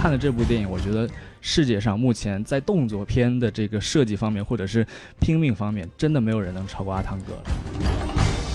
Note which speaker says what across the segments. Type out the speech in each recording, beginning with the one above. Speaker 1: 看了这部电影，我觉得世界上目前在动作片的这个设计方面，或者是拼命方面，真的没有人能超过阿汤哥了。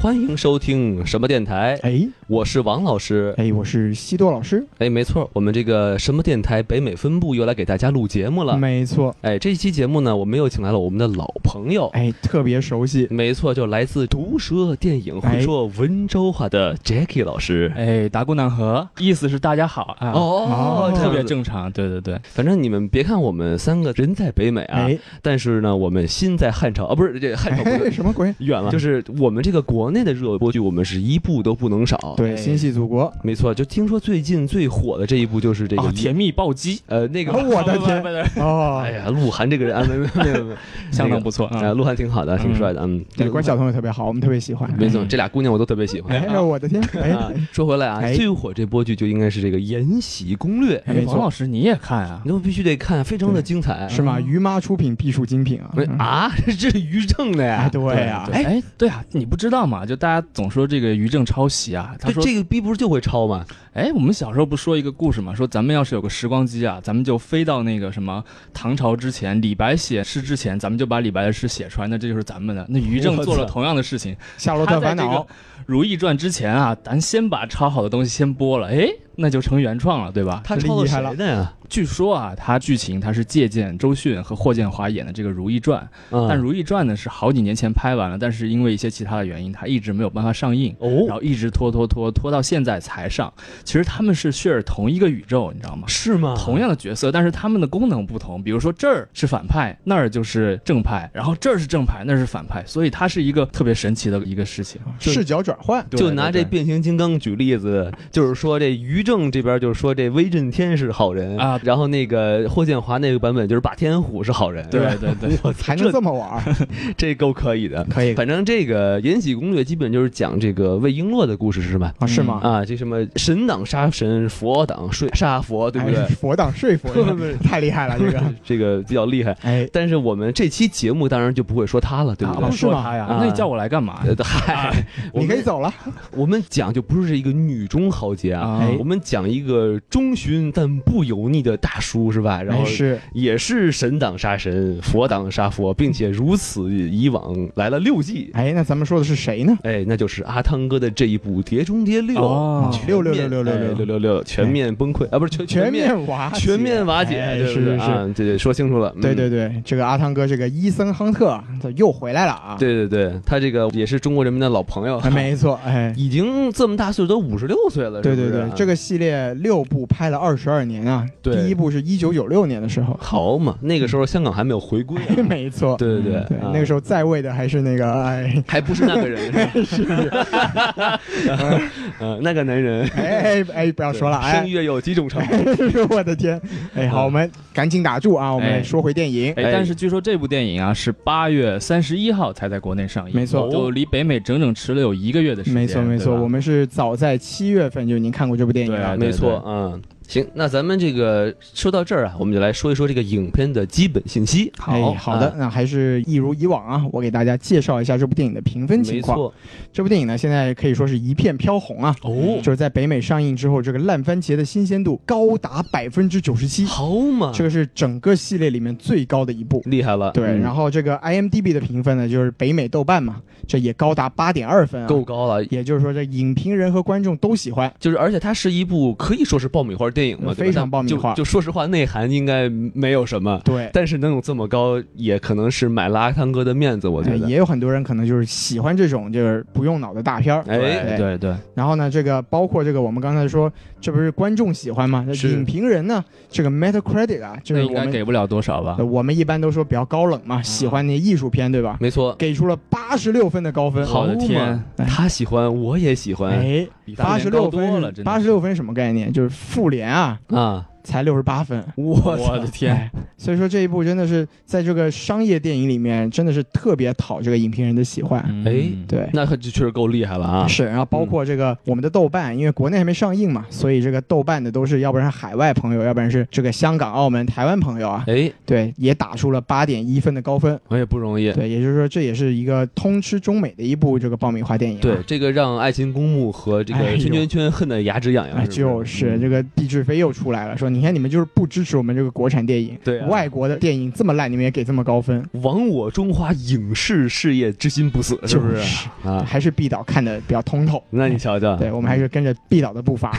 Speaker 2: 欢迎收听什么电台？
Speaker 3: 哎
Speaker 2: 我是王老师。
Speaker 3: 哎，我是西多老师，
Speaker 2: 哎，没错，我们这个什么电台北美分部又来给大家录节目了。
Speaker 3: 没错，
Speaker 2: 哎，这一期节目呢，我们又请来了我们的老朋友。
Speaker 3: 哎，特别熟悉，
Speaker 2: 没错，就来自毒舌电影会说温州话的 Jackie 老师。
Speaker 1: 哎，达姑南河意思是大家好啊，
Speaker 2: 哦
Speaker 3: 哦
Speaker 1: 特别
Speaker 2: 正。
Speaker 1: 正常。对对对，
Speaker 2: 反正你们别看我们三个人在北美啊，
Speaker 3: 哎，
Speaker 2: 但是呢，我们心在汉朝啊，不是这汉朝不
Speaker 3: 哎，
Speaker 2: 是
Speaker 3: 什么鬼？
Speaker 2: 远了，哦就是我们这个国内的热播剧，我们是一部都不能少。，
Speaker 3: 对，心系祖 国，
Speaker 2: 没错，就听说最近最火的这一部就是这个
Speaker 1: 啊，
Speaker 2: 一
Speaker 1: 甜蜜暴击，
Speaker 2: 呃那个
Speaker 3: 哦我的 天
Speaker 1: 不不不不
Speaker 3: 哦，
Speaker 2: 哎，呀，鹿晗这个人啊，没没没没没，
Speaker 1: 相当不错
Speaker 2: 那个。哎，
Speaker 1: 啊。
Speaker 2: 鹿晗挺好的，挺帅的，嗯，
Speaker 3: 对，关晓彤也特别好，我们特别喜欢。
Speaker 2: 没错，这俩姑娘我都特别喜欢。
Speaker 3: 哎呦，我的天，
Speaker 2: 啊
Speaker 3: 哎，，
Speaker 2: 说回来啊，
Speaker 3: 哎
Speaker 2: 最火这波剧就应该是这个《延禧攻略》，
Speaker 1: 哎
Speaker 3: 没错
Speaker 1: 王老师你也看啊
Speaker 2: 你？都必须得看，非常的精彩。
Speaker 3: 哎是吗？于妈出品必属精品啊！
Speaker 2: 没嗯啊， 这是于正的
Speaker 3: 哎，
Speaker 2: 呀。
Speaker 3: 对呀，
Speaker 1: 哎哎，对啊，你不知道嘛？就大家总说这个于正抄袭啊，他
Speaker 2: 这
Speaker 1: 说
Speaker 2: 这个逼不是就会抄吗？
Speaker 1: 哎，我们小时候不说一个故事嘛，说咱们要是有个时光机啊，咱们就飞到那个什么唐朝之前，李白写诗之前，咱们就把李白的诗写出来，那这就是咱们的。那于正
Speaker 2: 我操
Speaker 1: 做了同样的事情，
Speaker 3: 夏洛
Speaker 1: 他
Speaker 3: 特
Speaker 1: 在
Speaker 3: 烦
Speaker 1: 这个
Speaker 3: 恼
Speaker 1: 《如懿传》之前啊，咱先把抄好的东西先播了，哎，那就成原创了，对吧？
Speaker 2: 他抄的
Speaker 3: 厉害
Speaker 2: 谁的呀？
Speaker 1: 据说啊，它剧情它是借鉴周迅和霍建华演的这个《如懿传》，但《
Speaker 2: 嗯，
Speaker 1: 如懿传》呢是好几年前拍完了，但是因为一些其他的原因，它一直没有办法上映。然
Speaker 2: 哦，
Speaker 1: 后一直拖拖拖拖到现在才上。其实他们是 share 同一个宇宙，你知道吗？
Speaker 2: 是
Speaker 3: 啊
Speaker 2: 吗？
Speaker 1: 同样的角色，但是他们的功能不同。比如说这儿是反派，那儿就是正派，然后这儿是正派，那儿是反派，所以它是一个特别神奇的一个事情。
Speaker 2: 就
Speaker 3: 视角转换，
Speaker 1: 对
Speaker 2: 就拿这
Speaker 1: 对
Speaker 2: 变形金刚举例子，就是说这于正这边就是说这威震天是好人
Speaker 1: 啊
Speaker 2: 然后那个霍建华那个版本就是霸天虎是好人，
Speaker 1: 对 对对，
Speaker 2: 我
Speaker 3: 才能这么玩儿，
Speaker 2: 这够 可以的。
Speaker 3: 可以
Speaker 2: 反正这个《延禧攻略》基本就是讲这个魏璎珞的故事是吧？
Speaker 3: 啊？是吗？
Speaker 2: 啊，这什么神挡杀神，佛挡睡杀佛，对不对
Speaker 3: 哎？佛党说 服
Speaker 2: 不不
Speaker 3: 人，太厉害了，这个，
Speaker 2: 这个 比较厉害。
Speaker 3: 哎，
Speaker 2: 但是我们这期节目当然就不会说他了，对不
Speaker 1: 啊
Speaker 2: 对
Speaker 1: 我？
Speaker 3: 是
Speaker 1: 说
Speaker 3: 吗
Speaker 1: 他呀，
Speaker 2: 啊
Speaker 1: 那你叫我来干嘛？
Speaker 2: 呃 嗨，我
Speaker 3: 啊你
Speaker 2: 们
Speaker 3: 可以走了，
Speaker 2: 我们讲就不是一个女中豪杰啊，
Speaker 3: 哎
Speaker 1: 啊
Speaker 2: 我们讲一个中旬但不油腻的大叔是吧？然后
Speaker 3: 哎是
Speaker 2: 也是神挡杀神，佛挡杀佛，并且如此以往来了六季。
Speaker 3: 哎，那咱们说的是谁呢？
Speaker 2: 哎，那就是阿汤哥的这一部《碟中谍
Speaker 3: 哎
Speaker 2: 六》
Speaker 1: 哦
Speaker 2: 全面，
Speaker 3: 六六六六六
Speaker 2: 哎
Speaker 3: 六
Speaker 2: 六六六，全面崩溃啊！不是全
Speaker 3: 全
Speaker 2: 面
Speaker 3: 面瓦解
Speaker 2: 全面瓦解，
Speaker 3: 哎
Speaker 2: 对
Speaker 3: 是
Speaker 2: 不对
Speaker 3: 是是。
Speaker 2: 啊，对对，说清楚了，嗯
Speaker 3: 对对对，这个阿汤哥，这个伊森亨特他又回来了啊！，
Speaker 2: 对对对，他这个也是中国人民的老朋友，
Speaker 3: 没错， 哎，
Speaker 2: 已经这么大岁数，都五十六岁了，
Speaker 3: 对
Speaker 2: 是
Speaker 3: 对
Speaker 2: 不是
Speaker 3: 对，这个系列六部拍了二十二年啊，
Speaker 2: 对
Speaker 3: 第一部是一九九六年的时候，
Speaker 2: 好嘛，那个时候香港还没有回归啊，
Speaker 3: 没错，
Speaker 2: 对啊对
Speaker 3: 对，那个
Speaker 2: 候
Speaker 3: 时候在位的还是那个哎
Speaker 2: 还不是那个人，是呃那个男人。
Speaker 3: 哎哎哎，不要说了，
Speaker 2: 声
Speaker 3: 哎，
Speaker 2: 乐有几种成分？
Speaker 3: 我的天，哎，
Speaker 2: 嗯
Speaker 3: 好，我们赶紧打住啊，我
Speaker 1: 哎
Speaker 3: 们说回电影，
Speaker 1: 哎，
Speaker 2: 哎
Speaker 1: 但是据说这部电影啊是八月三十一号才在国内上映，
Speaker 3: 没错
Speaker 1: 就离北美整整迟了有一个月的时间。
Speaker 3: 没错没错，
Speaker 1: 对吧
Speaker 3: 我们是早在七月份就已经看过这部电影了
Speaker 1: 对，
Speaker 2: 没错，嗯，行，那咱们这个说到这儿啊，我们就来说一说这个影片的基本信息。啊
Speaker 3: 哎，好的，那还是一如以往啊，我给大家介绍一下这部电影的评分情
Speaker 2: 没
Speaker 3: 况。
Speaker 2: 错，
Speaker 3: 这部电影呢，现在可以说是一片飘红啊。
Speaker 2: 哦
Speaker 3: 就是在北美上映之后，这个烂番茄的新鲜度高达百分之九十七，
Speaker 2: 好嘛，
Speaker 3: 这个是整个系列里面最高的一部。
Speaker 2: 厉害了，
Speaker 3: 对，
Speaker 2: 嗯
Speaker 3: 然后这个 IMDB 的评分呢，就是北美豆瓣嘛，这也高达八点二分啊，
Speaker 2: 够高了。
Speaker 3: 也就是说，这影评人和观众都喜欢。
Speaker 2: 就是，而且它是一部可以说是爆米花电影嘛，对吧
Speaker 3: 非常爆米花
Speaker 2: 但就就说实话，内涵应该没有什么，
Speaker 3: 对，
Speaker 2: 但是能有这么高，也可能是买了阿汤哥的面子，我觉
Speaker 3: 哎
Speaker 2: 得。
Speaker 3: 也有很多人可能就是喜欢这种就是不用脑的大片儿。
Speaker 2: 哎，
Speaker 1: 对对对，
Speaker 3: 然后呢，这个包括这个我们刚才说，这不是观众喜欢吗？
Speaker 2: 是
Speaker 3: 影评人呢，这个 Metacritic 啊，就
Speaker 1: 那
Speaker 3: 是
Speaker 1: 应
Speaker 3: 我
Speaker 1: 该
Speaker 3: 们
Speaker 1: 给不了多少吧
Speaker 3: 呃？我们一般都说比较高冷嘛，喜欢那艺术片对吧？
Speaker 2: 没错。
Speaker 3: 给出了八十六分的高分。
Speaker 1: 好的天
Speaker 2: 嘛，他喜欢哦我也喜欢，
Speaker 3: 哎，
Speaker 2: 比
Speaker 3: 八
Speaker 2: 啊大
Speaker 3: 十
Speaker 2: 连
Speaker 3: 六
Speaker 2: 高多
Speaker 3: 分
Speaker 2: 了，
Speaker 3: 是，
Speaker 2: 真的
Speaker 3: 八十六分是什么概念？就是复联啊，
Speaker 2: 啊，
Speaker 3: 才六十八分。
Speaker 1: 我的天，
Speaker 3: 哎，所以说这一部真的是在这个商业电影里面，真的是特别讨这个影评人的喜欢。
Speaker 1: 嗯
Speaker 2: 哎
Speaker 3: 对，
Speaker 2: 那可确实够厉害了啊！
Speaker 3: 是，然后包括这个我们的豆瓣，因为国内还没上映嘛，所以这个豆瓣的都是要不然是海外朋友，要不然是这个香港、澳门、台湾朋友啊，
Speaker 2: 哎，
Speaker 3: 对，也打出了八点一分的高分。
Speaker 2: 我也不容易。
Speaker 3: 对，也就是说这也是一个通吃中美的一部这个爆米花电影、啊。
Speaker 2: 对，这个让爱情公墓和这
Speaker 3: 哎
Speaker 2: 个
Speaker 3: 呦
Speaker 2: 圈圈圈恨得牙直痒痒，是嗯
Speaker 3: 哎，
Speaker 2: 不
Speaker 3: 就是是这个毕志飞又出来了，说你看你们就是不支持我们这个国产电影，
Speaker 2: 对啊
Speaker 3: 外国的电影这么烂，你们也给这么高分，
Speaker 2: 亡我中华影视事业之心不死，是不
Speaker 3: 就是是
Speaker 2: 啊？
Speaker 3: 还是毕导看的比较通透。哎
Speaker 2: 那你啊瞧瞧，
Speaker 3: 对，我们还是跟着毕导的步伐，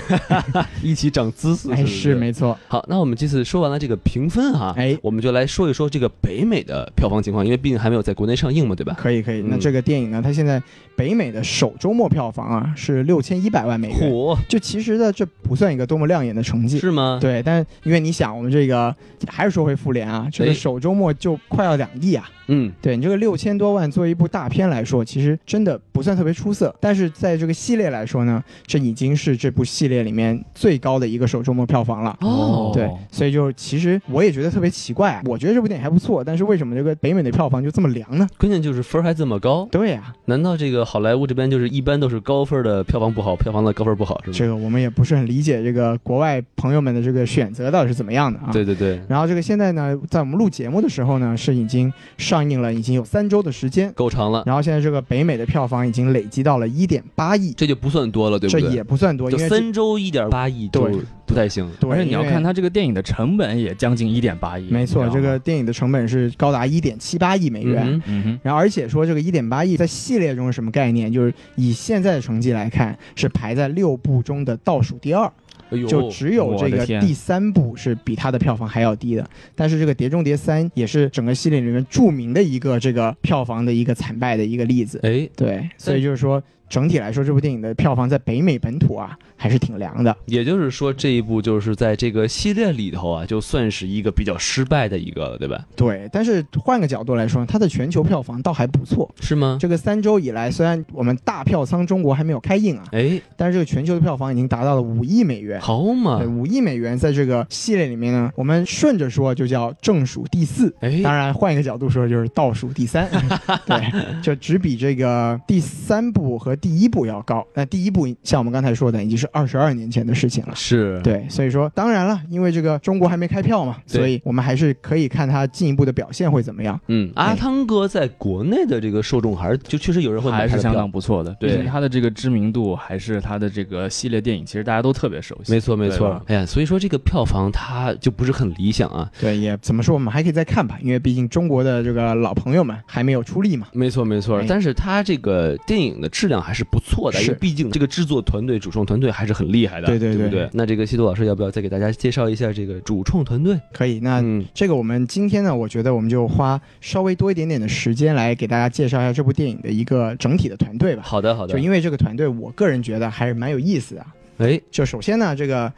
Speaker 2: 一起长姿势，
Speaker 3: 哎，
Speaker 2: 不
Speaker 3: 是没错，
Speaker 2: 好，那我们这次说完了这个评分哈，
Speaker 3: 哎
Speaker 2: 我们就来说一说这个北美的票房情况，因为毕竟还没有在国内上映嘛，对吧？
Speaker 3: 可以可以。
Speaker 2: 嗯
Speaker 3: 那这个电影呢，它现在北美的首周末票房啊是六千一百万美元，
Speaker 2: 火
Speaker 3: 就其实呢，这不算一个多么亮眼的成绩。
Speaker 2: 是吗？
Speaker 3: 对，但因为你想，我们这个还是说回复联啊，这
Speaker 2: 哎
Speaker 3: 个首周末就快要两亿啊，
Speaker 2: 嗯，
Speaker 3: 对你这个六千多万作为一部大片来说，其实真的不算特别出色，但是在这个系列来说呢，这已经是这部系列里面最高的一个首周末票房了。
Speaker 2: 哦，
Speaker 3: 对，所以就其实我也觉得特别奇怪啊，我觉得这部电影还不错，但是为什么这个北美的票房就这么凉呢？
Speaker 2: 关键就是分儿还这么高，
Speaker 3: 对啊呀、
Speaker 2: 难道这个好莱坞这边就是一般都是高分的票房不好，票房的高分不好是吗？
Speaker 3: 这个我们也不是很理解这个国外朋友们的这个选择到底是怎么样的啊。
Speaker 2: 对对对，
Speaker 3: 然后这个现在呢，在我们录节目的时候呢，是已经上映了，已经有三周的时间。
Speaker 2: 够长
Speaker 1: 啊
Speaker 2: 了，
Speaker 3: 然后现在这个北美的票房已经累积到了一点八亿，
Speaker 2: 这就不算多了，对不
Speaker 3: 这
Speaker 2: 对？
Speaker 3: 也不算多，因
Speaker 2: 就
Speaker 3: 为这
Speaker 2: 三周一点八亿就
Speaker 3: 对
Speaker 2: 不太行，
Speaker 3: 对
Speaker 1: 而且你要
Speaker 3: 因为
Speaker 1: 看它这个电影的成本也将近一点八亿，
Speaker 3: 没错，
Speaker 1: 你知
Speaker 3: 这
Speaker 1: 道吗
Speaker 3: 个，电影的成本是高达一点七八亿美元。
Speaker 2: 嗯哼
Speaker 1: 嗯哼，
Speaker 3: 然后，而且说这个一点八亿在系列中是什么概念？就是以现在的成绩来看，是排在六部中的倒数第二，
Speaker 2: 哎呦，
Speaker 3: 就只有这
Speaker 1: 我
Speaker 3: 个
Speaker 1: 的天
Speaker 3: 第三部是比它的票房还要低的。但是这个《碟中谍三》也是整个系列里面著名的一个这个票房的一个惨败的一个例子。
Speaker 2: 哎，
Speaker 3: 对，所以就是说，整体来说，这部电影的票房在北美本土啊还是挺凉的。
Speaker 2: 也就是说这一部就是在这个系列里头啊，就算是一个比较失败的一个了，对吧？
Speaker 3: 对，但是换个角度来说，它的全球票房倒还不错。
Speaker 2: 是吗？
Speaker 3: 这个三周以来，虽然我们大票仓中国还没有开映啊，
Speaker 2: 哎，
Speaker 3: 但是这个全球的票房已经达到了五亿美
Speaker 1: 啊
Speaker 3: 元。
Speaker 2: 好嘛
Speaker 3: 哎对，，五亿美元在这个系列里面呢，我们顺着说就叫正数第四。
Speaker 2: 哎，
Speaker 3: 当然，换一个角度说就是倒数第 三，对，就只比这个第三部和第一部要高。那第一部像我们刚才说的，已经是二十二年前的事情了。
Speaker 2: 是，
Speaker 3: 对，所以说当然了，因为这个中国还没开票嘛，
Speaker 2: 对
Speaker 3: 所以我们还是可以看它进一步的表现会怎么样。
Speaker 2: 嗯，阿
Speaker 3: 哎
Speaker 2: 汤哥在国内的这个受众还是就确实有人会买
Speaker 1: 还
Speaker 2: 他
Speaker 1: 是
Speaker 2: 的
Speaker 1: 相
Speaker 2: 票
Speaker 1: 当不错的，
Speaker 2: 对
Speaker 1: 毕竟它的这个知名度还是它的这个系列电影，其实大家都特别熟悉，
Speaker 2: 没错没
Speaker 1: 对
Speaker 2: 错
Speaker 1: 吧，
Speaker 2: 哎呀，所以说这个票房它就不是很理想啊。
Speaker 3: 对，也怎么说，我们还可以再看吧，因为毕竟中国的这个老朋友们还没有出力嘛。
Speaker 2: 没错没错
Speaker 3: 哎，
Speaker 2: 但是它这个电影的质量还是不错的，因为
Speaker 3: 是
Speaker 2: 毕竟这个制作团队、主创团队还是很厉害的，
Speaker 3: 对对
Speaker 2: 对不
Speaker 3: 对
Speaker 2: 对？那这个西多老师要不要再给大家介绍一下这个主创团队？
Speaker 3: 可以，那
Speaker 2: 嗯，
Speaker 3: 这个我们今天呢，我觉得我们就花稍微多一点点的时间来给大家介绍一下这部电影的一个整体的团队吧。
Speaker 2: 好的好的
Speaker 3: 就，因为这个团队，我个人觉得还是蛮有意思的啊。
Speaker 2: 哎，
Speaker 3: 就首先呢，这个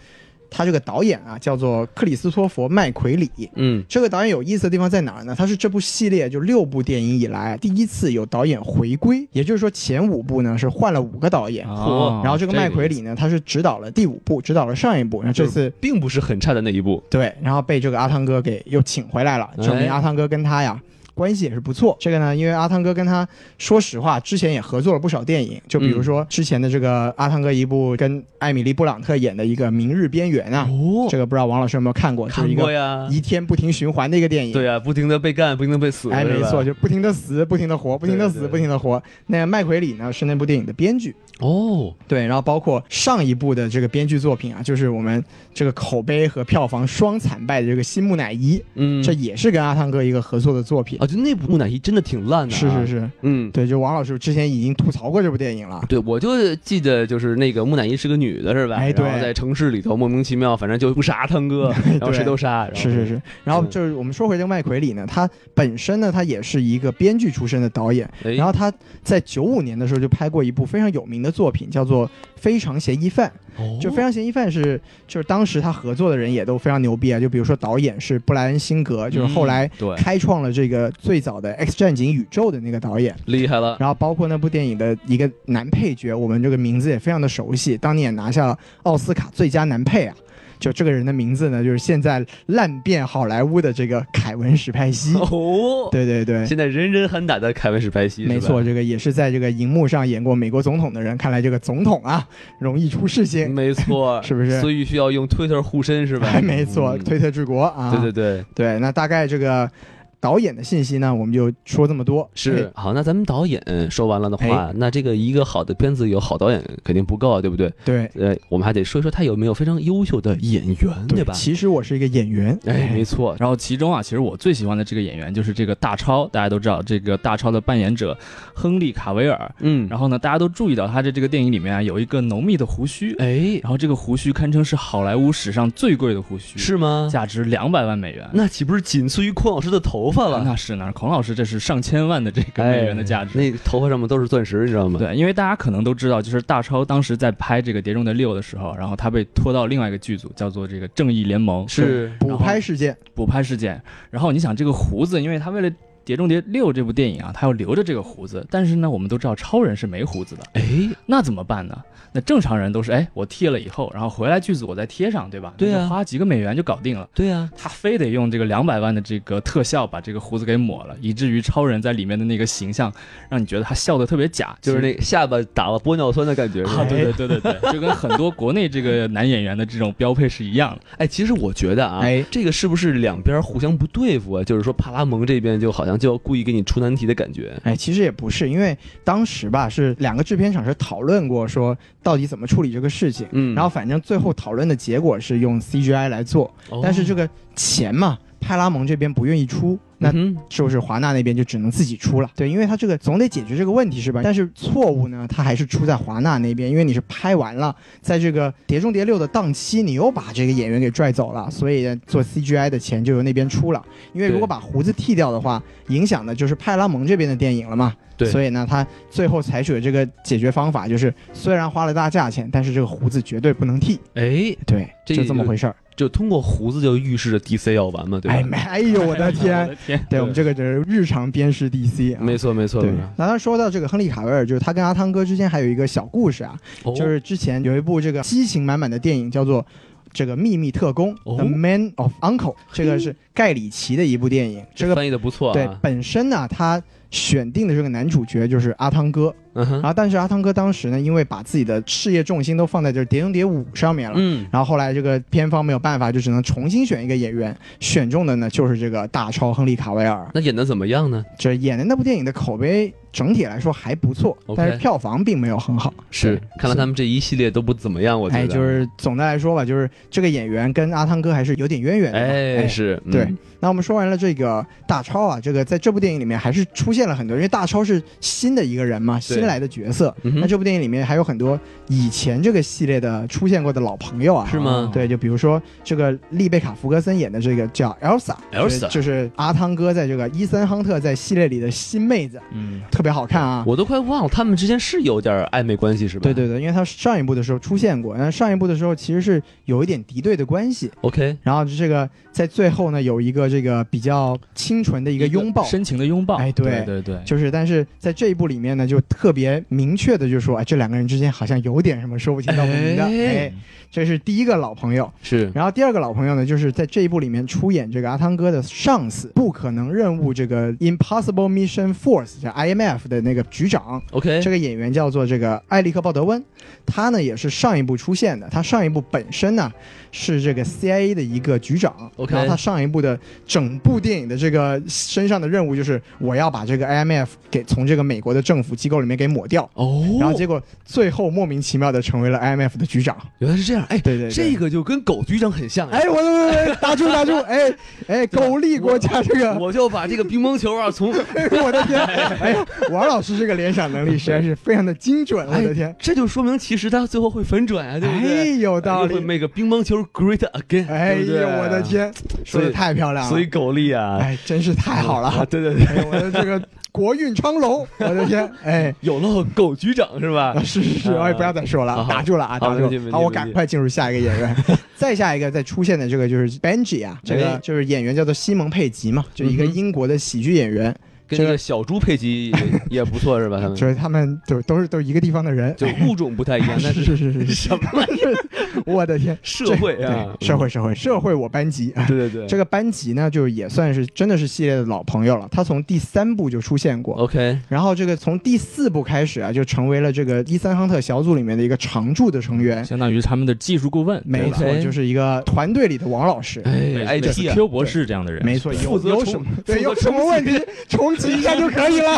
Speaker 3: 他这个导演啊，叫做克里斯托弗·麦奎里。
Speaker 2: 嗯，
Speaker 3: 这个导演有意思的地方在哪儿呢？他是这部系列就六部电影以来第一次有导演回归，也就是说前五部呢是换了五个导演，
Speaker 1: 哦
Speaker 3: 然后这个
Speaker 2: 这个
Speaker 3: 麦奎里呢他是指导了第五部，指导了上一部，然后这次
Speaker 2: 并不是很差的那一部，
Speaker 3: 对，然后被这个阿汤哥给又请回来了，证
Speaker 2: 哎
Speaker 3: 明阿汤哥跟他呀。关系也是不错，这个呢，因为阿汤哥跟他说实话，之前也合作了不少电影，就比如说
Speaker 2: 嗯
Speaker 3: 之前的这个阿汤哥一部跟艾米丽·布朗特演的一个《明日边缘》啊，
Speaker 2: 哦，
Speaker 3: 这个不知道王老师有没有看过，就是
Speaker 2: 看
Speaker 3: 一
Speaker 2: 过
Speaker 3: 个
Speaker 2: 呀，
Speaker 3: 一天不停循环的一个电影。
Speaker 2: 对啊呀，不停的被干，不停的被死，
Speaker 3: 哎，
Speaker 2: 是
Speaker 3: 没
Speaker 2: 吧
Speaker 3: 错，，就不停的死，不停的活，不停的
Speaker 2: 对
Speaker 3: 死，
Speaker 2: 对
Speaker 3: 不停的活。那麦奎里呢是那部电影的编剧，
Speaker 2: 哦，
Speaker 3: 对，然后包括上一部的这个编剧作品啊，就是我们这个口碑和票房双惨败的这个新木乃伊，
Speaker 2: 嗯，
Speaker 3: 这也是跟阿汤哥一个合作的作品。
Speaker 2: 啊，就那部木乃伊真的挺烂的、啊，
Speaker 3: 是是，是，
Speaker 2: 嗯。
Speaker 3: 对，就王老师之前已经吐槽过这部电影了。
Speaker 2: 对，我就记得就是那个木乃伊是个女的，是吧？
Speaker 3: 哎对
Speaker 2: 然后在城市里头莫名其妙，反正就不杀阿汤 哥，然后谁都杀。然后
Speaker 3: 是是，是，然后就是我们说回这个麦奎里呢，他本身呢，他也是一个编剧出身的导演，
Speaker 2: 哎、
Speaker 3: 然后他在九五年的时候就拍过一部非常有名的作品，叫做《非常嫌疑犯》。
Speaker 2: 哦
Speaker 3: 就《非常嫌疑犯》是，就是当时他合作的人也都非常牛逼啊，就比如说导演是布莱恩·辛格，就是
Speaker 2: 嗯
Speaker 3: 后来
Speaker 1: 嗯对，
Speaker 3: 开创了这个最早的《X 战警》宇宙的那个导演。
Speaker 2: 厉害了，
Speaker 3: 然后包括那部电影的一个男配角，我们这个名字也非常的熟悉，当年也拿下了奥斯卡最佳男配啊。就这个人的名字呢，就是现在烂遍好莱坞的这个凯文史派西。
Speaker 2: 哦，
Speaker 3: 对对对，
Speaker 2: 现在人人喊打的凯文史派西，
Speaker 3: 没
Speaker 2: 是吧
Speaker 3: 错，，这个也是在这个荧幕上演过美国总统的人，看来这个总统啊容易出事情，
Speaker 2: 没错，
Speaker 3: 是不是
Speaker 2: 所以需要用推特护身，嗯是吧？
Speaker 3: 哎 没错，
Speaker 2: 嗯
Speaker 3: 推特治国啊，
Speaker 2: 对对对，
Speaker 3: 对那大概这个导演的信息呢，我们就说这么多。哎
Speaker 2: 是好。那咱们导演呃说完了的话，那这个一个好的片子有好导演肯定不够啊，对不对？
Speaker 3: 哎对
Speaker 2: 呃，我们还得说一说他有没有非常优秀的演员，对吧？
Speaker 3: 其实我是一个演员，
Speaker 2: 哎，没错，
Speaker 1: 然后其中啊，其实我最喜欢的这个演员就是这个大超，大家都知道这个大超的扮演者亨利·卡维尔。
Speaker 2: 嗯，
Speaker 1: 然后呢，大家都注意到他在这个电影里面啊有一个浓密的胡须，
Speaker 2: 哎，
Speaker 1: 然后这个胡须堪称是好莱坞史上最贵的胡须，
Speaker 2: 是吗？
Speaker 3: 嗯
Speaker 1: 价值两百万美元。
Speaker 2: 那岂不是仅次于孔老师的头发
Speaker 3: 哎
Speaker 2: 了？
Speaker 1: 那是哪儿？孔老师这是上千万的这个美元的价值。
Speaker 2: 哎那头发上面都是钻石，你知道吗？
Speaker 1: 对，因为大家可能都知道，就是大超当时在拍这个《碟中谍六》的时候，然后他被拖到另外一个剧组，叫做这个《正义联盟》
Speaker 2: 是
Speaker 3: 补拍事件，
Speaker 1: 补拍事件。然后你想这个胡子，因为他为了《碟中谍六》这部电影啊，他要留着这个胡子，但是呢，我们都知道超人是没胡子的，
Speaker 2: 哎，
Speaker 1: 那怎么办呢？那正常人都是哎，我剃了以后，然后回来剧组我再贴上，对吧？
Speaker 2: 对啊
Speaker 1: 那就花几个美元就搞定了。
Speaker 2: 对啊呀、
Speaker 1: 他非得用这个两百万的这个特效把这个胡子给抹了，以至于超人在里面的那个形象，让你觉得他笑的特别假，
Speaker 2: 就是
Speaker 1: 其实
Speaker 2: 那个下巴打了玻尿酸的感觉。是吧
Speaker 1: 啊，对对对对对，就跟很多国内这个男演员的这种标配是一样的。
Speaker 2: 哎，其实我觉得啊，
Speaker 3: 哎
Speaker 2: 这个是不是两边互相不对付啊？就是说，帕拉蒙这边就好像就要故意给你出难题的感觉。
Speaker 3: 哎，其实也不是，因为当时吧是两个制片厂是讨论过说到底怎么处理这个事情，
Speaker 2: 嗯
Speaker 3: 然后反正最后讨论的结果是用 CGI 来做，但是这
Speaker 2: 个，
Speaker 3: 个钱嘛，派拉蒙这边不愿意出，那
Speaker 2: 嗯
Speaker 3: 是不是华纳那边就只能自己出了？对，因为他这个总得解决这个问题是吧？但是错误呢，他还是出在华纳那边，因为你是拍完了，在这个《碟中谍六》的档期，你又把这个演员给拽走了，所以做 CGI 的钱就由那边出了。因为如果
Speaker 2: 对
Speaker 3: 把胡子剃掉的话，影响的就是派拉蒙这边的电影了嘛。
Speaker 2: 对
Speaker 3: 所以呢，他最后采取的这个解决方法就是，虽然花了大价钱，但是这个胡子绝对不能剃。
Speaker 2: 哼，哎，
Speaker 3: 对，
Speaker 2: 这
Speaker 3: 就这么回事儿。
Speaker 2: 就通过胡子就预示着 DC 要完嘛，对吧？
Speaker 3: 哎，没，哎呦，我的
Speaker 1: 我
Speaker 3: 天！
Speaker 1: 的天，
Speaker 3: 对我们这个就是日常鞭尸 DC 啊，
Speaker 2: 没错，没错，
Speaker 3: 对
Speaker 2: 没错。，
Speaker 3: 那他说到这个亨利·卡维尔，就是他跟阿汤哥之间还有一个小故事啊，
Speaker 2: 哦
Speaker 3: 就是之前有一部这个激情满满的电影叫做。这个秘密特工、
Speaker 2: 哦
Speaker 3: The Man of Uncle），这个是盖里奇的一部电影。这个
Speaker 2: 翻译的不错啊。
Speaker 3: 对本身呢，他选定的这个男主角就是阿汤哥，
Speaker 2: 嗯
Speaker 3: 然
Speaker 2: 哼，
Speaker 3: 后但是阿汤哥当时呢，因为把自己的事业重心都放在就是《碟中谍五》上面了，
Speaker 2: 嗯，
Speaker 3: 然后后来这个片方没有办法，就只能重新选一个演员，选中的呢就是这个大超亨利·卡维尔。
Speaker 2: 那演的怎么样呢？
Speaker 3: 这演的那部电影的口碑整体来说还不错
Speaker 2: OK
Speaker 3: 但是票房并没有很好。
Speaker 2: 是
Speaker 3: 对，
Speaker 2: 看来他们这一系列都不怎么样，我觉得。
Speaker 3: 哎，就是总的来说吧，就是这个演员跟阿汤哥还是有点渊源的嘛。
Speaker 2: 哎，是，嗯
Speaker 3: 对，那我们说完了这个大超啊，这个在这部电影里面还是出现了很多，因为大超是新的一个人嘛，新来的角色。
Speaker 2: 嗯哼
Speaker 3: 那这部电影里面还有很多以前这个系列的出现过的老朋友啊。
Speaker 2: 是吗
Speaker 3: 对，就比如说这个丽贝卡·福格森演的这个叫 Elsa，
Speaker 2: Elsa
Speaker 3: 就是就是阿汤哥在这个伊森·亨特在系列里的新妹子，
Speaker 1: 嗯，
Speaker 3: 特别好看啊。
Speaker 2: 我都快忘了他们之间是有点暧昧关系，是吧？
Speaker 3: 对对对，因为他上一部的时候出现过，但上一部的时候其实是有一点敌对的关系。
Speaker 2: ，OK，
Speaker 3: 然后这个在最后呢，有一个这个比较清纯的一
Speaker 1: 一
Speaker 3: 个拥抱，
Speaker 1: 深情的拥抱。
Speaker 3: 哎对
Speaker 1: 对对对，
Speaker 3: 就是但是在这一部里面呢，就特别明确的就说，哎，这两个人之间好像有点什么说不清道不明的，
Speaker 2: 哎
Speaker 3: 哎，这是第一个老朋友。
Speaker 2: 是，
Speaker 3: 然后第二个老朋友呢，就是在这一部里面出演这个阿汤哥的上司，不可能任务这个 Impossible Mission Force，叫 IMF 的那个局长，
Speaker 2: OK，
Speaker 3: 这个演员叫做这个艾利克·鲍德温，他呢也是上一部出现的。他上一部本身呢是这个 CIA 的一个局长
Speaker 2: OK
Speaker 3: 然后他上一部的整部电影的这个身上的任务就是我要把这个 IMF 给从这个美国的政府机构里面给抹掉。
Speaker 2: 哦，
Speaker 3: 然后结果最后莫名其妙的成为了 IMF 的局长。
Speaker 2: 原来是这样，哎，
Speaker 3: 对对对
Speaker 2: 这个就跟狗局长很像，
Speaker 3: 哎，我我我打住打住！哎 哎，狗立国家这个，
Speaker 2: 啊我就把这个乒乓球啊从，
Speaker 3: 哎 我的天！哎呀，王老师这个联想能力实在是非常的精准，我的天！
Speaker 2: 哎这就说明其实他最后会反转啊，对不
Speaker 3: 哎
Speaker 2: 对？，
Speaker 3: 有道理
Speaker 2: 又会。make 个乒乓球 great again，
Speaker 3: 哎
Speaker 2: 对不对
Speaker 3: 呦，我的，天，说的太漂亮了，
Speaker 2: 所以狗力啊，
Speaker 3: 哎，真是太好了，
Speaker 2: 啊对对对，
Speaker 3: 哎，我的这个国运昌隆，我的天，哎。
Speaker 2: 有了狗局长是吧
Speaker 3: 啊，？是是是，哎，不要再说了，
Speaker 2: 好好
Speaker 3: 打住了啊，
Speaker 2: 好
Speaker 3: 打
Speaker 2: 没问题
Speaker 3: 住！
Speaker 2: 没
Speaker 3: 好，我
Speaker 2: 问题
Speaker 3: 赶快进入下一个演员， 再下一个再出现的这个就是 Benji 啊，这个
Speaker 2: 哎
Speaker 3: 就是演员叫做西蒙佩吉嘛，就一个
Speaker 2: 嗯哼
Speaker 3: 英国的喜剧演员。
Speaker 2: 跟
Speaker 3: 这
Speaker 2: 这
Speaker 3: 个
Speaker 2: 个小猪配齐也 也不错是吧？他们
Speaker 3: 就是他们就是都是都是一个地方的人，
Speaker 2: 嗯就 物种不太一样，但是
Speaker 3: 是是 是是
Speaker 2: 什么
Speaker 3: 我的天，
Speaker 2: 社会啊，嗯
Speaker 3: 对社会社会社会我班级啊，
Speaker 2: 对对对，
Speaker 3: 这个班级呢，就也算是真的是系列的老朋友了。他从第三部就出现过，
Speaker 2: OK
Speaker 3: 然后这个从第四部开始啊，就成为了这个伊森亨特小组里面的一个常驻的成员。
Speaker 1: 相当于他们的技术顾问，
Speaker 3: 没错
Speaker 2: 嗯 OK，
Speaker 3: 就是一个团队里的王老师。
Speaker 2: 哎
Speaker 1: 类似
Speaker 2: ，IT 啊，
Speaker 1: Q 博士这样的人，
Speaker 3: 没错，
Speaker 2: 负
Speaker 3: 有
Speaker 2: 责
Speaker 3: 有
Speaker 2: 重
Speaker 3: 什么
Speaker 2: 负责
Speaker 3: 对有
Speaker 2: 重
Speaker 3: 什么问题
Speaker 2: 启
Speaker 3: 重启一下就可以 了。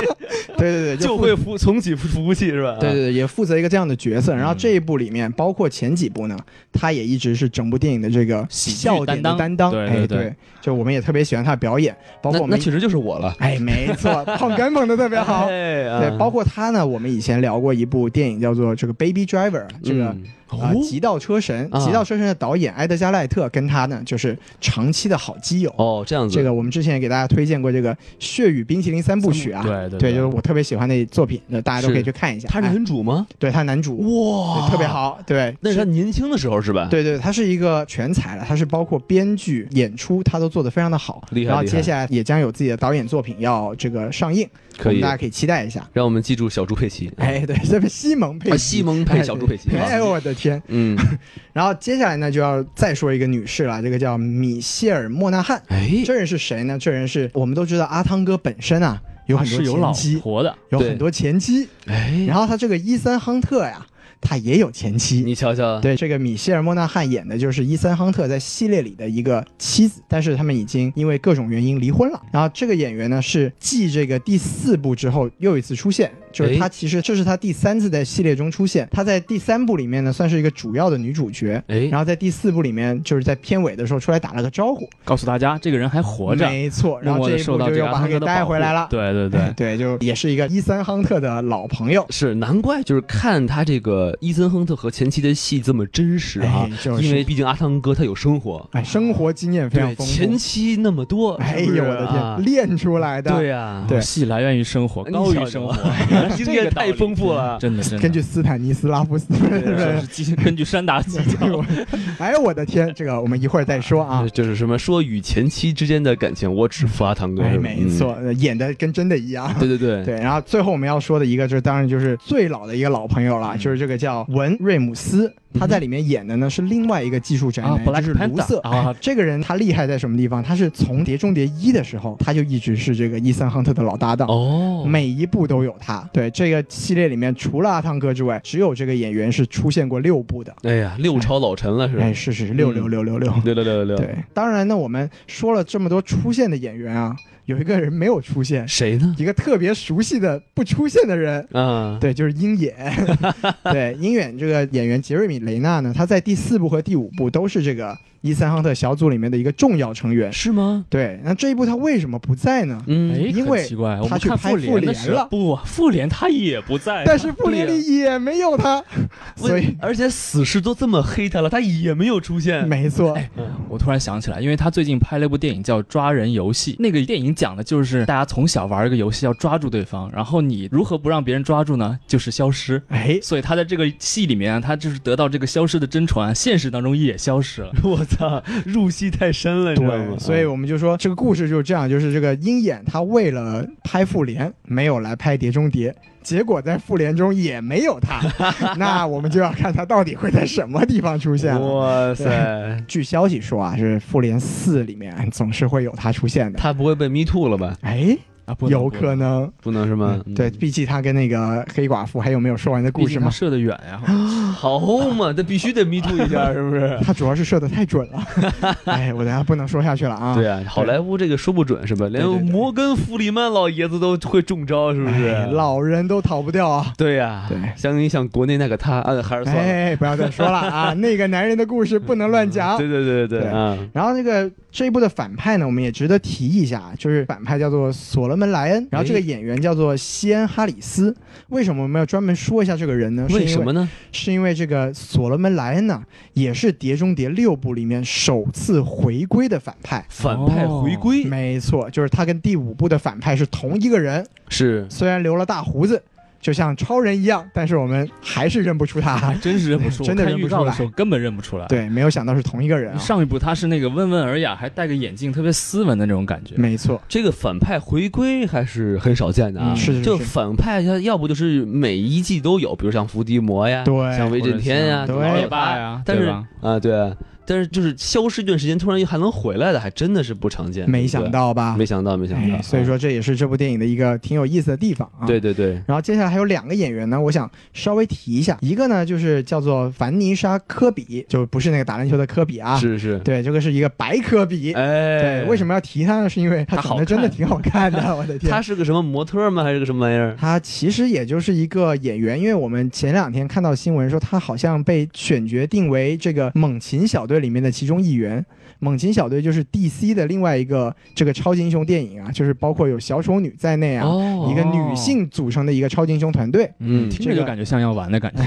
Speaker 3: 对对对，
Speaker 2: 就
Speaker 3: 负
Speaker 2: 会服重启服服务器是吧？啊
Speaker 3: 对对对，也负责一个这样的角色。然后
Speaker 1: 嗯
Speaker 3: 这一部里面，包括前几部呢，他也一直是整部电影的这个
Speaker 1: 喜剧
Speaker 3: 笑点
Speaker 1: 担
Speaker 3: 的
Speaker 1: 当
Speaker 3: 担当。
Speaker 1: 对
Speaker 3: 哎，
Speaker 1: 对对
Speaker 3: 对，就我们也特别喜欢他的表演，包括
Speaker 2: 那
Speaker 3: 我
Speaker 2: 那
Speaker 3: 们
Speaker 2: 其实就是我了，
Speaker 3: 哎，没错，捧哏捧的特别 好。
Speaker 2: 哎啊
Speaker 3: 对，包括他呢，我们以前聊过一部电影叫做这个《Baby Driver》，这个
Speaker 2: 嗯
Speaker 3: 啊《极道车神》
Speaker 2: 啊
Speaker 3: 《极道车神》的导演埃德加·赖特跟他呢就是长期的好基友。
Speaker 2: 哦这样子，
Speaker 3: 这个我们之前也给大家推荐过这个《血与冰淇淋三部曲》啊，
Speaker 1: 对对
Speaker 3: 对，就是我特别喜欢的作品，那大家都
Speaker 2: 是
Speaker 3: 可以去看一下。
Speaker 2: 他是
Speaker 3: 哎
Speaker 2: 人主吗？
Speaker 3: 对他男主
Speaker 2: 哇
Speaker 3: 对哎特别。好，对，
Speaker 2: 那是他
Speaker 3: 是
Speaker 2: 年轻的时候是吧？，
Speaker 3: 对对，他是一个全才了，他是包括编剧、演出，他都做得非常的好。
Speaker 2: 厉害
Speaker 3: 然后
Speaker 2: 厉害
Speaker 3: 接下来也将有自己的导演作品要这个上映，
Speaker 2: 可
Speaker 3: 我们
Speaker 2: 以
Speaker 3: 大家可以期待一下。
Speaker 2: 让我们记住小猪佩奇。
Speaker 3: 哎，对，这个西蒙佩
Speaker 2: 啊
Speaker 3: 奇，
Speaker 2: 西蒙配小猪佩奇
Speaker 3: 哎
Speaker 2: 啊
Speaker 3: 哎呦我的天！
Speaker 2: 嗯，
Speaker 3: 然后接下来呢，就要再说一个女士了，这个叫米歇尔·莫纳汉。
Speaker 2: 哎，
Speaker 3: 这人是谁呢？这人是我们都知道阿汤哥本身啊有很多
Speaker 1: 是有老
Speaker 3: 前妻，
Speaker 1: 婆的，
Speaker 3: 有
Speaker 2: 对
Speaker 3: 很多前妻。
Speaker 2: 哎，
Speaker 3: 然后他这个伊森·亨特呀，他也有前妻。
Speaker 2: 你瞧啊
Speaker 1: 啊
Speaker 2: 瞧，
Speaker 3: 对，这个米歇尔·莫纳汉演的就是伊森·亨特在系列里的一个妻子，但是他们已经因为各种原因离婚了。然后这个演员呢是继这个第四部之后又一次出现，就是他其实这是他第三次在系列中出现。他在第三部里面呢算是一个主要的女主角，
Speaker 2: 哎，
Speaker 3: 然后在第四部里面就是在片尾的时候出来打了个招呼，
Speaker 1: 告诉大家这个人还活着，
Speaker 3: 没错。然
Speaker 1: 默默
Speaker 3: 后这
Speaker 1: 的
Speaker 3: 一
Speaker 1: 受
Speaker 3: 部
Speaker 1: 到
Speaker 3: 就
Speaker 1: 这
Speaker 3: 又
Speaker 1: 个
Speaker 3: 把
Speaker 1: 阿
Speaker 3: 他
Speaker 1: 汤
Speaker 3: 给
Speaker 1: 哥的保
Speaker 3: 带
Speaker 1: 护
Speaker 3: 回来了。，
Speaker 1: 对对对
Speaker 3: 对，就也是一个伊森·亨特的老朋友。
Speaker 2: 是难怪，就是看他这个伊森亨特和前妻的戏这么真实啊
Speaker 3: 哎，就是
Speaker 2: 因为毕竟阿汤哥他有生活，
Speaker 3: 哎，生活经验非常
Speaker 2: 对
Speaker 3: 丰
Speaker 2: 前
Speaker 3: 富。
Speaker 2: 妻那么多，
Speaker 3: 哎
Speaker 2: 是不
Speaker 3: 呦
Speaker 2: 是
Speaker 3: 我的
Speaker 2: 啊
Speaker 3: 天，练出来的。
Speaker 2: 对啊呀，
Speaker 3: 对
Speaker 1: 戏来源于生活，
Speaker 2: 你
Speaker 1: 高
Speaker 2: 瞧
Speaker 1: 于
Speaker 2: 瞧
Speaker 1: 生活，
Speaker 2: 经验太丰富了，
Speaker 1: 真的真的。
Speaker 3: 根据斯坦尼斯拉夫斯，
Speaker 1: 是是基根据山达基教，
Speaker 3: 哎呦我的天，这个我们一会儿再说啊。
Speaker 2: 就是什么说与前妻之间的感情，我只服阿汤哥，
Speaker 3: 哎，
Speaker 2: 是吧
Speaker 1: 嗯
Speaker 3: 没错，，演的跟真的一样
Speaker 2: 嗯。对对对，
Speaker 3: 对，然后最后我们要说的一个，就是当然就是最老的一个老朋友了，
Speaker 1: 嗯
Speaker 3: 就是这个叫文瑞姆斯，他在里面演的呢是另外一个技术宅
Speaker 1: 啊
Speaker 3: 男，
Speaker 1: ，Black
Speaker 3: 就是卢
Speaker 1: Panther
Speaker 3: 瑟
Speaker 1: 啊
Speaker 3: 这个人他厉害在什么地方？他是从《碟中谍一》的时候，他就一直是这个伊森亨特的老搭档。
Speaker 2: 哦，
Speaker 3: 每一部都有他，对这个系列里面，除了阿汤哥之外，只有这个演员是出现过六部的。
Speaker 2: 哎呀，六朝老臣了是吧？嗯
Speaker 3: 哎，是是是，六六六六六，
Speaker 2: 六六六六六，
Speaker 3: 对，当然呢，我们说了这么多出现的演员啊，有一个人没有出现，
Speaker 2: 谁呢？
Speaker 3: 一个特别熟悉的不出现的人。
Speaker 2: 啊，
Speaker 3: 对，就是 鹰眼。对，鹰眼这个演员杰瑞米·雷纳呢，他在第四部和第五部都是这个伊森·亨特小组里面的一个重要成员。
Speaker 2: 是吗？
Speaker 3: 对，那这一部他为什么不在呢？
Speaker 1: 哎，
Speaker 2: 嗯，
Speaker 3: 因
Speaker 1: 很
Speaker 3: 为
Speaker 1: 奇怪，我们
Speaker 3: 去
Speaker 1: 看
Speaker 3: 拍
Speaker 1: 复联
Speaker 3: 复
Speaker 1: 的
Speaker 3: 联
Speaker 1: 时
Speaker 3: 了
Speaker 1: 候，不，复联他也不在，啊
Speaker 3: 但是复联里也没 有他，所以
Speaker 2: 而且死士都这么黑他了，他也没有出 现。
Speaker 3: 没错，哎
Speaker 1: 我突然想起来，因为他最近拍了一部电影叫《抓人游戏》，那个电影讲的就是大家从小玩一个游戏，要抓住对方，然后你如何不让别人抓住呢？就是消失。
Speaker 3: 哎，
Speaker 1: 所以他在这个戏里面，啊他就是得到这个消失的真传，现实当中也消失了。
Speaker 2: 我操，入戏太深了，你嗯知道吗？
Speaker 3: 对，所以我们就说这个故事就是这样，就是这个鹰眼他为了拍复联，没有来拍碟中谍，结果在复联中也没有 他，那我们就要看他到底会在什么地方出现了。
Speaker 2: 哇塞，
Speaker 3: 据消息说啊，是复联四里面总是会有他出现的。
Speaker 2: 他不会被 me too 了吧？
Speaker 3: 哎，
Speaker 1: 啊，不
Speaker 3: 有可
Speaker 1: 能
Speaker 3: 能，
Speaker 2: 不能是嗯吗？
Speaker 3: 对，毕竟他跟那个黑寡妇还有没有说完的
Speaker 1: 不能，
Speaker 3: 故
Speaker 1: 毕
Speaker 3: 事
Speaker 1: 竟他
Speaker 3: 吗？
Speaker 1: 射得远呀、
Speaker 2: 嗯好嘛，那必须得 me too 一下，是不是？
Speaker 3: 他主要是射的太 准了，哎，我等下不能说下去了啊。
Speaker 2: 对啊，好莱坞这个说不准是吧？连
Speaker 3: 对对对
Speaker 2: 摩根·弗里曼老爷子都会中招，是不是啊
Speaker 3: 哎？老人都逃不掉啊。
Speaker 2: 对呀
Speaker 3: 对，
Speaker 2: 相当于像国内那个他，啊，还是算了。
Speaker 3: 哎，不要再说了啊！那个男人的故事不能乱讲。
Speaker 2: 对对对对
Speaker 3: 对
Speaker 2: 啊，
Speaker 3: 然后那个这一部的反派呢，我们也值得提一下，啊就是反派叫做所罗门·莱恩，然后这
Speaker 2: 哎
Speaker 3: 个演员叫做西恩·哈里斯。为什么我们要专门说一下这个人呢？是因哦
Speaker 2: 为什么？呢？
Speaker 3: 是因为这个所罗门·莱恩呢，也是《碟中谍六部》里面首次回归的反派。
Speaker 2: 反派回归
Speaker 3: 没错，就是他跟第五部的反派是同一个人，
Speaker 2: 是
Speaker 3: 虽然留了大胡子，就像超人一样，但是我们还是认不出他。
Speaker 1: 还真是认不出，
Speaker 3: 真的
Speaker 1: 我看
Speaker 3: 认不
Speaker 1: 预告
Speaker 3: 出
Speaker 1: 的
Speaker 3: 来
Speaker 1: 时候根本认不出来。，
Speaker 3: 对，没有想到是同一个人啊。
Speaker 1: 上一部他是那个温文尔雅，还戴个眼镜，特别斯文的那种感觉。
Speaker 3: 没错，
Speaker 2: 这个反派回归还是很少见的啊。
Speaker 1: 嗯
Speaker 3: 是是
Speaker 2: 就是反派，他要不就是每一季都有，比如像伏地魔呀，
Speaker 3: 对
Speaker 2: 像威震天呀，
Speaker 3: 对
Speaker 2: 老
Speaker 1: 灭
Speaker 2: 有
Speaker 1: 霸
Speaker 2: 他
Speaker 1: 呀，
Speaker 2: 但是
Speaker 1: 对吧
Speaker 2: 啊，对啊，但是就是消失一段时间，突然又还能回来的，还真的是不常见。
Speaker 3: 没想到吧？
Speaker 2: 对，没想到，没想到。
Speaker 3: 哎所以说这也是这部电影的一个挺有意思的地方啊。
Speaker 2: 啊，对。对对，
Speaker 3: 然后接下来还有两个演员呢，我想稍微提一下，一个呢就是叫做凡妮莎·科比，就不是那个打篮球的科比啊，
Speaker 2: 是是，
Speaker 3: 对，这个是一个白科比。
Speaker 2: 哎，
Speaker 3: 对，为什
Speaker 2: 么？
Speaker 3: 么要提他呢？是因为他
Speaker 2: 他
Speaker 3: 长
Speaker 2: 好
Speaker 3: 得真的
Speaker 2: 看
Speaker 3: 挺好看的，我的天！
Speaker 2: 他是个什么模特吗？还是个什么玩意儿？
Speaker 3: 他其实也就是一个演员，因为我们前两天看到新闻说他好像被选角定为这个猛禽小队里面的其中一员。猛禽小队就是 DC 的另外一个这个超级英雄电影啊，就是包括有小丑女在内啊，
Speaker 2: 哦
Speaker 3: 一个女性组成的一个超级英雄团队，
Speaker 1: 嗯，
Speaker 2: 嗯
Speaker 1: 听
Speaker 3: 这
Speaker 1: 着就
Speaker 3: 个
Speaker 1: 感觉像要完的感觉。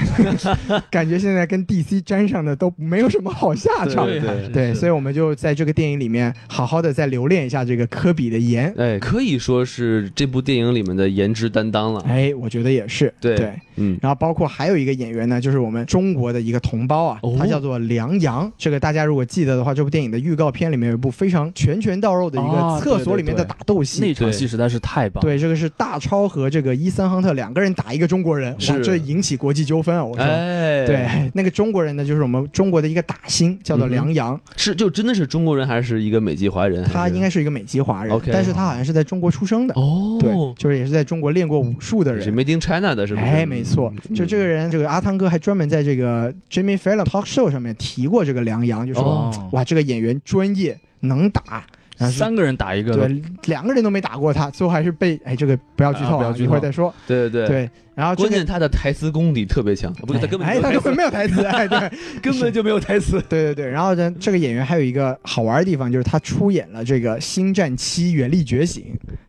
Speaker 3: 感觉现在跟 DC 沾上的都没有什么好下 场。
Speaker 2: 对
Speaker 1: 还
Speaker 2: 对
Speaker 1: 真
Speaker 3: 对，
Speaker 1: 是
Speaker 3: 所以我们就在这个电影里面好好的再留恋一下这个科比的颜。
Speaker 2: 哎，可以说是这部电影里面的颜值担当了。
Speaker 3: 哎，我觉得也是。
Speaker 2: 对
Speaker 3: 对，
Speaker 2: 嗯，
Speaker 3: 然后包括还有一个演员呢，就是我们中国的一个同胞啊
Speaker 2: 哦，
Speaker 3: 他叫做梁阳。这个大家如果记得的话，这部电影的预告片里面有一部非常拳拳到肉的一
Speaker 1: 啊
Speaker 3: 个厕所里面的
Speaker 1: 对对
Speaker 3: 打斗戏。
Speaker 1: 那场
Speaker 2: 对
Speaker 1: 戏实在是太棒。了。
Speaker 3: 对，这个是大超和这个伊森亨特两个人打一个中国人，哇，
Speaker 2: 是
Speaker 3: 这引起国际纠纷啊！我说，
Speaker 2: 哎，
Speaker 3: 对，那个中国人呢，就是我们中国的一个打星，叫做
Speaker 2: 嗯哼
Speaker 3: 梁阳，
Speaker 2: 是就真的是中国人还是一个美籍华人？
Speaker 3: 他
Speaker 2: 还是
Speaker 3: 应该是一个美籍华人
Speaker 2: OK
Speaker 3: 但是他好像是在中国出生的，
Speaker 2: 哦，
Speaker 3: 对，就是也是在中国练过武术的
Speaker 2: 也是
Speaker 3: 人。
Speaker 2: Made in China 的，是嗯不是？
Speaker 3: 哎，没错，就这个人，这个阿汤哥还专门在这个 Jimmy Fallon talk show 上面提过这个梁阳，就说、
Speaker 1: 哦
Speaker 3: 哇，这个演员专业能打，然后是
Speaker 1: 三个人打一个，
Speaker 3: 对两个人都没打过他，最后还是被哎这个不要剧
Speaker 1: 啊
Speaker 3: 透
Speaker 1: 不
Speaker 3: 啊，
Speaker 1: 要剧
Speaker 3: 一会儿
Speaker 1: 透
Speaker 3: 再说。
Speaker 2: 对对对。
Speaker 3: 对，然后这
Speaker 2: 关
Speaker 3: 个
Speaker 2: 键他的台词功底特别强，不是他根本
Speaker 3: 哎
Speaker 2: 就
Speaker 3: 他
Speaker 2: 没
Speaker 3: 根
Speaker 2: 有台
Speaker 3: 本没有台词，哎对。
Speaker 2: 词根本就没有台词。
Speaker 3: 对对对，然后呢，这个演员还有一个好玩的地方，就是他出演了这个《星战七：原力觉醒》，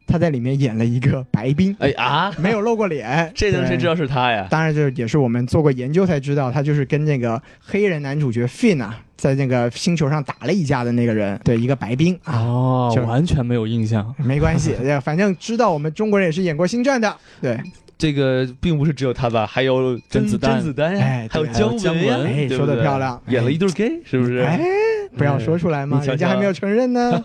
Speaker 3: 他在里面演了一个白冰，
Speaker 2: 哎啊，，
Speaker 3: 没有露过脸
Speaker 2: 这能谁知
Speaker 3: 道？
Speaker 2: 道是他 呀？
Speaker 3: 当然，这也是我们做过研究才知道，他就是跟那个黑人男主角 Finn 啊，在那个星球上打了一架的那个人，对，一个白冰 啊。
Speaker 1: 哦
Speaker 3: 就，是啊
Speaker 1: 完全没有印象。
Speaker 3: 没 关系，对反正知道我们中国人也是演过《星战》的，对，
Speaker 2: 这个并不是只有他吧，还有
Speaker 1: 甄子丹
Speaker 2: 甄子丹呀
Speaker 3: 哎，
Speaker 2: 还有
Speaker 3: 对
Speaker 2: 姜文呀，
Speaker 1: 姜文
Speaker 3: 哎
Speaker 2: 对不
Speaker 3: 说得
Speaker 2: 对
Speaker 3: 漂亮
Speaker 2: 演了一对 gay，是不是？
Speaker 3: 哎，不要说出来嘛
Speaker 2: 你，瞧瞧
Speaker 3: 人家还没有承 认呢，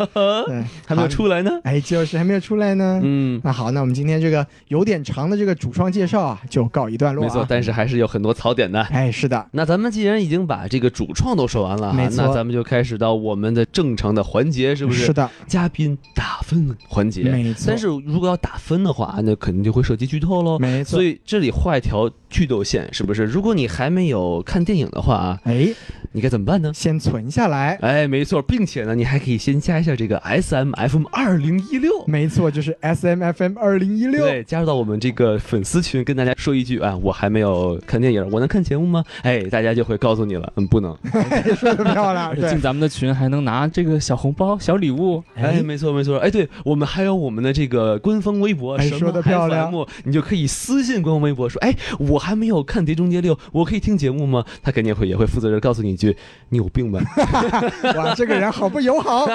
Speaker 3: 对，
Speaker 2: 还没有出来呢。
Speaker 3: 哎，就是还没有出来呢，
Speaker 2: 嗯，
Speaker 3: 那好，那我们今天这个有点长的这个主创介绍啊，就告一段落、啊。
Speaker 2: 没错，但是还是有很多槽点的。
Speaker 3: 哎，是的，
Speaker 2: 那咱们既然已经把这个主创都说完了哈，
Speaker 3: 没错
Speaker 2: 那咱们就开始到我们的正常的环节，是不是？
Speaker 3: 的，
Speaker 2: 嘉宾打分环节。
Speaker 3: 没错。
Speaker 2: 但是如果要打分的话，那肯定就会涉及剧透喽。
Speaker 3: 没错
Speaker 2: 所，以这里画一条剧透线，是不是？如果你还没有看电影的话啊，
Speaker 3: 哎，
Speaker 2: 你该怎么办呢？
Speaker 3: 先存下来。
Speaker 2: 哎，没错，并且呢，你还可以先加一下这个 S M F M 二零一六，
Speaker 3: 没错，就是 S M F M 二零一六。
Speaker 2: 对，加入到我们这个粉丝群，跟大家说一句啊，我还没有看电影，我能看节目吗？哎，大家就会告诉你了，嗯，不能。
Speaker 3: 说的 漂亮。
Speaker 1: 而且进
Speaker 3: 对，
Speaker 1: 咱们的群还能拿这个小红包、小礼物，
Speaker 2: 哎，没错没错，哎，对我们还有我们的这个官方微博，
Speaker 3: 哎
Speaker 2: 什么
Speaker 3: 说得漂亮
Speaker 2: FM，你就可以私信官方微博说，哎，我还没有看《碟中谍六》，我可以听节目吗？他肯定会也会负责任告诉你一句，你有病 吧？
Speaker 3: 哇，这个人好不友好。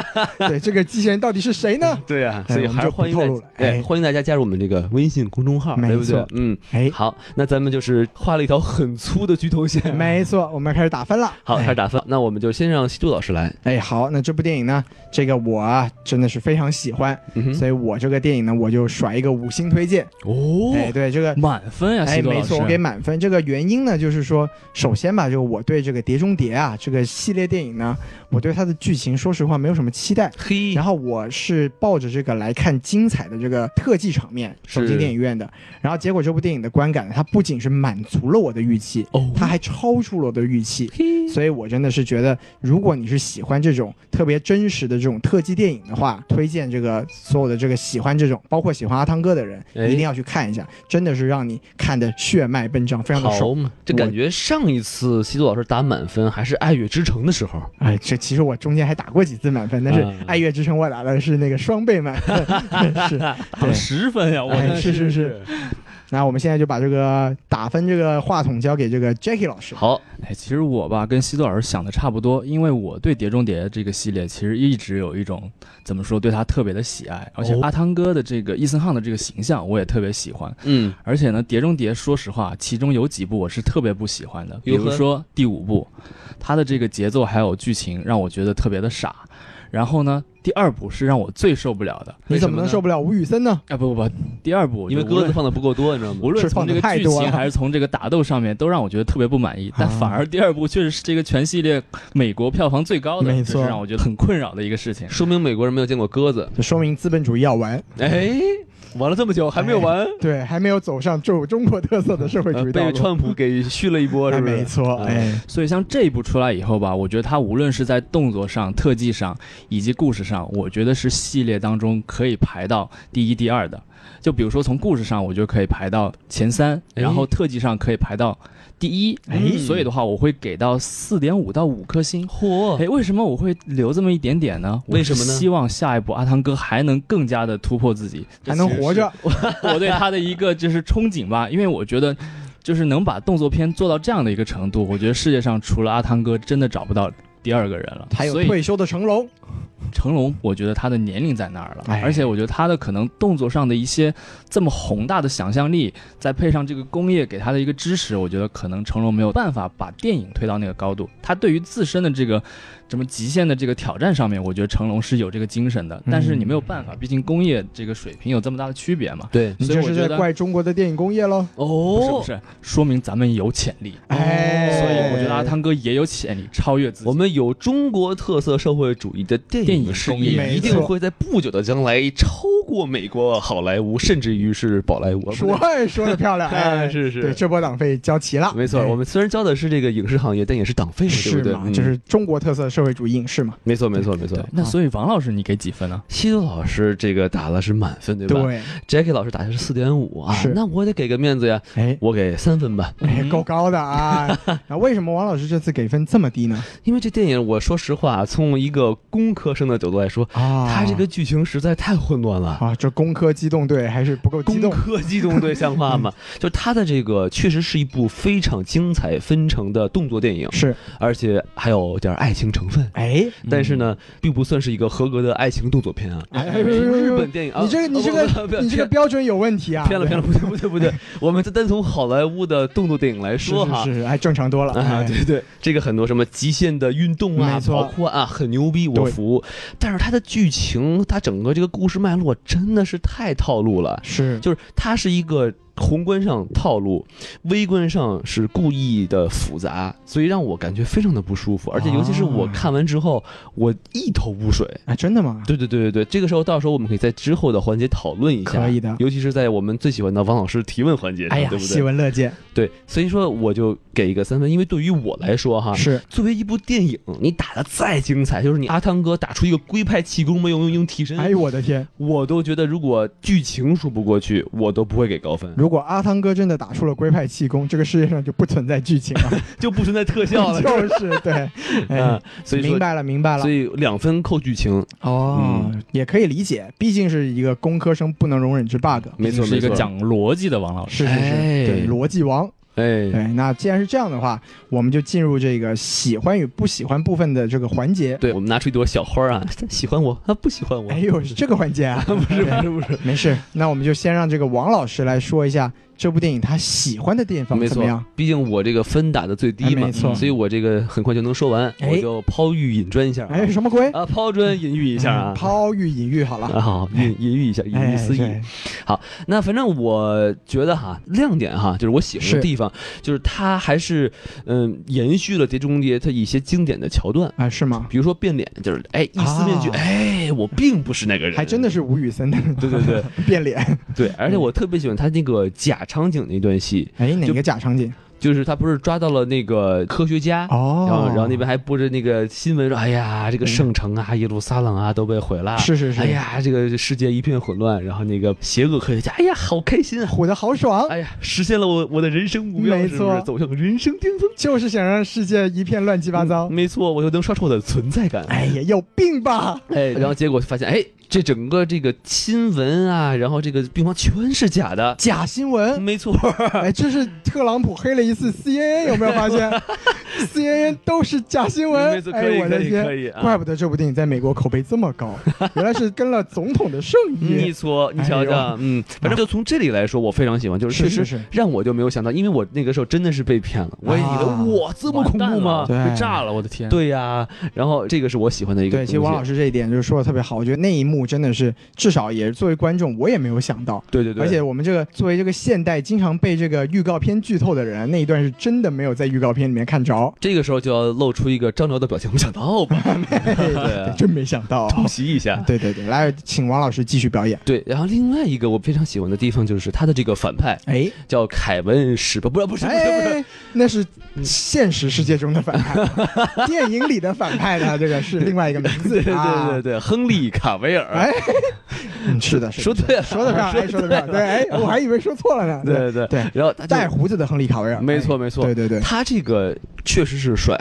Speaker 3: 对，这个机器人到底是谁呢？
Speaker 2: 对呀、
Speaker 3: 哎
Speaker 2: 所以
Speaker 3: 我们
Speaker 2: 还是
Speaker 3: 就不
Speaker 2: 欢迎
Speaker 3: 透
Speaker 2: 大
Speaker 3: 露
Speaker 2: 家
Speaker 3: 了，
Speaker 2: 哎，
Speaker 3: 哎
Speaker 2: 欢迎大家加入我们这个微信公众号，
Speaker 3: 没
Speaker 2: 对不对
Speaker 3: 错？
Speaker 2: 嗯，
Speaker 3: 哎，
Speaker 2: 好，那咱们就是画了一条很粗的剧透线，
Speaker 3: 没错，我们开始打分了。
Speaker 2: 好，
Speaker 3: 哎
Speaker 2: 开始打分，那我们就先让西渡老师来，
Speaker 3: 哎，好，那这部电影呢，这个我啊真的是非常喜欢，
Speaker 2: 嗯哼，
Speaker 3: 所以我这个电影呢，我就甩一个五星推荐。
Speaker 1: 哦
Speaker 3: 哎，对，这个
Speaker 1: 满分呀，
Speaker 3: 哎，
Speaker 1: 西多
Speaker 3: 没
Speaker 1: 老师
Speaker 3: 错，我给满分。这个原因呢，就是说，首先吧，就我对这个《碟中谍》啊这个系列电影呢，我对它的剧情说实话没有什么期待。
Speaker 2: 嘿
Speaker 3: 然，后我是抱着这个来看精彩的这个特技场面走进
Speaker 2: 是
Speaker 3: 电影院的，然后结果这部电影的观感呢，它不仅是满足了我的预期，
Speaker 2: 哦，
Speaker 3: 它还超出了我的预期。
Speaker 2: 嘿，
Speaker 3: 所以我真的是觉得，如果你是喜欢这种特别真实的这种特技电影的话，推荐这个所有的这个喜欢这种，包括喜欢阿汤哥的人，
Speaker 2: 哎
Speaker 3: 一定要去看一下，真的是让你看的血脉奔张，非常的
Speaker 2: 好
Speaker 3: 爽。
Speaker 2: 嘛，这感觉上一次西渡老师打满分还是《爱乐之城》的时候，
Speaker 3: 哎，这其实我中间还打过几次满分，但是
Speaker 2: 啊
Speaker 3: 《爱乐之城》我打的是那个双倍满分，是
Speaker 1: 打了十分呀，我
Speaker 3: 哎
Speaker 1: 真
Speaker 3: 是是是，那我们现在就把这个打分这个话筒交给这个 Jackie 老师。
Speaker 2: 好，
Speaker 1: 哎，其实我吧跟西多老师想的差不多，因为我对《碟中谍》这个系列其实一直有一种怎么说对他特别的喜爱，而且
Speaker 2: 哦
Speaker 1: 阿汤哥的这个伊森汉的这个形象我也特别喜欢。
Speaker 2: 嗯，
Speaker 1: 而且呢，《碟中谍》说实话，其中有几部我是特别不喜欢的，比
Speaker 2: 如
Speaker 1: 如
Speaker 2: 何
Speaker 1: 说第五部，它的这个节奏还有剧情让我觉得特别的傻。然后呢，第二部是让我最受不了的，
Speaker 3: 你怎么能
Speaker 1: 为什
Speaker 3: 受
Speaker 1: 呢？
Speaker 3: 不了吴宇森呢？
Speaker 1: 啊不不不，第二部
Speaker 2: 因为
Speaker 1: 我觉得无
Speaker 2: 鸽
Speaker 1: 论
Speaker 2: 子放的不够多，你知道吗？
Speaker 1: 无论
Speaker 3: 是
Speaker 1: 从
Speaker 3: 放
Speaker 1: 这个
Speaker 3: 得太
Speaker 1: 剧
Speaker 3: 多
Speaker 1: 情
Speaker 3: 了
Speaker 1: 还是从这个打斗上面，都让我觉得特别不满意。但反
Speaker 3: 啊
Speaker 1: 而第二部确实是这个全系列美国票房最高的，
Speaker 3: 没
Speaker 1: 这
Speaker 3: 错
Speaker 1: 是让我觉得很困扰的一个事情。
Speaker 2: 说明美国人没有见过鸽子。
Speaker 3: 这说明资本主义要完，
Speaker 2: 哎，玩了这么久
Speaker 3: 哎
Speaker 2: 还没有完，
Speaker 3: 对，还没有走上具有中国特色的社会主义道
Speaker 2: 呃被
Speaker 3: 路。
Speaker 2: 川普给续了一波，
Speaker 3: 哎
Speaker 2: 是不
Speaker 3: 没
Speaker 2: 是？
Speaker 3: 错，
Speaker 2: 嗯
Speaker 3: 哎，
Speaker 1: 所以像这一部出来以后吧，我觉得它无论是在动作上、特技上以及故事上，我觉得是系列当中可以排到第一、第二的。就比如说从故事上，我就可以排到前三，
Speaker 2: 哎
Speaker 1: 然后特技上可以排到第一。
Speaker 2: 哎
Speaker 1: 所以的话，我会给到四点五到五颗星。
Speaker 2: 嚯，
Speaker 1: 哎，为什么我会留这么一点点呢？我
Speaker 2: 哦为什么呢
Speaker 1: 希望下一步阿汤哥还能更加的突破自己，
Speaker 3: 还能活着，
Speaker 1: 我对他的一个就是憧憬吧， 因为我觉得。就是能把动作片做到这样的一个程度，我觉得世界上除了阿汤哥，真的找不到第二个人了。
Speaker 3: 还有
Speaker 1: 所以
Speaker 3: 退休的成龙，
Speaker 1: 成龙，我觉得他的年龄在那儿了，
Speaker 3: 哎
Speaker 1: 而且我觉得他的可能动作上的一些这么宏大的想象力，再配上这个工业给他的一个支持，我觉得可能成龙没有办法把电影推到那个高度。他对于自身的这个什么极限的这个挑战上面，我觉得成龙是有这个精神的，但是你没有
Speaker 2: 嗯
Speaker 1: 办法，毕竟工业这个水平有这么大的区别嘛。
Speaker 2: 对，
Speaker 3: 你
Speaker 1: 所以
Speaker 3: 这
Speaker 1: 我
Speaker 3: 是
Speaker 1: 觉
Speaker 3: 在
Speaker 1: 得
Speaker 3: 怪中国的电影工业喽？
Speaker 1: 不是不
Speaker 2: 哦，
Speaker 1: 是，说明咱们有潜力，
Speaker 3: 哎，
Speaker 1: 所以我觉得阿汤哥也有潜力超越自己。
Speaker 2: 我们有中国特色社会主义的电
Speaker 1: 电影
Speaker 2: 事
Speaker 1: 工业
Speaker 2: 业，
Speaker 3: 没
Speaker 2: 一定
Speaker 3: 错
Speaker 2: 会在不久的将来超过美国好莱坞，甚至于是宝莱坞。
Speaker 3: 说哎说的漂亮，
Speaker 2: 哎
Speaker 3: 哎，
Speaker 2: 是是
Speaker 3: 对，这波党费交齐了，
Speaker 2: 没错，
Speaker 3: 哎
Speaker 2: 我们虽然交的是这个影视行业，但也是党费嘛，对
Speaker 3: 是
Speaker 2: 不对
Speaker 3: 嘛？，
Speaker 2: 嗯
Speaker 3: 这是中国特色社会主义影视嘛？
Speaker 2: 没错，没错，没错
Speaker 1: 对。，那所以王老师你给几分呢？
Speaker 2: 西多老师这个打的是满分，对吧
Speaker 3: 对，
Speaker 2: ？Jackie 老师打的是四点五啊
Speaker 3: 是，
Speaker 2: 那我得给个面子呀，
Speaker 3: 哎。
Speaker 2: 我给三分吧。
Speaker 3: 哎
Speaker 1: 嗯，
Speaker 3: 够高 的啊！那为什么王老师这次给分这么低呢？
Speaker 2: 因为这电影，我说实话，从一个工科生的角度来说，
Speaker 3: 啊
Speaker 2: 它这个剧情实在太混乱了。
Speaker 3: 啊，这工科机动队还是不够激
Speaker 2: 工
Speaker 3: 动。嗯
Speaker 2: 科机动队像话 吗？就它的这个确实是一部非常精彩纷呈的动作电影，
Speaker 3: 是，
Speaker 2: 而且还有点爱情成分。
Speaker 3: 哎，
Speaker 2: 但是
Speaker 1: 嗯
Speaker 2: 呢，并不算是一个合格的爱情动作片啊。
Speaker 3: 哎
Speaker 2: 是日本电影啊，
Speaker 3: 你这个你这
Speaker 2: 啊不不不
Speaker 3: 个你这个标准有问题啊！
Speaker 2: 偏了偏了，不对不对不 对，我们单从好莱坞的动作电影来
Speaker 3: 对，
Speaker 2: 说哈
Speaker 3: 是，是是，哎，正常多了。
Speaker 2: 啊，
Speaker 3: 哎
Speaker 2: 对对，这个很多什么极限的运动啊
Speaker 3: 没，错
Speaker 2: 包括啊，很牛逼，我
Speaker 3: 对
Speaker 2: 服。但是它的剧情，它整个这个故事脉络真的是太套路了，
Speaker 3: 是，
Speaker 2: 就是它是一个宏观上套路，微观上是故意的复杂，所以让我感觉非常的不舒服。而且尤其是我
Speaker 3: 啊
Speaker 2: 看完之后，我一头雾水。
Speaker 3: 哎，真的吗？
Speaker 2: 对对对对对，这个时候到时候我们可以在之后的环节讨论一下，
Speaker 3: 可以的
Speaker 2: 尤其是在我们最喜欢的王老师提问环节上，
Speaker 3: 哎呀
Speaker 2: 对，不
Speaker 3: 喜
Speaker 2: 对？
Speaker 3: 闻乐见。
Speaker 2: 对，所以说我就给一个三分，因为对于我来说 哈，
Speaker 3: 是，
Speaker 2: 作为一部电影，你打的再精彩，就是你阿汤哥打出一个龟派气功没有用替身，
Speaker 3: 哎呦我的天！
Speaker 2: 我都觉得如果剧情说不过去，我都不会给高分，
Speaker 3: 如果阿汤哥真的打出了龟派气功，这个世界上就不存在剧情 了，
Speaker 2: 就不存在特效了。
Speaker 3: 就是 对。 哎
Speaker 2: 嗯，，所以
Speaker 3: 明
Speaker 2: 说，
Speaker 3: 白了，明白了
Speaker 2: 所。以嗯两分扣剧情，
Speaker 3: 哦，也可以理解，毕竟是一个工科生不能容忍之 bug。
Speaker 2: 没错
Speaker 1: 是
Speaker 2: 没
Speaker 1: 一个
Speaker 2: 错。
Speaker 1: 讲逻辑的王老师。
Speaker 3: 是是是，
Speaker 2: 嗯哎
Speaker 3: 对逻辑王。
Speaker 2: 哎，
Speaker 3: 对，那既然是这样的话，我们就进入这个喜欢与不喜欢部分的这个环节。
Speaker 2: 对我们拿出一朵小花啊， 喜欢我啊，不喜欢我，
Speaker 3: 哎呦，是这个环 节啊，不是不是不是，没事，那我们就先让这个王老师来说一下这部电影他喜欢的地方
Speaker 2: 没
Speaker 3: 怎么
Speaker 2: 错
Speaker 3: 样？，
Speaker 2: 毕竟我这个分打的最低嘛，
Speaker 3: 哎没错
Speaker 2: 所以我这个很快就能说完，
Speaker 3: 哎
Speaker 2: 我就抛玉引砖一下啊，
Speaker 3: 哎，什么鬼？ 嗯
Speaker 2: 啊，抛砖引玉一下啊，
Speaker 3: 抛玉引玉好了，
Speaker 2: 啊，好，引引喻一下，引
Speaker 3: 哎
Speaker 2: 喻思意。
Speaker 3: 对
Speaker 2: 那反正我觉得哈，亮点哈，就是我喜欢的
Speaker 3: 是
Speaker 2: 地方，就是它还是嗯延续了《碟中谍》它一些经典的桥段，
Speaker 3: 啊，是吗？
Speaker 2: 比如说变脸，就是哎一撕面具，
Speaker 3: 啊
Speaker 2: 哎我并不是那个人，
Speaker 3: 还真的是吴宇森的
Speaker 2: 对对对
Speaker 3: 变脸。
Speaker 2: 对，而且我特别喜欢他那个假场景那段戏，
Speaker 3: 哎，哪个假场景？
Speaker 2: 就是他不是抓到了那个科学家，
Speaker 3: 哦嗯
Speaker 2: 然后然后那边还播着那个新闻说，哎呀，这个圣城啊、耶路撒冷啊都被毁了，
Speaker 3: 是是是，
Speaker 2: 哎，呀，这个世界一片混乱。然后那个邪恶科学家，哎呀，好开心啊！
Speaker 3: 唬得好爽，
Speaker 2: 哎呀，实现了我我的人生目标，
Speaker 3: 没
Speaker 2: 是不
Speaker 3: 错
Speaker 2: 是走向人生巅峰？嗯
Speaker 3: 就是想让世界一片乱七八糟。
Speaker 2: 没错，我就能刷出我的存在感。
Speaker 3: 哎呀，有病吧？
Speaker 2: 哎，然后结果发现，哎，这整个这个新闻啊，然后这个病房全是假的。
Speaker 3: 假新闻，
Speaker 2: 没错，
Speaker 3: 哎，这是特朗普黑了一次 CNN，有没有发现 ？CNN 都是假新闻
Speaker 2: 没错，。可
Speaker 3: 哎，
Speaker 2: 以
Speaker 3: 我
Speaker 2: 可
Speaker 3: 的
Speaker 2: 以可
Speaker 3: 天！
Speaker 2: 以啊！
Speaker 3: 怪不得这部电影在美国口碑这么 高，原来是跟了总统的圣
Speaker 2: 没
Speaker 3: 意。
Speaker 2: 错，你瞧
Speaker 3: 哎
Speaker 2: 瞧，嗯，反正就从这里来说，我非常喜欢，就是确
Speaker 3: 是是
Speaker 2: 实
Speaker 3: 是，
Speaker 2: 让我就没有想到，因为我那个时候真的是被骗了，我也以为
Speaker 3: 啊
Speaker 2: 哇这么恐怖吗？
Speaker 3: 对
Speaker 1: 被炸了，我的天！，
Speaker 2: 对呀、然后这个是我喜欢的一个东
Speaker 3: 对，其
Speaker 2: 西。
Speaker 3: 实王老
Speaker 2: 师，
Speaker 3: 师这一点就是说的特别好，我觉得那一幕真的是，至少也是作为观众，我也没有想到。
Speaker 2: 对对对，，
Speaker 3: 而且我们这个作为这个现代经常被这个预告片剧透的人，那一段是真的没有在预告片里面看着
Speaker 2: 这个时候就要露出一个张辽的表情，没想到吧？ 对，
Speaker 3: 哎真没想到。
Speaker 2: 突袭一下。
Speaker 3: 对对对，来，请王老师继续表演。
Speaker 2: 对，然后另外一个我非常喜欢的地方就是他的这个反派
Speaker 3: 哎，
Speaker 2: 叫凯文史不不是不是不是不是，
Speaker 3: 哎，那是
Speaker 2: 嗯
Speaker 3: 现实世界中的反 派，电影里的反派呢，这个是另外一个名字。
Speaker 2: 对对对对
Speaker 3: 啊，
Speaker 2: 对，亨利卡维尔，
Speaker 3: 哎，嗯是的，是的
Speaker 2: 说对了，
Speaker 3: 说得上，哎，说得上，对，哎，我还以为说错了呢。
Speaker 2: 对对
Speaker 3: 对，
Speaker 2: 然后他就
Speaker 3: 带胡子的亨利·卡维尔，
Speaker 2: 没错没
Speaker 3: 哎
Speaker 2: 错
Speaker 3: 对，对对，
Speaker 2: 他这个确实是帅，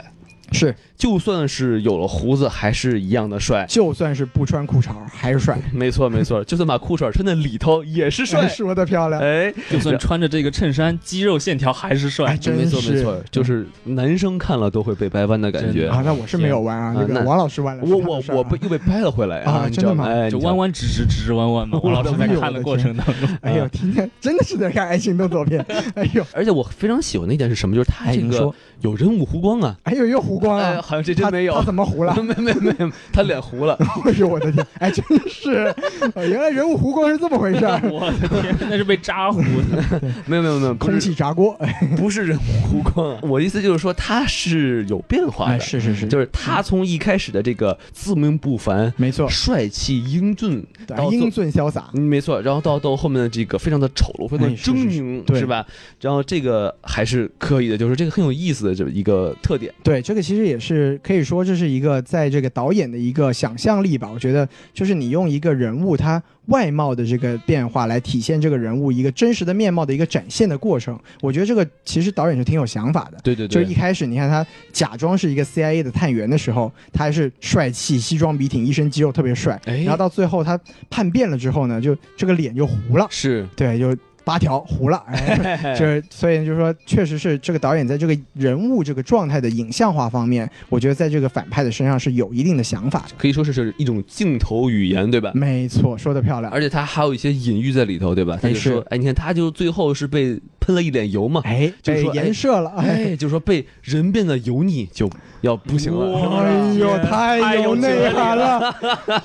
Speaker 3: 是，
Speaker 2: 就算是有了胡子还是一样的帅。
Speaker 3: 就算是不穿裤衩还是帅，哎
Speaker 2: 没错没错，就算把裤衩穿在里头也是帅。
Speaker 3: 说的漂亮。
Speaker 2: 哎，
Speaker 1: 就算穿着这个衬衫，肌肉线条还是帅
Speaker 3: 哎，。真
Speaker 2: 没错
Speaker 3: 是
Speaker 2: 没错，就是男生看了都会被掰弯的感
Speaker 1: 真
Speaker 2: 觉
Speaker 1: 的。
Speaker 3: 啊，那我是没有弯啊，
Speaker 2: 啊
Speaker 3: 那个
Speaker 2: 那
Speaker 3: 王老师弯了。
Speaker 2: 我
Speaker 3: 是他
Speaker 2: 我
Speaker 3: 的事儿啊
Speaker 2: 我被又被掰了回来
Speaker 3: 啊
Speaker 2: 你知道
Speaker 3: 真的吗
Speaker 2: 哎，
Speaker 1: 就弯
Speaker 2: 弯。
Speaker 1: 弯直直直直弯弯嘛，
Speaker 3: 我
Speaker 1: 我老师在看的过程当中，
Speaker 3: 哎
Speaker 2: 啊
Speaker 3: 呦，天天真的是在看爱情动作片，哎呦，
Speaker 2: 而且我非常喜欢的一点是什么？就是他
Speaker 3: 哎，
Speaker 2: 这
Speaker 3: 你
Speaker 2: 个
Speaker 3: 说，
Speaker 2: 有人物弧光啊，
Speaker 3: 哎呦，又糊光
Speaker 2: 哎，
Speaker 3: 了，
Speaker 2: 好像这真
Speaker 3: 他
Speaker 2: 没有
Speaker 3: 他，怎么糊了
Speaker 2: ？没没没没，他脸糊了，
Speaker 3: 哎呦，我的 天，哎，真的是，呃原来人物糊光是这么回事儿，
Speaker 1: 我的天，那是被扎糊的。
Speaker 2: 没有没有没有，不
Speaker 3: 空
Speaker 2: 是
Speaker 3: 气炸锅，哎
Speaker 2: 不是人物弧光啊， 我意思就是说他是有变化
Speaker 3: 哎，
Speaker 2: 的，
Speaker 3: 是是是，
Speaker 2: 就是他从一开始的这个自命不凡、
Speaker 3: 没错，
Speaker 2: 帅气英俊，
Speaker 3: 对
Speaker 2: 然后
Speaker 3: 英
Speaker 2: 做
Speaker 3: 俊潇洒，
Speaker 2: 嗯没错，然后到到后面的这个非常的丑陋，非常的
Speaker 3: 哎是
Speaker 2: 狰
Speaker 3: 是是
Speaker 2: 狞，
Speaker 3: 对
Speaker 2: 是吧？然后这个还是可以的，就是这个很有意思的这么一个特点。
Speaker 3: 对，这个其实也是可以说，这是一个在这个导演的一个想象力吧。我觉得，就是你用一个人物他外貌的这个变化来体现这个人物一个真实的面貌的一个展现的过程。我觉得这个其实导演是挺有想法的。
Speaker 2: 对对
Speaker 3: 就是一开始，你看他假装是一个 CIA 的探员的时候，他还是帅气、西装笔挺、一身肌肉，特别帅。
Speaker 2: 哎
Speaker 3: 然后到最后他叛变了之后呢，就这个脸就糊了，
Speaker 2: 是
Speaker 3: 对，就八条糊了。哎，就是，所以就是说，确实是这个导演在这个人物这个状态的影像化方面，我觉得在这个反派的身上是有一定的想法的。
Speaker 2: 可以说是是一种镜头语言，对吧？
Speaker 3: 没错，说的漂亮。
Speaker 2: 而且他还有一些隐喻在里头，对吧？他就说
Speaker 3: 是，
Speaker 2: 哎，你看，他就最后是被喷了一脸油嘛，
Speaker 3: 哎，
Speaker 2: 就是
Speaker 3: 被
Speaker 2: 说哎
Speaker 3: 颜射 了，哎，
Speaker 2: 哎，就说被人变得油腻就要不行了。
Speaker 1: 哇
Speaker 3: 哎呦，太有内
Speaker 1: 太有哲
Speaker 3: 涵
Speaker 1: 理
Speaker 3: 了！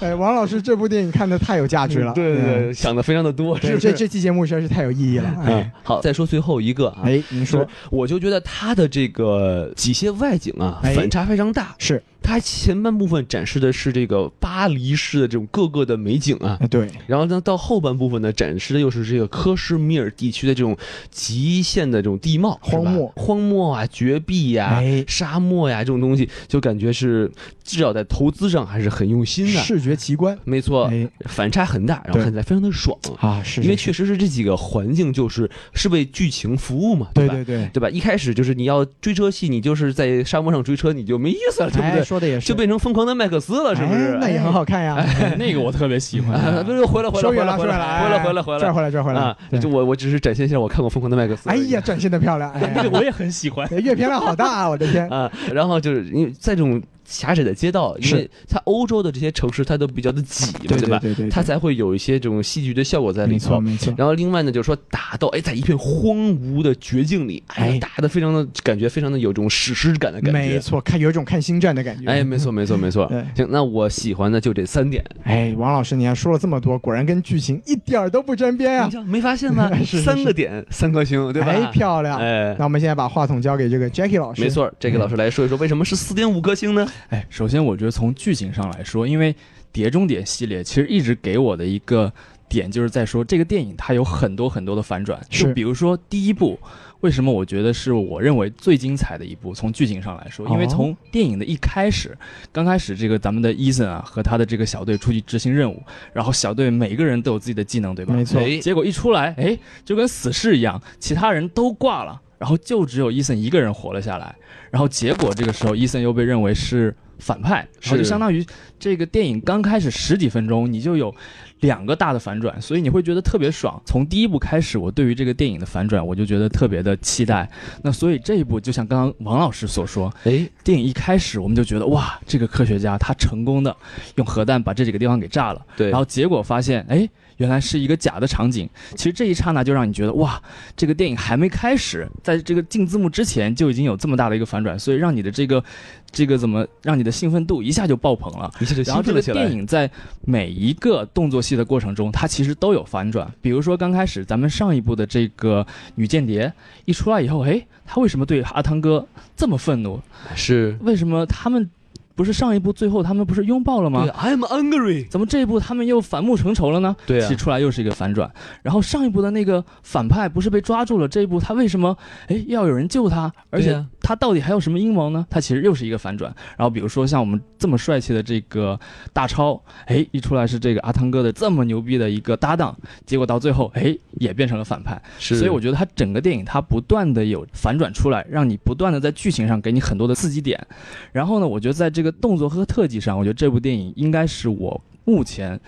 Speaker 3: 哎，王老师这部电影看的太有价值了，
Speaker 2: 嗯
Speaker 3: 嗯
Speaker 2: 对对对，想的非常的多，
Speaker 3: 对，
Speaker 2: 是
Speaker 3: 这
Speaker 2: 不是
Speaker 3: 这这期节目实在是太有意义了。
Speaker 2: 嗯
Speaker 3: 哎，，
Speaker 2: 好，再说最后一个啊，
Speaker 3: 哎，您
Speaker 2: 就
Speaker 3: 说
Speaker 2: 是我就觉得他的这个机械外景啊，
Speaker 3: 哎
Speaker 2: 反差非常大。
Speaker 3: 是？
Speaker 2: 他前半部分展示的是这个巴黎市的这种各个的美景 啊，
Speaker 3: 哎，对，
Speaker 2: 然后呢，到后半部分呢，展示的又是这个克什米尔地区的这种极限的这种地貌、
Speaker 3: 荒漠
Speaker 2: 是吧荒漠啊、绝壁呀、
Speaker 3: 哎
Speaker 2: 沙漠呀、这种东西，就感觉是至少在投资上还是很用心的。
Speaker 3: 视觉奇观，
Speaker 2: 没错，
Speaker 3: 哎，
Speaker 2: 反差很大，然后
Speaker 3: 对
Speaker 2: 看起来非常的爽，
Speaker 3: 啊，是，
Speaker 2: 因为
Speaker 3: 是
Speaker 2: 确实是这几个环境就是是为剧情服务嘛，
Speaker 3: 对
Speaker 2: 吧？
Speaker 3: 对对，
Speaker 2: 对吧？一开始就是你要追车戏，你就是在沙漠上追车，你就没意思了，对不
Speaker 3: 哎，
Speaker 2: 对？
Speaker 3: 说的也是，
Speaker 2: 就变成疯狂的麦克斯了，是不是
Speaker 3: 哎？那也很好看呀。
Speaker 1: 哎那个我特别喜
Speaker 2: 啊，
Speaker 1: 欢，
Speaker 2: 不是回来回来
Speaker 3: 说
Speaker 2: 回
Speaker 3: 远
Speaker 2: 来
Speaker 3: 了，说
Speaker 2: 回
Speaker 3: 远
Speaker 2: 来
Speaker 3: 了，
Speaker 2: 回来回来
Speaker 3: 哎
Speaker 2: 回
Speaker 3: 这儿
Speaker 2: 来
Speaker 3: 回来，这儿回来
Speaker 2: 啊！！
Speaker 3: 对
Speaker 2: 就我我只是展现一下我看过疯狂的麦克斯。
Speaker 3: 哎呀，，展现的漂亮！哎
Speaker 1: 那个我也很喜 欢。
Speaker 3: 阅片量好大啊！我的天，
Speaker 2: 啊，然后就是因为在这种狭窄的街道，因为
Speaker 3: 是
Speaker 2: 它欧洲的这些城市它都比较的挤嘛，
Speaker 3: 对
Speaker 2: 吧？
Speaker 3: 对对，
Speaker 2: 它才会有一些这种戏剧的效果在里
Speaker 3: 没错
Speaker 2: 头。
Speaker 3: 没错，
Speaker 2: 然后另外呢，就是说打斗，哎，在一片荒芜的绝境里，哎呀
Speaker 3: 哎，
Speaker 2: 打的非常的感觉，非常的有这种史诗感的感
Speaker 3: 没
Speaker 2: 觉。
Speaker 3: 错，看有一种看星战的感觉。
Speaker 2: 哎，没错，没错，没错
Speaker 3: 对。
Speaker 2: 行，那我喜欢的就这三点。
Speaker 3: 哎，王老师，你还说了这么多，果然跟剧情一点儿都不沾边
Speaker 2: 你
Speaker 1: 哎
Speaker 3: 啊！
Speaker 2: 瞧，没发现 吗？
Speaker 3: 是是是
Speaker 2: 三个点，三颗星， 对吧？
Speaker 3: 哎，漂亮！
Speaker 2: 哎
Speaker 3: 那，我们现在把话筒交给这个 Jackie 老师。
Speaker 2: 没，错，这个老师来说一说，为什么是四点五颗星呢？
Speaker 1: 哎，首先我觉得从剧情上来说，因为《碟中谍》系列其实一直给我的一个点就是在说这个电影它有很多很多的反转，
Speaker 3: 是
Speaker 1: 就比如说第一部，为什么我觉得是我认为最精彩的一部？从剧情上来说，因为
Speaker 3: 哦
Speaker 1: 从电影的一开始，刚开始这个咱们的伊森啊和他的这个小队出去执行任务，然后小队每个人都有自己的技能，对吧？
Speaker 3: 没错，
Speaker 2: 哎
Speaker 1: 结果一出来，哎，就跟死士一样，其他人都挂了，然后就只有伊森一个人活了下来。然后结果这个时候，伊森又被认为是反派，然后就是相当于这个电影刚开始十几分钟，你就有两个大的反转，所以你会觉得特别爽。从第一部开始，我对于这个电影的反转，我就觉得特别的期待。那所以这一部，就像刚刚王老师所说，
Speaker 2: 哎，
Speaker 1: 电影一开始我们就觉得哇，这个科学家他成功的用核弹把这几个地方给炸了。
Speaker 2: 对，
Speaker 1: 然后结果发现，哎，原来是一个假的场景。其实这一刹那就让你觉得，哇，这个电影还没开始，在这个进字幕之前就已经有这么大的一个反转，所以让你的这个，这个怎么让你的兴奋度一下就爆棚了。
Speaker 2: 一下就
Speaker 1: 然后这个
Speaker 2: 兴奋了起
Speaker 1: 电
Speaker 2: 来。
Speaker 1: 影在每一个动作戏的过程中，它其实都有反转。比如说刚开始咱们上一部的这个女间谍一出来以后，哎，她为什么对阿汤哥这么愤怒？
Speaker 2: 是，
Speaker 1: 为什么他们不是上一部最后他们不是拥抱了吗？
Speaker 2: 对，I'm 啊 angry。
Speaker 1: 怎么这一部他们又反目成仇了呢？
Speaker 2: 对
Speaker 1: 其
Speaker 2: 啊
Speaker 1: 实，出来又是一个反转。然后上一部的那个反派不是被抓住了，这一部他为什么哎要有人救他？而
Speaker 2: 对
Speaker 1: 且
Speaker 2: 啊
Speaker 1: 他到底还有什么阴谋呢？他其实又是一个反转。然后比如说像我们这么帅气的这个大超，哎一出来是这个阿汤哥的这么牛逼的一个搭档，结果到最后哎也变成了反派。
Speaker 2: 是，
Speaker 1: 所以我觉得它整个电影它不断的有反转出来，让你不断的在剧情上给你很多的刺激点。然后呢，我觉得在这个动作和特技上，我觉得这部电影应该是我目前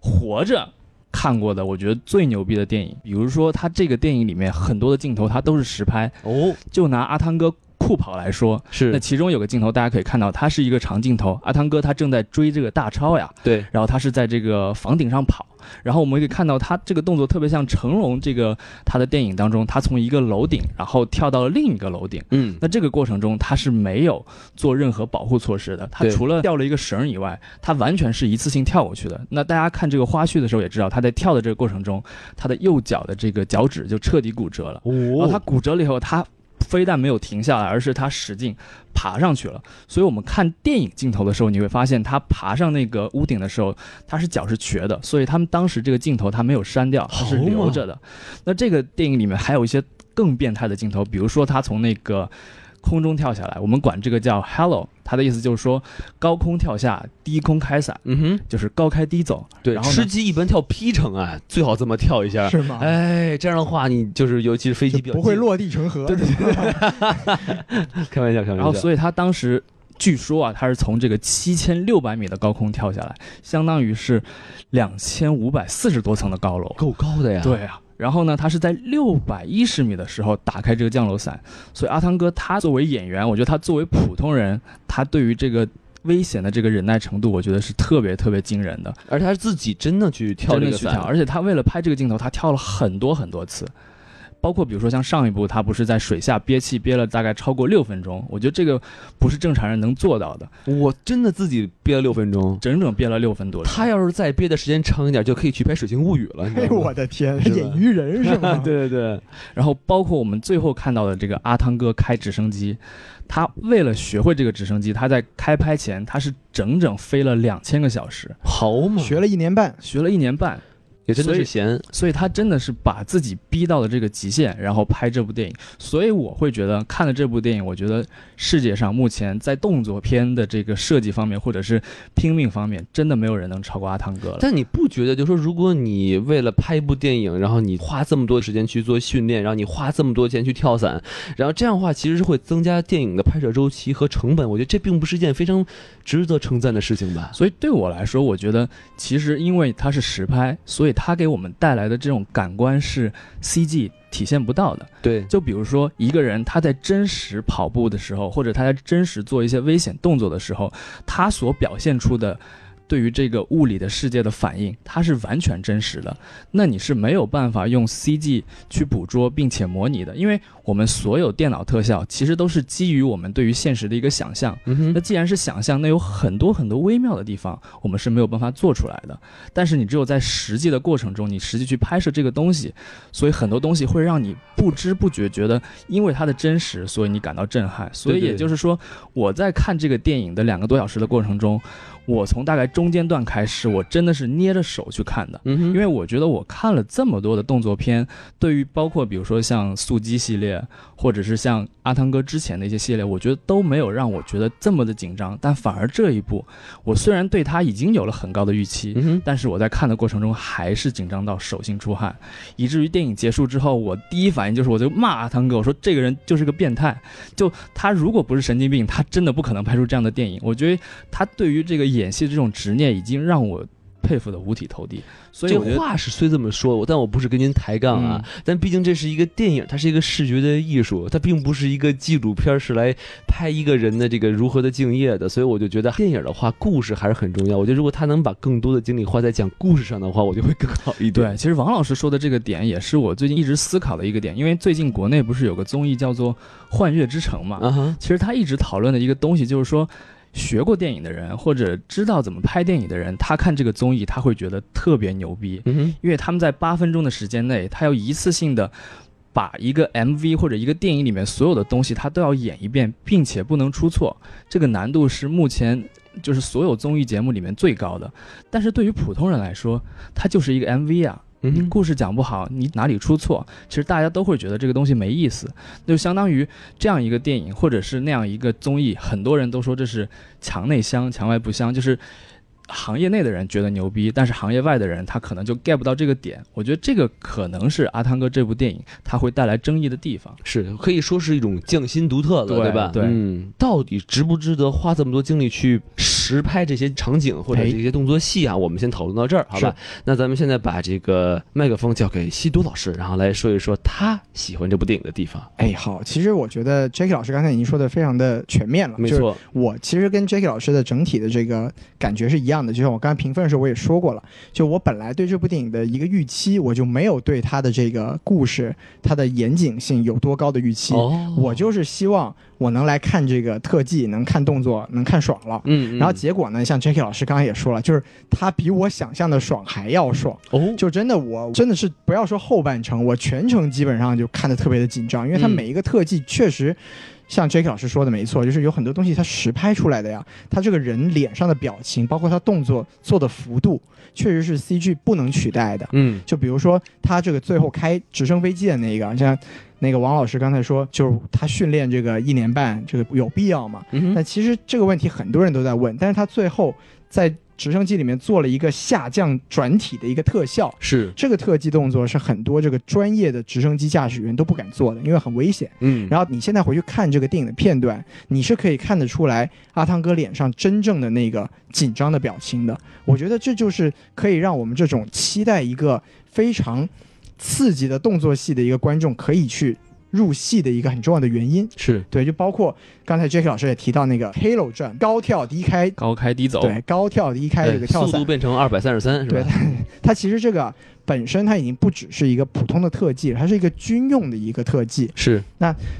Speaker 1: 活着。看过的，我觉得最牛逼的电影，比如说它这个电影里面很多的镜头，它都是实拍。
Speaker 2: 哦，
Speaker 1: 就拿阿汤哥酷跑来说，那
Speaker 2: 是
Speaker 1: 其中有个镜头大家可以看到，它是一个长镜头，阿汤哥他正在追这个大超呀，
Speaker 2: 对，
Speaker 1: 然后他是在这个房顶上跑，然后我们可以看到他这个动作特别像成龙这个他的电影当中，他从一个楼顶然后跳到了另一个楼顶。
Speaker 2: 嗯，
Speaker 1: 那这个过程中，他是没有做任何保护措施的。他
Speaker 2: 对
Speaker 1: 除了掉了一个绳儿以外，他完全是一次性跳过去的。那大家看这个花絮的时候也知道，他在跳的这个过程中，他的右脚的这个脚趾就彻底骨折了。然
Speaker 2: 哦
Speaker 1: 后他骨折了以后，他非但没有停下来，而是他使劲爬上去了。所以我们看电影镜头的时候，你会发现他爬上那个屋顶的时候，他是脚是瘸的，所以他们当时这个镜头他没有删掉，他是
Speaker 2: 好嘛
Speaker 1: 留着的。那这个电影里面还有一些更变态的镜头，比如说他从那个。空中跳下来，我们管这个叫 “hello”，它的意思就是说高空跳下，低空开伞，
Speaker 2: 嗯哼，
Speaker 1: 就是高开低走。
Speaker 2: 对，
Speaker 1: 然后呢
Speaker 2: 吃鸡一般跳 P 成啊，最好这么跳一下。
Speaker 3: 是吗？
Speaker 2: 哎，这样的话，你就是尤其是飞
Speaker 3: 啊就
Speaker 2: 机比较
Speaker 3: 不会
Speaker 2: 近，
Speaker 3: 落地成盒，对对对，
Speaker 2: 开玩笑，开玩笑。
Speaker 1: 然后，所以他当时据说啊，他是从这个七千六百米的高空跳下来，相当于是两千五百四十多层的高楼。
Speaker 2: 够高哎的呀。，
Speaker 1: 对啊，然后呢，他是在六百一十米的时候打开这个降落伞，所以阿汤哥他作为演员，我觉得他作为普通人，他对于这个。危险的这个忍耐程度，我觉得是特别特别惊人的，
Speaker 2: 而且他是自己真的去跳
Speaker 1: 真
Speaker 2: 这
Speaker 1: 的
Speaker 2: 个
Speaker 1: 去跳。
Speaker 2: 伞，
Speaker 1: 而且他为了拍这个镜头，他跳了很多很多次，包括比如说像上一部，他不是在水下憋气憋了大概超过六分钟，我觉得这个不是正常人能做到的。
Speaker 2: 我真的自己憋了六分钟。
Speaker 1: 整整憋了六分多钟。
Speaker 2: 他要是再憋的时间长一点，就可以去拍《水星物语》了。你知
Speaker 3: 哎
Speaker 2: 道吗
Speaker 3: 我 的天，
Speaker 2: 是吧
Speaker 3: 演鱼人是吗？
Speaker 2: 对对对，
Speaker 1: 然后包括我们最后看到的这个阿汤哥开直升机，他为了学会这个直升机，他在开拍前他是整整飞了两千个小时，
Speaker 2: 好嘛，
Speaker 3: 学了一年半，
Speaker 1: 学了一年半，
Speaker 2: 也真的
Speaker 1: 所
Speaker 2: 是
Speaker 1: 以
Speaker 2: 闲。
Speaker 1: 所以他真的是把自己逼到了这个极限，然后拍这部电影。所以我会觉得看了这部电影，我觉得世界上目前在动作片的这个设计方面，或者是拼命方面，真的没有人能超过阿汤哥了。
Speaker 2: 但你不觉得，就是说，如果你为了拍一部电影，然后你花这么多时间去做训练，然后你花这么多钱去跳伞，然后这样的话，其实是会增加电影的拍摄周期和成本。我觉得这并不是一件非常值得称赞的事情吧？
Speaker 1: 所以对我来说，我觉得其实因为它是实拍，所以它给我们带来的这种感官是 CG 体现不到的。
Speaker 2: 对，
Speaker 1: 就比如说一个人他在真实跑步的时候，或者他在真实做一些危险动作的时候，他所表现出的。对于这个物理的世界的反应，它是完全真实的，那你是没有办法用 CG 去捕捉并且模拟的，因为我们所有电脑特效其实都是基于我们对于现实的一个想象。
Speaker 2: 嗯哼
Speaker 1: 那，既然是想象，那有很多很多微妙的地方，我们是没有办法做出来的。但是你只有在实际的过程中，你实际去拍摄这个东西，所以很多东西会让你不知不觉觉得，因为它的真实，所以你感到震撼。所以
Speaker 2: 对对
Speaker 1: 也就是说，我在看这个电影的两个多小时的过程中，我从大概中间段开始，我真的是捏着手去看的。
Speaker 2: 嗯哼，
Speaker 1: 因为我觉得我看了这么多的动作片，对于包括比如说像速激系列，或者是像阿汤哥之前的一些系列，我觉得都没有让我觉得这么的紧张，但反而这一部，我虽然对它已经有了很高的预期。
Speaker 2: 嗯哼，
Speaker 1: 但是我在看的过程中还是紧张到手心出汗，以至于电影结束之后，我第一反应就是我就骂阿汤哥，我说这个人就是个变态，就他如果不是神经病，他真的不可能拍出这样的电影。我觉得他对于这个演戏这种执念已经让我佩服的五体投地，所以
Speaker 2: 这
Speaker 1: 我觉得嗯
Speaker 2: 话是虽这么说，我但我不是跟您抬杠啊，但毕竟这是一个电影，它是一个视觉的艺术，它并不是一个纪录片，是来拍一个人的这个如何的敬业的。所以我就觉得电影的话，故事还是很重要。我觉得如果他能把更多的精力花在讲故事上的话，我就会更好一点。
Speaker 1: 对，其实王老师说的这个点也是我最近一直思考的一个点，因为最近国内不是有个综艺叫做《幻乐之城》嘛，
Speaker 2: 啊哈，
Speaker 1: 其实他一直讨论的一个东西就是说。学过电影的人，或者知道怎么拍电影的人，他看这个综艺，他会觉得特别牛逼，
Speaker 2: 嗯哼，
Speaker 1: 因为他们在八分钟的时间内，他要一次性的把一个 MV 或者一个电影里面所有的东西，他都要演一遍，并且不能出错。这个难度是目前就是所有综艺节目里面最高的。但是对于普通人来说，它就是一个 MV 啊，
Speaker 2: 嗯
Speaker 1: 你
Speaker 2: 哼，
Speaker 1: 故事讲不好，你哪里出错，其实大家都会觉得这个东西没意思。那就相当于这样一个电影，或者是那样一个综艺，很多人都说这是墙内香，墙外不香，就是。行业内的人觉得牛逼，但是行业外的人他可能就 get 不到这个点。我觉得这个可能是阿汤哥这部电影它会带来争议的地方。
Speaker 2: 是可以说是一种匠心独特了，
Speaker 1: 对
Speaker 2: 吧？
Speaker 1: 对
Speaker 2: 嗯，到底值不值得花这么多精力去实拍这些场景或者
Speaker 3: 哎
Speaker 2: 这些动作戏啊？我们先讨论到这儿，好吧？那咱们现在把这个麦克风交给西多老师，然后来说一说他喜欢这部电影的地方。
Speaker 3: 哎，好，其实我觉得 Jackie 老师刚才已经说的非常的全面了，
Speaker 2: 没
Speaker 3: 就是
Speaker 2: 错，
Speaker 3: 我其实跟 Jackie 老师的整体的这个感觉是一样的，就像我刚才评分的时候我也说过了，就我本来对这部电影的一个预期，我就没有对它的这个故事、它的严谨性有多高的预期，
Speaker 2: 哦
Speaker 3: 我就是希望我能来看这个特技，能看动作，能看爽了。
Speaker 2: 嗯，嗯
Speaker 3: 然后结果呢，像 Jackie 老师刚刚也说了，就是它比我想象的爽还要爽，
Speaker 2: 哦，
Speaker 3: 就真的我真的是不要说后半程，我全程基本上就看得特别的紧张，因为它
Speaker 2: 嗯
Speaker 3: 每一个特技确实。像 Jackie 老师说的没错，就是有很多东西它实拍出来的呀，他这个人脸上的表情，包括他动作做的幅度，确实是 CG 不能取代的。
Speaker 2: 嗯
Speaker 3: 就比如说他这个最后开直升飞机的那个，像那个王老师刚才说，就是他训练这个一年半，这个有必要吗？
Speaker 2: 嗯
Speaker 3: 那
Speaker 2: 哼，
Speaker 3: 其实这个问题很多人都在问，但是他最后在直升机里面做了一个下降转体的一个特效，
Speaker 2: 是，
Speaker 3: 这个特技动作是很多这个专业的直升机驾驶员都不敢做的，因为很危险。
Speaker 2: 嗯，
Speaker 3: 然后你现在回去看这个电影的片段，你是可以看得出来阿汤哥脸上真正的那个紧张的表情的。我觉得这就是可以让我们这种期待一个非常刺激的动作戏的一个观众可以去入戏的一个很重要的原因。
Speaker 2: 是，
Speaker 3: 对，就包括刚才 Jack 老师也提到那个 Halo 战高跳低开，
Speaker 1: 高开低走，
Speaker 3: 对，高跳低开这个
Speaker 2: 哎
Speaker 3: 跳
Speaker 2: 速
Speaker 3: 伞
Speaker 2: 度，变成二百三十三，是
Speaker 3: 对
Speaker 2: 吧？
Speaker 3: 它它其实这个本身它已经不只是一个普通的特技了，它是一个军用的一个特技。
Speaker 2: 是，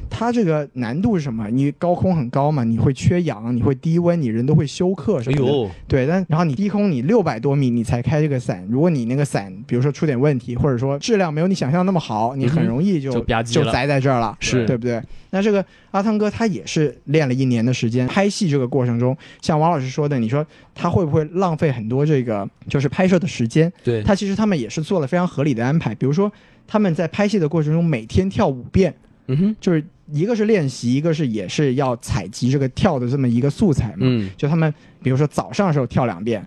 Speaker 3: 它这个难度是什么？你高空很高嘛，你会缺氧，你会低温，你人都会休克什
Speaker 2: 哎
Speaker 3: 么的。
Speaker 2: 呦，
Speaker 3: 对，但然后你低空你六百多米你才开这个伞，如果你那个伞比如说出点问题，或者说质量没有你想象那么好，你很
Speaker 2: 嗯哼
Speaker 3: 容易就、
Speaker 1: 就吧唧了
Speaker 3: 栽在这儿了。
Speaker 2: 是
Speaker 3: 对不对？那这个阿汤哥他也是练了一年的时间，拍戏这个过程中，像王老师说的，你说他会不会浪费很多这个就是拍摄的时间？
Speaker 2: 对，
Speaker 3: 他其实他们也是做了非常合理的安排，比如说他们在拍戏的过程中每天跳五遍，
Speaker 2: 嗯哼，
Speaker 3: 就是一个是练习，一个是也是要采集这个跳的这么一个素材嘛。
Speaker 2: 嗯，
Speaker 3: 就他们比如说早上的时候跳两遍，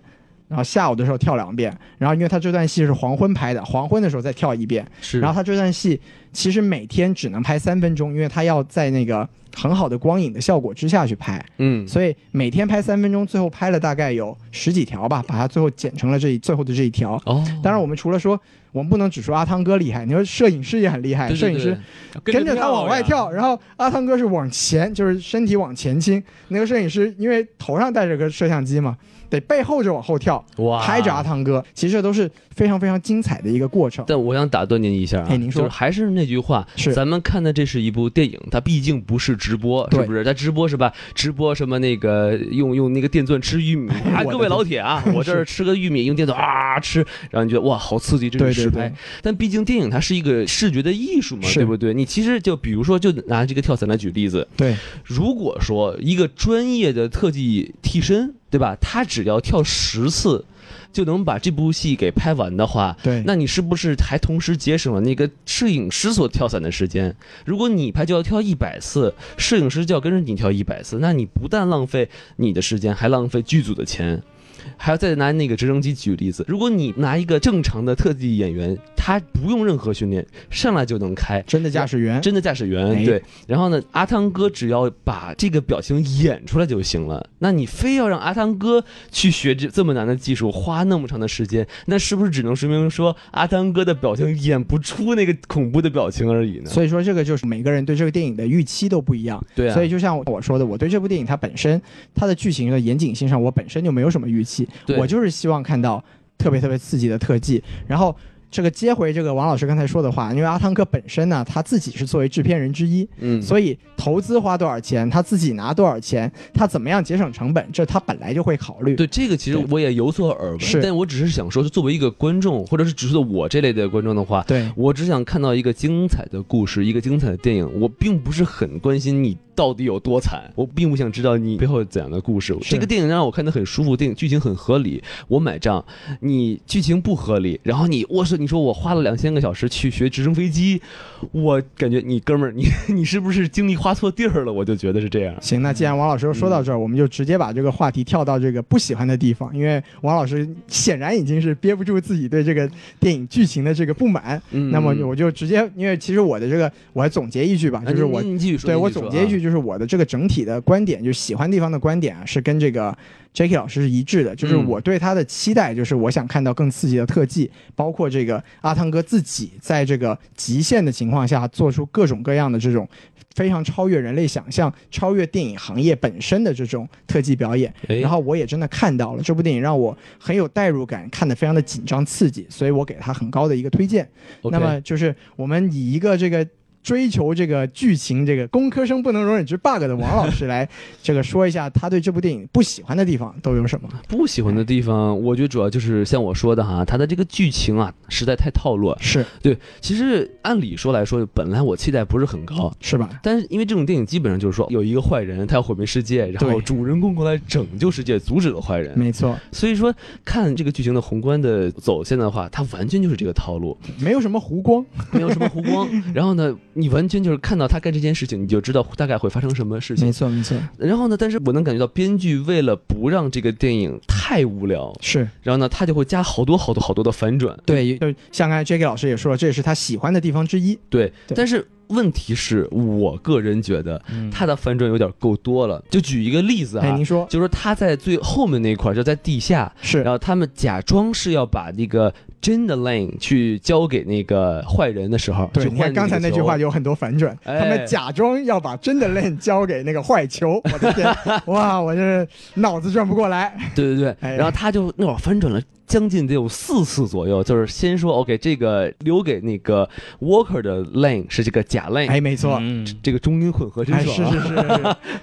Speaker 3: 然后下午的时候跳两遍，然后因为他这段戏是黄昏拍的，黄昏的时候再跳一遍，
Speaker 2: 是，
Speaker 3: 然后他这段戏其实每天只能拍三分钟，因为他要在那个很好的光影的效果之下去拍，
Speaker 2: 嗯，
Speaker 3: 所以每天拍三分钟，最后拍了大概有十几条吧，把它最后剪成了这一最后的这一条。
Speaker 2: 哦，
Speaker 3: 当然，我们除了说，我们不能只说阿汤哥厉害，你说摄影师也很厉害，
Speaker 2: 对对
Speaker 3: 摄影师
Speaker 2: 对
Speaker 3: 跟着他往外
Speaker 1: 呀，
Speaker 3: 跳，然后阿汤哥是往前，就是身体往前倾。那个摄影师因为头上戴着个摄像机嘛，得背后着往后跳，
Speaker 2: 哇，
Speaker 3: 拍着阿啊汤哥。其实这都是非常非常精彩的一个过程。
Speaker 2: 但我想打断您一下啊，
Speaker 3: 哎您说
Speaker 2: 就是还是那句话，
Speaker 3: 是
Speaker 2: 咱们看的这是一部电影，它毕竟不是直播，
Speaker 3: 对
Speaker 2: 是不是？它直播是吧？直播什么那个用用那个电钻吃玉 米啊，
Speaker 3: 我的
Speaker 2: 各位老铁啊，我这儿吃个玉米，用电钻啊吃，然后你觉得哇，好刺激，这
Speaker 3: 对
Speaker 2: 是
Speaker 3: 对
Speaker 2: 实拍。
Speaker 3: 对，
Speaker 2: 但毕竟电影它是一个视觉的艺术嘛，
Speaker 3: 是
Speaker 2: 对不对？你其实就比如说，就拿这个跳伞来举例子，
Speaker 3: 对
Speaker 2: 如果说一个专业的特技替身。对吧？他只要跳十次，就能把这部戏给拍完的话，
Speaker 3: 对，
Speaker 2: 那你是不是还同时节省了那个摄影师所跳伞的时间？如果你拍就要跳一百次，摄影师就要跟着你跳一百次，那你不但浪费你的时间，还浪费剧组的钱。还要再拿那个直升机举例子，如果你拿一个正常的特技演员，他不用任何训练，上来就能开，
Speaker 3: 真的驾驶员，
Speaker 2: 真的驾驶员
Speaker 3: 哎
Speaker 2: 对。然后呢，阿汤哥只要把这个表情演出来就行了。那你非要让阿汤哥去学这这么难的技术，花那么长的时间，那是不是只能说明说阿汤哥的表情演不出那个恐怖的表情而已呢？
Speaker 3: 所以说这个就是每个人对这个电影的预期都不一样。
Speaker 2: 对啊，
Speaker 3: 所以就像我说的，我对这部电影它本身它的剧情的严谨性上，我本身就没有什么预期，
Speaker 2: 对
Speaker 3: 我就是希望看到特别特别刺激的特技，然后。这个接回这个王老师刚才说的话，因为阿汤哥本身呢，他自己是作为制片人之一，
Speaker 2: 嗯，
Speaker 3: 所以投资花多少钱，他自己拿多少钱，他怎么样节省成本，这他本来就会考虑。
Speaker 2: 对这个其实
Speaker 3: 对
Speaker 2: 我也有所耳闻，
Speaker 3: 是
Speaker 2: 但我只是想说，作为一个观众，或者是只是我这类的观众的话，
Speaker 3: 对
Speaker 2: 我只想看到一个精彩的故事，一个精彩的电影。我并不是很关心你到底有多惨，我并不想知道你背后有怎样的故事。
Speaker 3: 是
Speaker 2: 这个电影让我看得很舒服，电影剧情很合理，我买账。你剧情不合理，然后你我说你说我花了两千个小时去学直升飞机，我感觉你哥们儿你你是不是精力花错地儿了？我就觉得是这样。
Speaker 3: 行，那既然王老师又说到这儿，我们就直接把这个话题跳到这个不喜欢的地方，因为王老师显然已经是憋不住自己对这个电影剧情的这个不满。
Speaker 2: 嗯，
Speaker 3: 那么我就直接，因为其实我的这个，我还总结一句吧，
Speaker 2: 啊
Speaker 3: 就是我
Speaker 2: 你你你继续说，
Speaker 3: 对
Speaker 2: 你
Speaker 3: 我
Speaker 2: 继续说
Speaker 3: 总结一句，
Speaker 2: 啊，
Speaker 3: 就是我的这个整体的观点，就是喜欢地方的观点啊，是跟这个 Jacky 老师是一致的。就是
Speaker 2: 嗯
Speaker 3: 我对他的期待，就是我想看到更刺激的特技，包括这个阿汤哥自己在这个极限的情况下，做出各种各样的这种非常超越人类想象、超越电影行业本身的这种特技表演。
Speaker 2: 哎
Speaker 3: 然后我也真的看到了这部电影，让我很有代入感，看得非常的紧张刺激，所以我给他很高的一个推荐。
Speaker 2: OK
Speaker 3: 那么就是我们以一个这个追求这个剧情、这个工科生不能容忍之 bug 的王老师来这个说一下，他对这部电影不喜欢的地方都有什么？
Speaker 2: 不喜欢的地方，我觉得主要就是像我说的哈，它的这个剧情啊，实在太套路了。
Speaker 3: 是
Speaker 2: 对，其实按理说来说，本来我期待不是很高，
Speaker 3: 是吧？
Speaker 2: 但是因为这种电影基本上就是说有一个坏人，他要毁灭世界，然后
Speaker 3: 对
Speaker 2: 主人公过来拯救世界，阻止了坏人。
Speaker 3: 没错，
Speaker 2: 所以说，看这个剧情的宏观的走线的话，它完全就是这个套 路，
Speaker 3: 没有什么湖光，
Speaker 2: 没有什么湖光。然后呢，你完全就是看到他干这件事情，你就知道大概会发生什么事情。
Speaker 3: 错没错，
Speaker 2: 然后呢，但是我能感觉到编剧为了不让这个电影太无聊，
Speaker 3: 是
Speaker 2: 然后呢，他就会加好多好多好多的反转。
Speaker 3: 对，就像刚才 Jacky 老师也说了，这也是他喜欢的地方之一。
Speaker 2: 对，
Speaker 3: 对
Speaker 2: 但是问题是我个人觉得
Speaker 1: 嗯
Speaker 2: 他的反转有点够多了。就举一个例子
Speaker 3: 哎，
Speaker 2: 哈
Speaker 3: 您，说
Speaker 2: 就说他在最后面那一块儿，就在地下，
Speaker 3: 是
Speaker 2: 然后他们假装是要把那个真的 Lane 去交给那个坏人的时候，
Speaker 3: 对，
Speaker 2: 去
Speaker 3: 你
Speaker 2: 换
Speaker 3: 看刚才那句话
Speaker 2: 就
Speaker 3: 有很多反转，
Speaker 2: 哎
Speaker 3: 他们假装要把真的 Lane 交给那个坏球，我的天，哇，我这脑子转不过来。
Speaker 2: 对对对，
Speaker 3: 哎
Speaker 2: 然后他就那会儿反转了。将近得有四次左右，就是先说 OK，这个留给那个 Walker 的 Lane 是这个假 Lane，、
Speaker 3: 哎，没错，
Speaker 1: 嗯
Speaker 2: 这个中英混合真
Speaker 3: 哎，
Speaker 2: 爽、啊
Speaker 3: 是是是，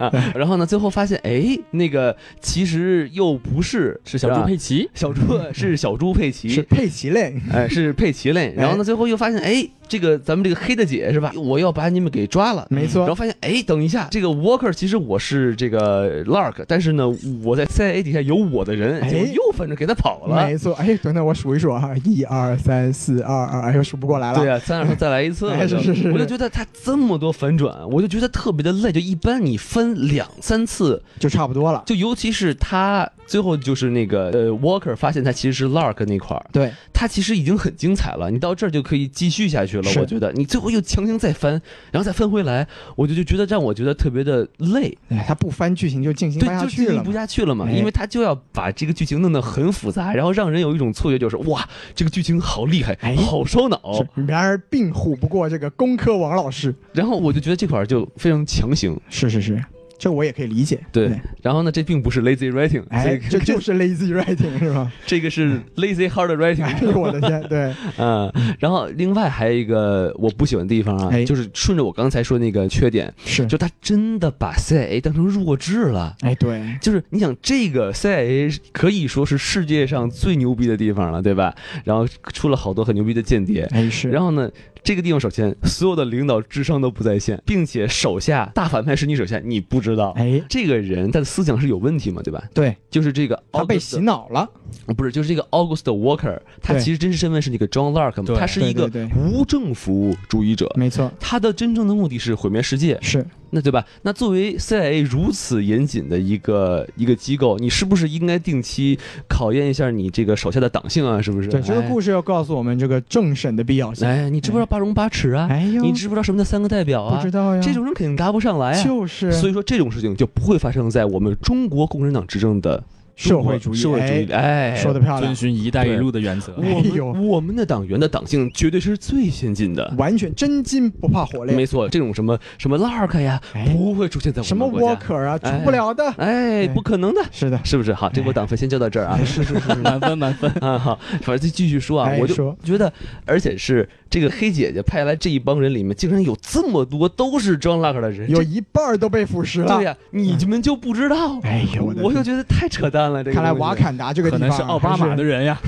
Speaker 2: 啊，然后呢，最后发现，哎，那个其实又不是
Speaker 1: 是
Speaker 3: 啊
Speaker 1: 小猪佩奇，
Speaker 2: 小猪是小猪佩
Speaker 3: 是
Speaker 2: 奇，
Speaker 3: 佩奇 Lane，
Speaker 2: 哎，是佩奇类。然后呢，最后又发现，哎，这个咱们这个黑的姐是吧？我要把你们给抓了。
Speaker 3: 没
Speaker 2: 然后
Speaker 3: 错，
Speaker 2: 发现，哎，等一下，这个 Walker 其实我是这个 Lark，但是呢，我在 CIA 底下有我的人，
Speaker 3: 哎
Speaker 2: 结果又反正给他跑了
Speaker 3: 没。错。哎，等等，我数一数啊，一二三四二二，哎呦，数不过来了。
Speaker 2: 对啊，三二再来一次了，
Speaker 3: 哎是是是
Speaker 2: 我就觉得他这么多反转，我就觉得特别的累。就一般你分两三次，
Speaker 3: 就差不多了。
Speaker 2: 就尤其是他最后就是那个呃 Walker 发现他其实是 Lark 那块儿，
Speaker 3: 对，
Speaker 2: 他其实已经很精彩了，你到这儿就可以继续下去了。
Speaker 3: 是
Speaker 2: 我觉得你最后又强行再翻，然后再翻回来，我就就觉得让我觉得特别的累，
Speaker 3: 哎，他不翻剧情就进行不
Speaker 2: 对，
Speaker 3: 下
Speaker 2: 就
Speaker 3: 去
Speaker 2: 进
Speaker 3: 了
Speaker 2: 行不
Speaker 3: 嘛。
Speaker 2: 下去了嘛，
Speaker 3: 哎
Speaker 2: 因为他就要把这个剧情弄得很复杂，然后让人有一种错觉，就是哇，这个剧情好厉害
Speaker 3: 哎，
Speaker 2: 好烧脑
Speaker 3: 是。然而并虎不过这个工科王老师。
Speaker 2: 然后我就觉得这块儿就非常强行，
Speaker 3: 是是是，这我也可以理解。
Speaker 2: 对。然后呢，这并不是 lazy writing，
Speaker 3: 哎，
Speaker 2: 这
Speaker 3: 这
Speaker 2: 个
Speaker 3: 就是 lazy writing 是吧？
Speaker 2: 这个是 lazy hard writing
Speaker 3: 哎。呦我的天， 对，
Speaker 2: 嗯，然后另外还有一个我不喜欢的地方啊，
Speaker 3: 哎
Speaker 2: 就是顺着我刚才说那个缺点，
Speaker 3: 是，
Speaker 2: 就他真的把 CIA 当成弱智了。
Speaker 3: 哎对，
Speaker 2: 就是你想，这个 CIA 可以说是世界上最牛逼的地方了，对吧？然后出了好多很牛逼的间谍。
Speaker 3: 哎是。
Speaker 2: 然后呢，这个地方首先所有的领导智商都不在线，并且手下大反派是你手下，你不知知道。
Speaker 3: 哎，
Speaker 2: 这个人他的思想是有问题嘛，对吧？
Speaker 3: 对
Speaker 2: 就是这个
Speaker 3: 他被
Speaker 2: August-
Speaker 3: 洗脑了，
Speaker 2: 不是，就是这个 August Walker，他
Speaker 3: 对
Speaker 2: 其实真实身份是那个 John Lark 嘛，
Speaker 1: 对
Speaker 2: 他是一个
Speaker 3: 对对对
Speaker 2: 无政府主义者，
Speaker 3: 没错，
Speaker 2: 他的真正的目的是毁灭世界，
Speaker 3: 是
Speaker 2: 那对吧？那作为 CIA 如此严谨的一个一个机构，你是不是应该定期考验一下你这个手下的党性啊？是不是？
Speaker 3: 对这个故
Speaker 2: 事，
Speaker 3: 事要告诉我们这个政审的必要性。
Speaker 2: 哎，你知不知道八荣八耻啊？
Speaker 3: 哎呦，
Speaker 2: 你知不知道什么叫三个代表
Speaker 3: 不
Speaker 2: 啊
Speaker 3: 知？道呀？
Speaker 2: 这种人肯定答不上来啊。
Speaker 3: 就是
Speaker 2: 所以说这种事情就不会发生在我们中国共产党执政的
Speaker 3: 社会主义，
Speaker 2: 社会主义，哎，
Speaker 3: 哎说的漂
Speaker 1: 遵
Speaker 3: 亮，
Speaker 1: 循“一带一路”的原则。
Speaker 2: 我
Speaker 3: 哎呦
Speaker 2: 们我们的党员的党性绝对是最先进的，
Speaker 3: 完全真金不怕火
Speaker 2: 没
Speaker 3: 炼，
Speaker 2: 错，这种什么什么 Lark 呀，
Speaker 3: 哎
Speaker 2: 不会出现在我
Speaker 3: 什么
Speaker 2: 们国家，
Speaker 3: Walker 啊，出
Speaker 2: 哎
Speaker 3: 不了的。
Speaker 2: 哎，不可能的，
Speaker 3: 是的，
Speaker 2: 是不是？好，这波党费先交到这儿啊
Speaker 3: 哎，是是是 是，
Speaker 1: 满分满分，
Speaker 2: 啊，好，反正就继续说啊，
Speaker 3: 哎
Speaker 2: 我就
Speaker 3: 说
Speaker 2: 觉得，而且是这个黑姐姐派来这一帮人里面，竟然有这么多都是 John Lark 的人，
Speaker 3: 有
Speaker 2: 这
Speaker 3: 一半儿都被腐蚀了。
Speaker 2: 对呀，你们就不知道，
Speaker 3: 哎呦我的
Speaker 2: 我就觉得太扯淡了，这个
Speaker 3: 看来
Speaker 2: 东西
Speaker 3: 瓦坎达这个
Speaker 1: 可
Speaker 3: 地
Speaker 1: 能
Speaker 3: 方啊
Speaker 1: 是奥巴马的
Speaker 3: 人，
Speaker 1: 人呀。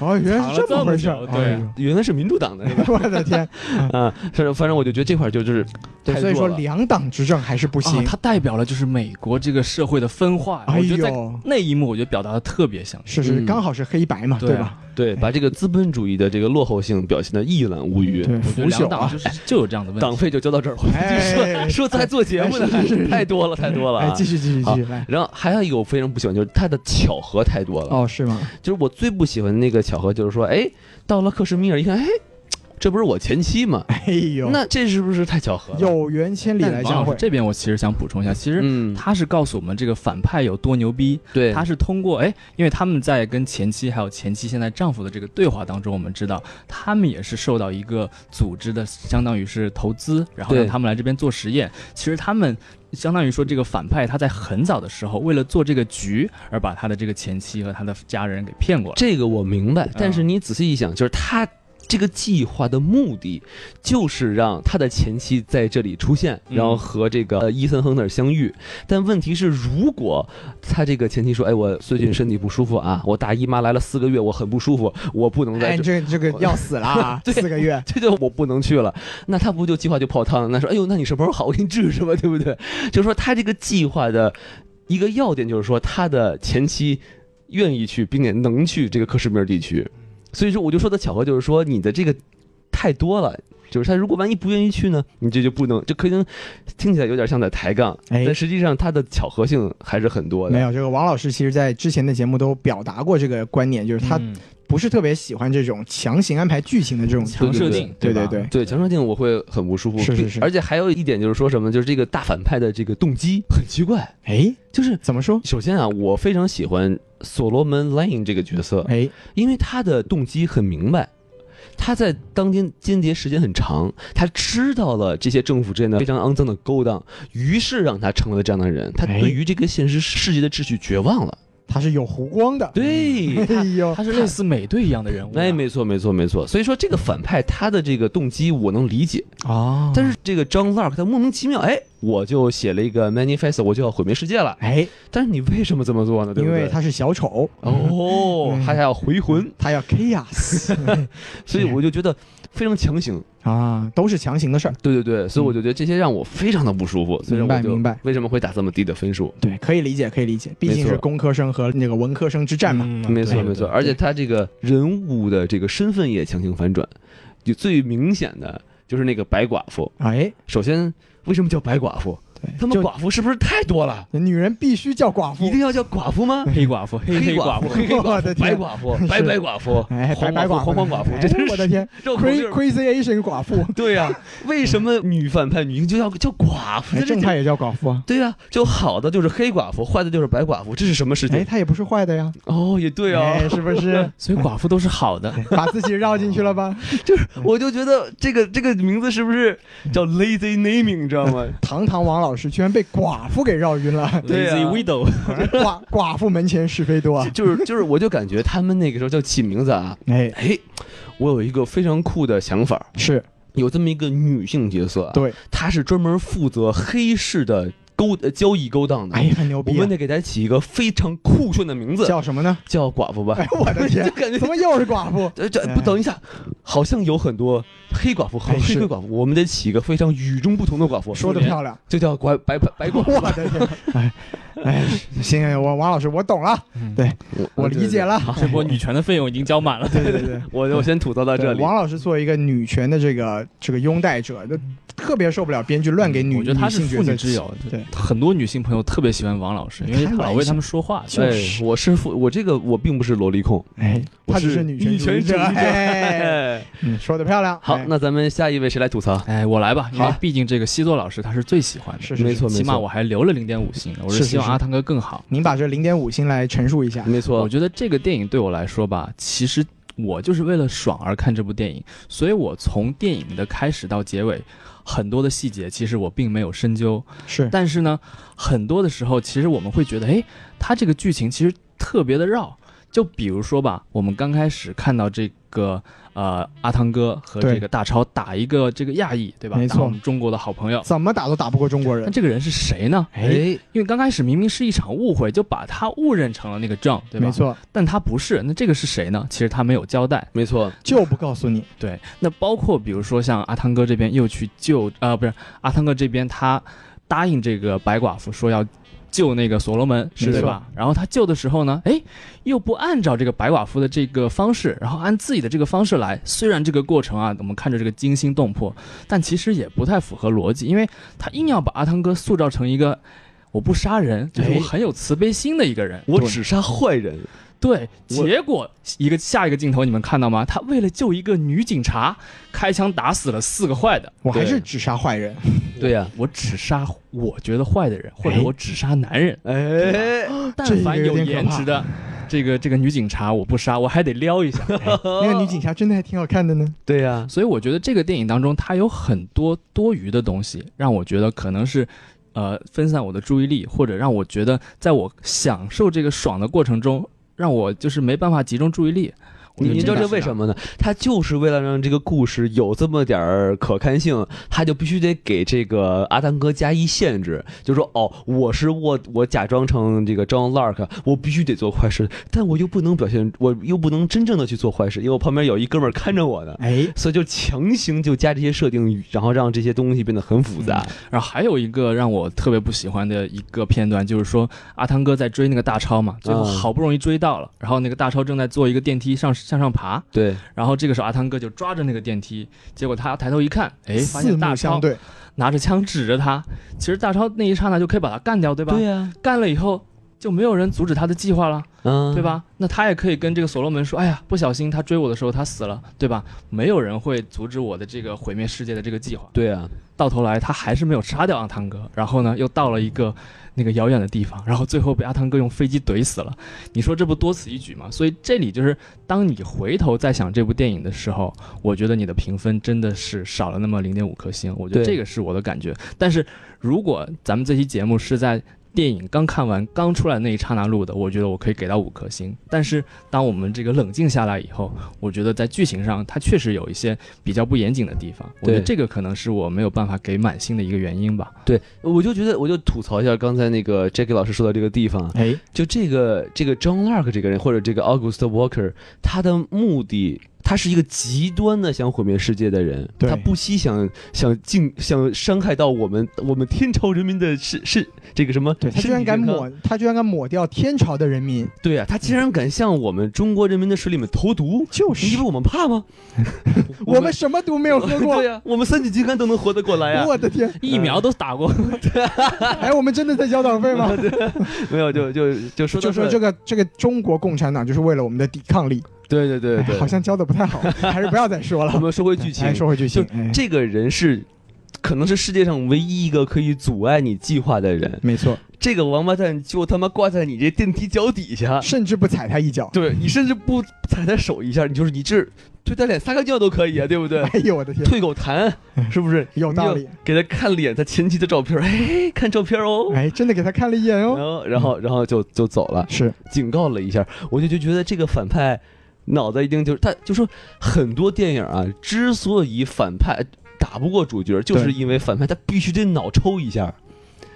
Speaker 3: 哦，原来是这么回事儿
Speaker 1: 藏了这么久对
Speaker 3: 哎呦
Speaker 2: 原来是民主党的，是吧
Speaker 3: 我的天！
Speaker 2: 啊，反正 反正我就觉得这块儿就是太
Speaker 3: 对，所以
Speaker 2: 弱
Speaker 3: 说
Speaker 2: 了
Speaker 3: 两党执政还是不
Speaker 1: 啊
Speaker 3: 行。
Speaker 1: 它代表了就是美国这个社会的分化。
Speaker 3: 哎
Speaker 1: 我觉得在
Speaker 3: 呦，
Speaker 1: 那一幕，我觉得表达的特别详细。
Speaker 3: 是是，
Speaker 2: 嗯
Speaker 3: 刚好是黑白嘛，
Speaker 1: 对啊
Speaker 3: 吧？
Speaker 2: 对，把这个资本主义的这个落后性表现的一览无余。
Speaker 3: 对，
Speaker 1: 我觉
Speaker 3: 腐
Speaker 1: 得两
Speaker 3: 朽
Speaker 1: 党
Speaker 3: 啊！
Speaker 1: 就是 就有这样的问
Speaker 2: 党
Speaker 1: 题。
Speaker 2: 费就交到这儿了，说
Speaker 3: 哎
Speaker 2: 说在做节目呢
Speaker 3: 哎是是 是，
Speaker 2: 太多了，太多了
Speaker 3: 哎，
Speaker 2: 啊。
Speaker 3: 继续继续继续
Speaker 2: 好
Speaker 3: 来。
Speaker 2: 然后还有一个我非常不喜欢，就是它的巧合太多了。
Speaker 3: 哦，是吗？
Speaker 2: 就是我最不喜欢的那个巧合，就是说，哎，到了克什米尔一看，哎，这不是我前妻吗？
Speaker 3: 哎呦，
Speaker 2: 那这是不是太巧合了？，
Speaker 3: 有缘千里
Speaker 1: 但
Speaker 3: 来
Speaker 1: 王
Speaker 3: 相
Speaker 1: 老
Speaker 3: 会
Speaker 1: 师，这边我其实想补充一下，其实
Speaker 2: 嗯，
Speaker 1: 他是告诉我们这个反派有多牛逼，
Speaker 3: 嗯
Speaker 2: 对，
Speaker 1: 他是通过哎，因为他们在跟前妻还有前妻现在丈夫的这个对话当中，我们知道他们也是受到一个组织的，相当于是投资，然后
Speaker 2: 对
Speaker 1: 让他们来这边做实验。其实他们相当于说这个反派他在很早的时候，为了做这个局，而把他的这个前妻和他的家人给骗过来。
Speaker 2: 这个我明
Speaker 1: 嗯
Speaker 2: 白，但是你仔细一想，就是他。这个计划的目的，就是让他的前妻在这里出现，
Speaker 1: 嗯
Speaker 2: 然后和这个呃伊森亨特相遇。但问题是，如果他这个前妻说：“哎，我最近身体不舒服啊，我大姨妈来了四个月，我很不舒服，我不能在
Speaker 3: 哎，
Speaker 2: 这，！
Speaker 3: 这这个要死了啊
Speaker 2: 对
Speaker 3: 四个月，
Speaker 2: 这就我不能去了。”那他不就计划就泡汤？那说：“哎呦，那你什么时候好？我 给你治治吧，对不对？”就是说，他这个计划的一个要点就是说，他的前妻愿意去，并且能去这个克什米尔地区。所以说，我就说的巧合就是说，你的这个太多了。就是他如果万一不愿意去呢，你这就不能，这可能听起来有点像在抬杠，
Speaker 3: 哎
Speaker 2: 但实际上它的巧合性还是很多的。
Speaker 3: 没有这个王老师，其实在之前的节目都表达过这个观念，就是他
Speaker 1: 嗯
Speaker 3: 不是特别喜欢这种强行安排剧情的这种
Speaker 1: 强设定，
Speaker 3: 对
Speaker 1: 吧
Speaker 3: 对对
Speaker 2: 对强设定我会很不舒服，
Speaker 3: 是是
Speaker 2: 并
Speaker 3: 是
Speaker 2: 而且还有一点就是说什么，就是这个大反派的这个动机很奇怪，
Speaker 3: 哎，
Speaker 2: 就是
Speaker 3: 怎么说？
Speaker 2: 首先啊，我非常喜欢所罗门· Lane 这个角色，
Speaker 3: 哎，
Speaker 2: 因为他的动机很明白。他在当天间谍时间很长，他知道了这些政府之间的非常肮脏的勾当，于是让他成为了这样的人。他
Speaker 3: 哎
Speaker 2: 对于这个现实世界的秩序绝望了。
Speaker 3: 他是有弧光的。
Speaker 2: 对，
Speaker 3: 哎呦，
Speaker 1: 他是哦类似美队一样的人物啊、
Speaker 2: 哎，没错，没错，没错。所以说这个反派他的这个动机我能理解，
Speaker 3: 哦，
Speaker 2: 但是这个 John Lark 他莫名其妙，哎，我就写了一个 manifest，我就要毁灭世界了。
Speaker 3: 哎，
Speaker 2: 但是你为什么这么做呢？对不
Speaker 3: 因
Speaker 2: 对？
Speaker 3: 为他是小丑，
Speaker 2: 哦，他还要回魂，
Speaker 3: 他要 chaos
Speaker 2: 所以我就觉得非常强行。
Speaker 3: 啊，都是强行的事儿。
Speaker 2: 对对对，所以我就觉得这些让我非常的不舒服。所以
Speaker 3: 嗯明白
Speaker 2: 我就
Speaker 3: 明白
Speaker 2: 为什么会打这么低的分数？
Speaker 3: 对，可以理解，可以理解，毕竟
Speaker 2: 没错
Speaker 3: 是工科生和那个文科生之战嘛。
Speaker 1: 嗯
Speaker 2: 没错
Speaker 1: 对
Speaker 2: 没
Speaker 1: 对
Speaker 2: 错，而且他这个人物的这个身份也强行反转，就最明显的就是那个白寡妇。
Speaker 3: 哎，
Speaker 2: 首先，为什么叫白寡妇？他
Speaker 3: 对，
Speaker 2: 们
Speaker 3: 就
Speaker 2: 寡妇是不是太多了？
Speaker 3: 女人必须叫寡
Speaker 2: 一
Speaker 3: 妇。
Speaker 2: 定要叫寡妇 吗？
Speaker 1: 黑寡妇，黑寡
Speaker 2: 妇，黑黑寡
Speaker 3: 我
Speaker 2: 妇，
Speaker 3: 的
Speaker 2: 白
Speaker 3: 天
Speaker 2: 寡妇，白白寡妇，
Speaker 3: 哎，白
Speaker 2: 黄
Speaker 3: 白
Speaker 2: 寡
Speaker 3: 寡
Speaker 2: 黄黄寡妇，
Speaker 3: 哎
Speaker 2: 这真是
Speaker 3: 我的天
Speaker 2: 绕口
Speaker 3: ，crazy
Speaker 2: 令。
Speaker 3: crazy Asian 寡妇，
Speaker 2: 对呀、为什么女反派女就要叫寡妇？
Speaker 3: 哎，
Speaker 2: 这
Speaker 3: 正
Speaker 2: 这
Speaker 3: 派也叫寡妇啊。
Speaker 2: 对呀、就好的就是黑寡妇，坏的就是白寡妇，这是什么事情？
Speaker 3: 哎，他也不是坏的呀，
Speaker 2: 哦，也对啊，
Speaker 3: 哎，是不是
Speaker 1: 所以寡妇都是好的。
Speaker 3: 把自己绕进去了吧？
Speaker 2: 就是 我就觉得这个这个名字是不是叫 lazy naming，你知道 吗？
Speaker 3: 堂堂王老师居然被寡妇给绕晕了，
Speaker 2: 对啊
Speaker 1: Lazy Widow，
Speaker 3: 寡寡妇门前是非多啊！
Speaker 2: 就是就是，我就感觉他们那个时候叫起名字啊，
Speaker 3: 哎，
Speaker 2: 哎，我有一个非常酷的想法，
Speaker 3: 是
Speaker 2: 有这么一个女性角色啊，
Speaker 3: 对，
Speaker 2: 她是专门负责黑市的勾呃交易勾当的。
Speaker 3: 哎，很牛
Speaker 2: 我
Speaker 3: 逼啊
Speaker 2: 们，得给她起一个非常酷炫的名字，啊
Speaker 3: 叫什么呢？
Speaker 2: 叫寡妇吧
Speaker 3: 哎。，我的 天
Speaker 2: 就，感觉
Speaker 3: 怎么又是寡妇？
Speaker 2: 呃，这不等一下，好像有很多黑寡妇，黑
Speaker 3: 哎是
Speaker 2: 黑寡妇，我们得起一个非常与众不同的寡妇，
Speaker 3: 说的漂亮，
Speaker 2: 就叫寡白白白寡妇
Speaker 3: 我
Speaker 2: 吧。
Speaker 3: 的天，哎哎，行行，行我王老师我懂
Speaker 2: 啊
Speaker 3: 了，我理解了，
Speaker 1: 这波女权的费用已经交满了。
Speaker 3: 对对对。
Speaker 2: 我我先吐槽到
Speaker 3: 对
Speaker 2: 啊这里。
Speaker 3: 王老师作为一个女权的这个这个拥戴者，就特别受不了编剧乱给女
Speaker 1: 嗯我觉得她
Speaker 3: 女
Speaker 1: 是
Speaker 3: 性
Speaker 1: 妇
Speaker 3: 角色
Speaker 1: 女
Speaker 3: 起
Speaker 1: 之友，
Speaker 3: 对，
Speaker 1: 很多女性朋友特别喜欢王老师，因为
Speaker 3: 开玩笑
Speaker 1: 老为他们说话。
Speaker 3: 就
Speaker 1: 对
Speaker 2: 哎
Speaker 3: 是
Speaker 2: 我是妇，我这个我并不是萝莉控。
Speaker 3: 哎，
Speaker 2: 我
Speaker 3: 她只
Speaker 2: 是
Speaker 3: 是女权
Speaker 2: 女权
Speaker 3: 主义者，
Speaker 2: 主义者
Speaker 3: 哎，
Speaker 2: 哎，
Speaker 3: 嗯说的漂亮，
Speaker 2: 好
Speaker 3: 哎，
Speaker 2: 那咱们下一位谁来吐槽？
Speaker 1: 哎，我来吧，因为
Speaker 2: 好
Speaker 1: 毕竟这个西多老师他是最喜欢的，
Speaker 3: 是是
Speaker 2: 没错，没
Speaker 1: 起码
Speaker 2: 错，
Speaker 1: 我还留了零点五星的，我
Speaker 3: 是
Speaker 1: 是
Speaker 3: 是
Speaker 1: 希望
Speaker 3: 是
Speaker 1: 阿汤哥更好。
Speaker 3: 您把这零点五星来陈述一下，
Speaker 2: 没错
Speaker 1: 我。觉得这个电影对我来说吧，其实我就是为了爽而看这部电影，所以我从电影的开始到结尾，很多的细节其实我并没有深究，
Speaker 3: 是
Speaker 1: 但是呢，很多的时候其实我们会觉得，哎，它这个剧情其实特别的绕。就比如说吧，我们刚开始看到这个呃阿汤哥和
Speaker 3: 对
Speaker 1: 这个大超打一个这个亚裔，对吧？
Speaker 3: 没
Speaker 1: 打我
Speaker 3: 错
Speaker 1: 们中国的好朋友。
Speaker 3: 怎么打都打不过中国
Speaker 1: 那
Speaker 3: 人，
Speaker 1: 这个人是谁呢？
Speaker 2: 哎，
Speaker 1: 因为刚开始明明是一场误会，就把他误认成了那个 John，对吧？
Speaker 3: 没错，
Speaker 1: 但他不是，那这个是谁呢？其实他没有交代。
Speaker 2: 没错，
Speaker 3: 就不告诉你，
Speaker 1: 对，那包括比如说像阿汤哥这边又去救，啊，不是阿汤哥这边他答应这个白寡妇说要救那个所罗门，
Speaker 3: 没错
Speaker 1: 对吧？然后他救的时候呢，哎，又不按照这个白寡妇的这个方式，然后按自己的这个方式来。虽然这个过程啊，我们看着这个惊心动魄，但其实也不太符合逻辑，因为他硬要把阿汤哥塑造成一个。我不杀人，就是
Speaker 2: 哎
Speaker 1: 我很有慈悲心的一个人。
Speaker 2: 我只杀坏人。
Speaker 1: 对，
Speaker 2: 我
Speaker 1: 结果一个下一个镜头你们看到吗？他为了救一个女警察，开枪打死了四个坏的。
Speaker 3: 我还
Speaker 2: 对
Speaker 3: 是只杀坏人，
Speaker 2: 对
Speaker 3: 啊
Speaker 2: 呀，
Speaker 1: 我只杀我觉得坏的人，或者我只杀男人。
Speaker 2: 哎，
Speaker 1: 但凡
Speaker 3: 这个有
Speaker 1: 有
Speaker 3: 点可
Speaker 1: 颜
Speaker 3: 怕
Speaker 1: 值的，这个这个女警察我不杀，我还得撩一下。
Speaker 3: 那个女警察真的还挺好看的呢，
Speaker 2: 对呀，
Speaker 1: 所以我觉得这个电影当中，它有很多多余的东西，让我觉得可能是，呃，分散我的注意力，或者让我觉得在我享受这个爽的过程中，让我就是没办法集中注意力。我觉得
Speaker 2: 你你知道这为
Speaker 1: 么？
Speaker 2: 什么呢？他就是为了让这个故事有这么点儿可看性，他就必须得给这个阿汤哥加以限制，就说哦，我是我我假装成这个 John Lark，我必须得做坏事，但我又不能表现，我又不能真正的去做坏事，因为我旁边有一哥们儿看着我呢。
Speaker 3: 哎，
Speaker 2: 所以就强行就加这些设定，然后让这些东西变得很复杂。
Speaker 1: 然后还有一个让我特别不喜欢的一个片段，就是说阿汤哥在追那个大超嘛，最
Speaker 3: 啊
Speaker 1: 后
Speaker 2: 嗯
Speaker 1: 好不容易追到了，然后那个大超正在坐一个电梯上向上爬，
Speaker 2: 对，
Speaker 1: 然后这个时候阿汤哥就抓着那个电梯，结果他抬头一看，哎，发
Speaker 3: 四
Speaker 1: 现大
Speaker 3: 目相
Speaker 1: 超
Speaker 3: 对，
Speaker 1: 拿着枪指着他，其实大超那一刹那就可以把他干掉，对吧？
Speaker 2: 呀、
Speaker 1: 干了以后。就没有人阻止他的计划了，
Speaker 2: 嗯，
Speaker 1: 对？吧？那他也可以跟这个所罗门说：“哎呀，不小心他追我的时候他死了，对吧？没有人会阻止我的这个毁灭世界的这个计划。”
Speaker 2: 对啊，
Speaker 1: 到头来他还是没有杀掉阿汤哥，然后呢又到了一个那个遥远的地方，然后最后被阿汤哥用飞机怼死了。你说这不多此一举吗？所以这里就是当你回头再想这部电影的时候，我觉得你的评分真的是少了那么零点五颗星，我觉得
Speaker 2: 对
Speaker 1: 这个是我的感觉。但是如果咱们这期节目是在电影刚看完、刚出来那一刹那录的，我觉得我可以给到五颗星。但是当我们这个冷静下来以后，我觉得在剧情上它确实有一些比较不严谨的地方。我觉得
Speaker 2: 对
Speaker 1: 这个可能是我没有办法给满星的一个原因吧。
Speaker 2: 对，我就觉得，我就吐槽一下刚才那个 Jackie 老师说到这个地方，
Speaker 3: 哎，
Speaker 2: 就这个这个 John Lark 这个人，或者这个 August Walker，他的目的，他是一个极端的想毁灭世界的人，
Speaker 3: 对
Speaker 2: 他不惜想想进想伤害到我们我们天朝人民的是是这个什么？
Speaker 3: 对他居然敢
Speaker 2: 身体健康
Speaker 3: 抹，他居然敢抹掉天朝的人民，
Speaker 2: 对啊，他竟然敢向我们中国人民的水里面投毒，
Speaker 3: 就
Speaker 2: 你以
Speaker 3: 是
Speaker 2: 为我们怕吗？
Speaker 3: 我们什么毒没有喝过
Speaker 2: 对。呀、我们三聚氰胺都能活得过哎来呀、啊
Speaker 3: 我的天！
Speaker 1: 疫苗都打过，
Speaker 3: 哎，我们真的在交党费吗？
Speaker 2: 没有，就就就说
Speaker 3: 就说这
Speaker 2: 个，
Speaker 3: 个这个中国共产党就是为了我们的抵抗力，
Speaker 2: 对对对
Speaker 3: 哎
Speaker 2: 对，
Speaker 3: 好像教的不 太好，还是不要再说
Speaker 2: 我
Speaker 3: 了。
Speaker 2: 们说回剧情
Speaker 3: 哎，，说回剧情，
Speaker 2: 就
Speaker 3: 哎
Speaker 2: 这个人是。可能是世界上唯一一个可以阻碍你计划的人，啊
Speaker 3: 没错，
Speaker 2: 这个王八蛋就他妈挂在你这电梯脚底下，
Speaker 3: 甚至不踩他一脚。
Speaker 2: 对你甚至不踩他手一下，你就是你这对他脸撒个尿都可以啊，对不 对？
Speaker 3: 哎呦我的天，
Speaker 2: 退狗痰是不是？
Speaker 3: 有道理。
Speaker 2: 给他看脸，他前妻的照片，哎，看照片哦，
Speaker 3: 哎，真的给他看了一眼
Speaker 2: 然
Speaker 3: 哦。
Speaker 2: 后然后然后就就走了。
Speaker 3: 是
Speaker 2: 警告了一下，我就就觉得这个反派脑袋一定就是他，就说很多电影啊，之所以反派打不过主角，就是
Speaker 3: 对
Speaker 2: 因为反派他必须得脑抽一下，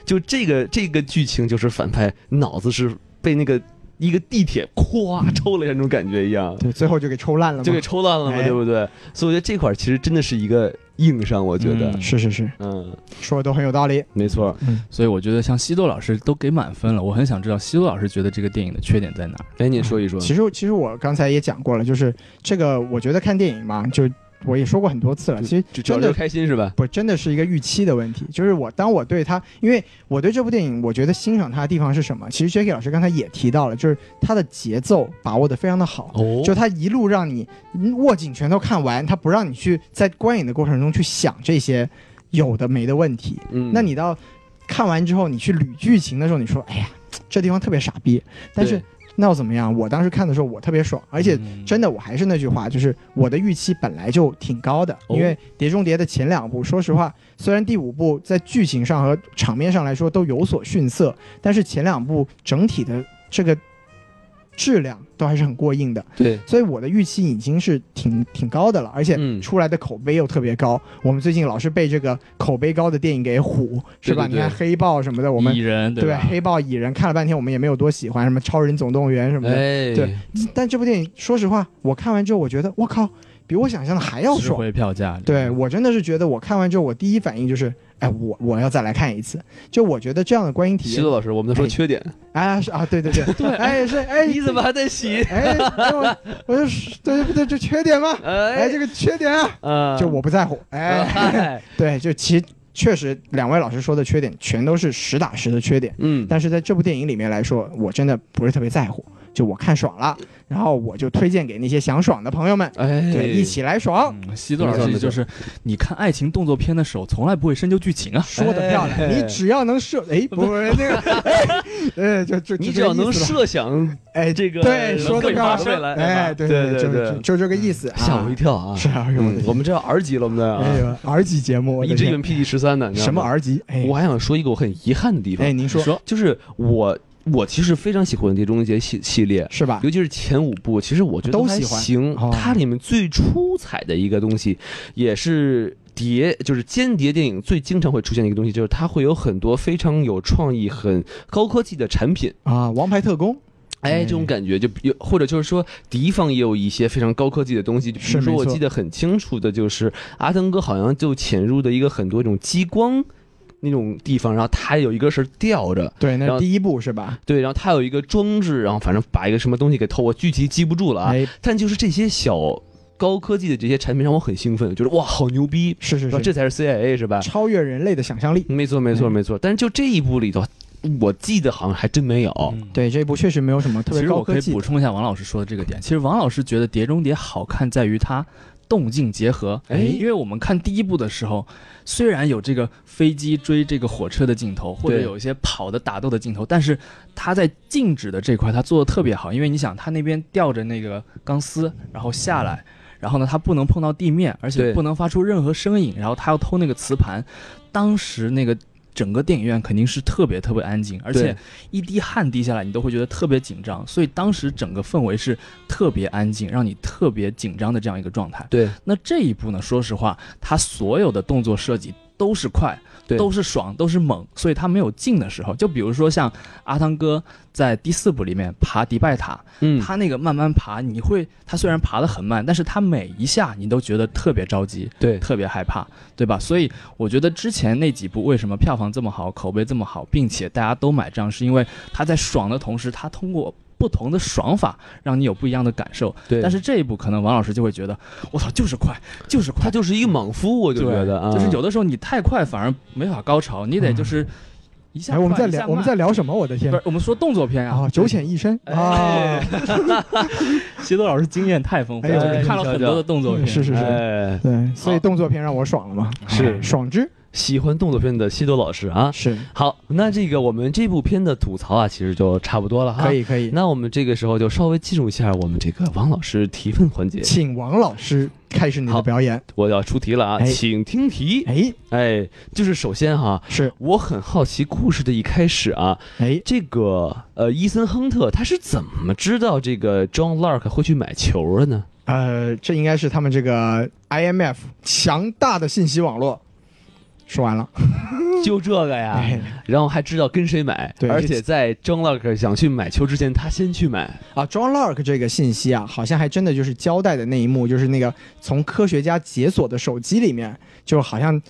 Speaker 2: 就这个这个剧情就是反派脑子是被那个一个地铁咵抽了一下那种感觉一样，
Speaker 3: 对，最后就给抽烂了嘛。
Speaker 2: 就给抽烂了嘛，
Speaker 3: 哎
Speaker 2: 对不对？所以我觉得这块儿其实真的是一个硬伤，我觉得
Speaker 1: 嗯，
Speaker 3: 是是是，
Speaker 2: 嗯，
Speaker 3: 说的都很有道理。
Speaker 2: 没错儿，
Speaker 3: 嗯，
Speaker 1: 所以我觉得像西多老师都给满分了，我很想知道西多老师觉得这个电影的缺点在哪儿。
Speaker 2: 哎，你说一说，
Speaker 3: 嗯其实其实我刚才也讲过了，就是这个，我觉得看电影嘛，就我也说过很多次了，其实
Speaker 2: 就只要
Speaker 3: 真
Speaker 2: 是
Speaker 3: 的
Speaker 2: 开心是吧？
Speaker 3: 不真的是一个预期的问题。就是我当我对他，因为我对这部电影，我觉得欣赏它的地方是什么？其实 Jackie 老师刚才也提到了，就是它的节奏把握的非常的好。
Speaker 2: 哦
Speaker 3: 就他一路让你嗯握紧拳头看完，他不让你去在观影的过程中去想这些有的没的问题。
Speaker 2: 嗯，
Speaker 3: 那你到看完之后，你去捋剧情的时候，你说：“哎呀，这地方特别傻逼。”但是
Speaker 2: 对
Speaker 3: 那又怎么样？我当时看的时候，我特别爽，而且
Speaker 1: 嗯
Speaker 3: 真的，我还是那句话，就是我的预期本来就挺高的，
Speaker 2: 哦
Speaker 3: 因为《碟中谍》的前两部，说实话，虽然第五部在剧情上和场面上来说都有所逊色，但是前两部整体的这个质量都还是很过硬的。
Speaker 2: 对，
Speaker 3: 所以我的预期已经是挺挺高的了，而且
Speaker 2: 嗯
Speaker 3: 出来的口碑又特别高。我们最近老是被这个口碑高的电影给唬，是吧？
Speaker 2: 对对对
Speaker 3: 你看《黑豹》什么的，我们
Speaker 1: 蚁人
Speaker 3: 对哎
Speaker 1: 吧
Speaker 3: 《黑豹》蚁人看了半天，我们也没有多喜欢，什么《超人总动员》什么的。
Speaker 2: 哎，
Speaker 3: 对，但这部电影，说实话，我看完之后，我觉得我靠，比我想象的还要
Speaker 1: 值
Speaker 3: 爽。
Speaker 1: 回票价，
Speaker 3: 对我真的是觉得，我看完之后，我第一反应就是，哎，我我要再来看一次。就我觉得这样的观影体
Speaker 2: 西
Speaker 3: 验
Speaker 2: 多，老师，我们在说缺点，
Speaker 3: 啊是啊，对对对， 对哎是哎，
Speaker 2: 你怎么还在洗？
Speaker 3: 哎，哎我我就说对对对，这缺点嘛，哎，
Speaker 2: 哎，
Speaker 3: 这个缺点啊，
Speaker 2: 啊，
Speaker 3: 就我不在乎。哎，
Speaker 2: 哎，
Speaker 3: 对，就其实确实两位老师说的缺点全都是实打实的缺点，
Speaker 2: 嗯，
Speaker 3: 但是在这部电影里面来说，我真的不是特别在乎，就我看爽了，然后我就推荐给那些想爽的朋友们，
Speaker 2: 哎，
Speaker 3: 对，一起来爽。
Speaker 1: 嗯，西多老师就是你看爱情动作片的手从来不会深究剧情啊，
Speaker 3: 说的漂
Speaker 2: 哎
Speaker 3: 亮，你只要能射，哎， 不不那个， 哎，哎就就
Speaker 2: 你只
Speaker 3: 就这个
Speaker 2: 要能
Speaker 3: 意思吧
Speaker 2: 设想
Speaker 3: 哎，
Speaker 2: 这个
Speaker 3: 对，
Speaker 2: 能
Speaker 3: 说的
Speaker 2: 够发
Speaker 3: 漂
Speaker 2: 挥
Speaker 3: 亮，
Speaker 2: 来
Speaker 3: 哎，
Speaker 2: 对
Speaker 3: 对
Speaker 2: 对
Speaker 3: 就就就这个意思，
Speaker 2: 吓我一
Speaker 3: 跳，
Speaker 2: 跳啊！
Speaker 3: 是啊，哎呦我的
Speaker 2: 嗯，我
Speaker 3: 天
Speaker 2: 们这要 R 级了，我们的
Speaker 3: 哎
Speaker 2: 啊，
Speaker 3: 呦，R 级节目，我
Speaker 2: 我
Speaker 3: 的
Speaker 2: 一直以
Speaker 3: 天
Speaker 2: 为 PG 十三呢，你知道
Speaker 3: 什么
Speaker 2: 吗
Speaker 3: R 级？哎，
Speaker 2: 啊我还想说一个我很遗憾的地方
Speaker 3: 哎，，您说
Speaker 1: 说
Speaker 2: 就是我我其实非常喜欢《碟中谍》系系列，
Speaker 3: 是吧？
Speaker 2: 尤其是前五部，其实我觉得
Speaker 3: 都
Speaker 2: 还
Speaker 3: 喜欢
Speaker 2: 行。
Speaker 3: 哦
Speaker 2: 它里面最出彩的一个东西，也是谍，就是间谍电影最经常会出现的一个东西，就是它会有很多非常有创意、很高科技的产品。
Speaker 3: 啊，王牌特工
Speaker 2: 哎，这种感觉就有，或者就是说敌方也有一些非常高科技的东西，就比如
Speaker 3: 是没
Speaker 2: 说我
Speaker 3: 错
Speaker 2: 记得很清楚的就是阿汤哥好像就潜入的一个很多这种激光。那种地方，然后他有一个是吊着，
Speaker 3: 对，
Speaker 2: 然
Speaker 3: 那
Speaker 2: 后
Speaker 3: 是第一部是吧？
Speaker 2: 对，然后他有一个装置，然后反正把一个什么东西给偷，我具体记不住了啊。
Speaker 3: 哎，
Speaker 2: 但就是这些小高科技的这些产品让我很兴奋，觉得哇，好牛逼，
Speaker 3: 是是
Speaker 2: 说
Speaker 3: 是，
Speaker 2: 这才是 CIA 是吧？
Speaker 3: 超越人类的想象力。
Speaker 2: 没错，没错，
Speaker 3: 嗯
Speaker 2: 没错。但是就这一部里头，我记得好像还真没有。
Speaker 3: 哦
Speaker 1: 嗯
Speaker 3: 对，这部确实没有什么特
Speaker 1: 其
Speaker 3: 别
Speaker 1: 实
Speaker 3: 高
Speaker 1: 我可
Speaker 3: 科
Speaker 1: 以
Speaker 3: 技
Speaker 1: 补。充一下王老师说的这个点。其实王老师觉得《碟中谍》好看在于它动静结合。
Speaker 2: 哎
Speaker 1: 因为我们看第一部的时候，虽然有这个飞机追这个火车的镜头，或者
Speaker 2: 对
Speaker 1: 有一些跑的打斗的镜头，但是他在静止的这块他做的特别好。因为你想，他那边吊着那个钢丝，然后下来。然后呢，他不能碰到地面，而且
Speaker 2: 对
Speaker 1: 不能发出任何声音。然后他要偷那个磁盘，当时那个整个电影院肯定是特别特别安静，而且
Speaker 2: 对
Speaker 1: 一滴汗滴下来，你都会觉得特别紧张，所以当时整个氛围是特别安静，让你特别紧张的这样一个状态。
Speaker 2: 对，
Speaker 1: 那这一部呢，说实话，它所有的动作设计都是快，
Speaker 2: 对
Speaker 1: 都是爽，都是猛，所以它没有静的时候。就比如说像阿汤哥在第四部里面爬迪拜塔，
Speaker 2: 嗯，
Speaker 1: 他那个慢慢爬，你会，他虽然爬得很慢，但是他每一下你都觉得特别着急，
Speaker 2: 对，
Speaker 1: 特别害怕，对吧？所以我觉得之前那几部为什么票房这么好，口碑这么好，并且大家都买账，是因为他在爽的同时，他通过不同的爽法，让你有不一样的感受。
Speaker 2: 对。
Speaker 1: 但是这一部可能王老师就会觉得，我操，就是快，就是快，
Speaker 2: 他就是一个莽夫，我就
Speaker 1: 对
Speaker 2: 觉得啊，嗯
Speaker 1: 就是有的时候你太快反而没法高潮，你得就是一下
Speaker 3: 哎，
Speaker 1: 快、
Speaker 3: 我们在
Speaker 1: 一下
Speaker 3: 聊我们
Speaker 1: 慢
Speaker 3: 在聊什么？我的天
Speaker 1: 不！是我们说动作片啊
Speaker 3: 啊，，九浅一深啊
Speaker 2: 哎，
Speaker 1: 西多老师经验太丰富
Speaker 3: 哎呦嗯
Speaker 1: 了，就是看了很多的动作片，
Speaker 3: 是是是，
Speaker 2: 哎，
Speaker 3: 对，所以动作片让我爽了嘛，哎
Speaker 2: 是
Speaker 3: 爽之
Speaker 2: 喜欢动作片的西多老师啊。
Speaker 3: 是
Speaker 2: 好，那这个我们这部片的吐槽啊，其实就差不多了哈。
Speaker 3: 可。以可以，
Speaker 2: 那我们这个时候就稍微进入一下我们这个王老师提问环节，
Speaker 3: 请王老师开始你的
Speaker 2: 好
Speaker 3: 表演。
Speaker 2: 我要出题了啊，
Speaker 3: 哎
Speaker 2: 请听题。
Speaker 3: 哎，
Speaker 2: 哎，就是首先哈，
Speaker 3: 是
Speaker 2: 我很好奇故事的一开始啊，
Speaker 3: 哎，
Speaker 2: 这个呃，伊森亨特他是怎么知道这个 John Lark 会去买球的呢？
Speaker 3: 呃，这应该是他们这个 IMF 强大的信息网络。说完了，哎
Speaker 2: 就这个呀，
Speaker 3: 对
Speaker 2: 哎然后还知道跟谁买，
Speaker 3: 对
Speaker 2: 而且在 John Locke 想去买球之前，他先去买，
Speaker 3: 啊，John Locke 这个信息啊，好像还真的就是交代的那一幕，就是那个从科学家解锁的手机里面，就好像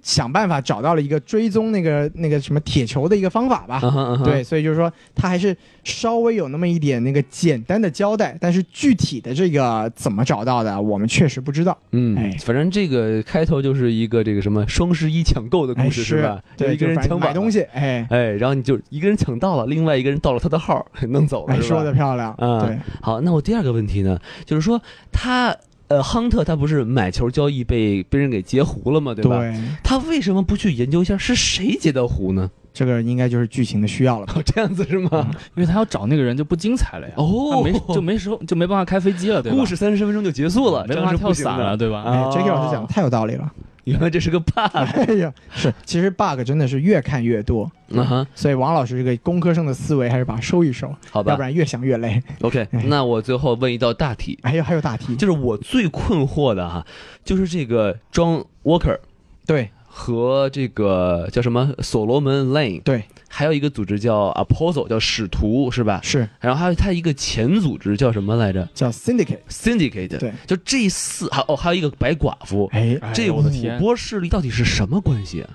Speaker 3: 想办法找到了一个追踪那个那个什么铁球的一个方法吧。
Speaker 2: 啊哈啊哈
Speaker 3: 对，所以就是说他还是稍微有那么一点那个简单的交代，但是具体的这个怎么找到的，我们确实不知道。
Speaker 2: 嗯，
Speaker 3: 哎
Speaker 2: 反正这个开头就是一个这个什么双十一抢购的故
Speaker 3: 哎，
Speaker 2: 事、是吧？有
Speaker 3: 对，
Speaker 2: 一个人
Speaker 3: 就反
Speaker 2: 抢
Speaker 3: 正买
Speaker 2: 宝
Speaker 3: 东，西，哎，
Speaker 2: 哎，然后你就一个人抢到了，另外一个人盗了他的号， 弄走了，
Speaker 3: 哎，
Speaker 2: 是吧
Speaker 3: 说的漂亮，
Speaker 2: 啊
Speaker 3: 对，
Speaker 2: 好，那我第二个问题呢，就是说他呃，亨特他不是买球交易被被人给截胡了吗？对吧？
Speaker 3: 对，
Speaker 2: 他为什么不去研究一下是谁截的胡呢？
Speaker 3: 这个应该就是剧情的需要了吧？
Speaker 2: 哦，这样子是吗？
Speaker 1: 因为他要找那个人就不精彩了呀，嗯他
Speaker 2: 哦，
Speaker 1: 没就没时候就没办法开飞机了，对吧？
Speaker 2: 故事三十分钟就结束了，
Speaker 1: 没
Speaker 2: 这
Speaker 1: 办
Speaker 2: 样
Speaker 1: 法
Speaker 2: 是
Speaker 1: 跳
Speaker 2: 不行
Speaker 1: 伞
Speaker 2: 的
Speaker 1: 了，对吧？
Speaker 2: 啊
Speaker 3: 哎，J.K. 老师讲的太有道理了。
Speaker 2: 原来这是个 bug 啊
Speaker 3: 哎呀，是，其实 bug 真的是越看越多，
Speaker 2: 啊哈！
Speaker 3: 所以王老师这个工科生的思维还是把它收一收，
Speaker 2: 好
Speaker 3: 要
Speaker 2: 吧
Speaker 3: 不然越想越累。
Speaker 2: ，OK，那
Speaker 1: 哎
Speaker 2: 我最后问一道大题，
Speaker 3: 还有还有大题，
Speaker 2: 就是我最困惑的哈，就是这个 John Walker
Speaker 3: 对
Speaker 2: 和这个叫什么所罗门 Lane，
Speaker 3: 对，
Speaker 2: 还有一个组织叫 Apostle，叫使徒是吧？
Speaker 3: 是
Speaker 2: 然后还有他一个前组织叫什么来着
Speaker 3: 叫 syndicate。
Speaker 2: ？Syndicate，
Speaker 3: 对，
Speaker 2: 就这四还哦还有一个白寡妇，
Speaker 3: 哎，
Speaker 1: 哎
Speaker 2: 这
Speaker 1: 我
Speaker 2: 五
Speaker 1: 的天
Speaker 2: 波势力到底是什么关系啊？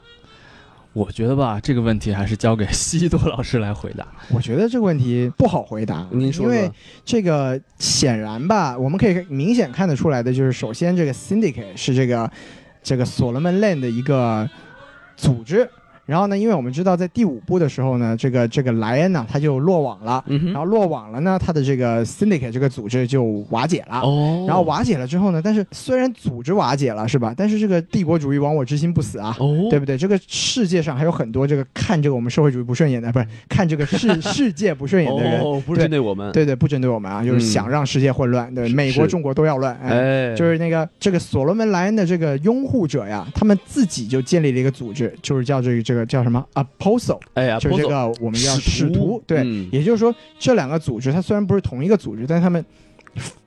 Speaker 1: 我觉得吧，这个问题还是交给西多老师来回答。
Speaker 3: 我觉得这个问题不好回答，
Speaker 2: 您说
Speaker 3: 因为
Speaker 2: 说，
Speaker 3: 这个显然吧，我们可以明显看得出来的就是，首先这个 syndicate 是这个这个所罗门 land 的一个组织。然后呢，因为我们知道在第五部的时候呢，这个这个莱恩呢他就落网了，
Speaker 2: 嗯
Speaker 3: 然
Speaker 2: 哼，
Speaker 3: 后落网了呢，他的这个 syndicate 这个组织就瓦解了。
Speaker 2: 哦，
Speaker 3: 然后瓦解了之后呢，但是虽然组织瓦解了是吧？但是这个帝国主义亡我之心不死啊。
Speaker 2: 哦，
Speaker 3: 对不对？这个世界上还有很多这个看这个我们社会主义不顺眼的，不是看这个世世界不顺眼的人，
Speaker 2: 哦，不是针对我们，
Speaker 3: 对对，不针对我们啊，就是想让世界混乱，对，
Speaker 2: 嗯是
Speaker 3: 美国、
Speaker 2: 是
Speaker 3: 中国都要乱，哎，
Speaker 2: 哎，
Speaker 3: 就是那个这个所罗门莱恩的这个拥护者呀，他们自己就建立了一个组织，就是叫这个这个叫什么 Apostle，
Speaker 2: 哎呀，
Speaker 3: 就是这
Speaker 2: Apostle，
Speaker 3: 个我们叫
Speaker 2: 使
Speaker 3: 使
Speaker 2: 徒
Speaker 3: 徒，对，
Speaker 2: 嗯
Speaker 3: 也就是说，这两个组织它虽然不是同一个组织，但是他们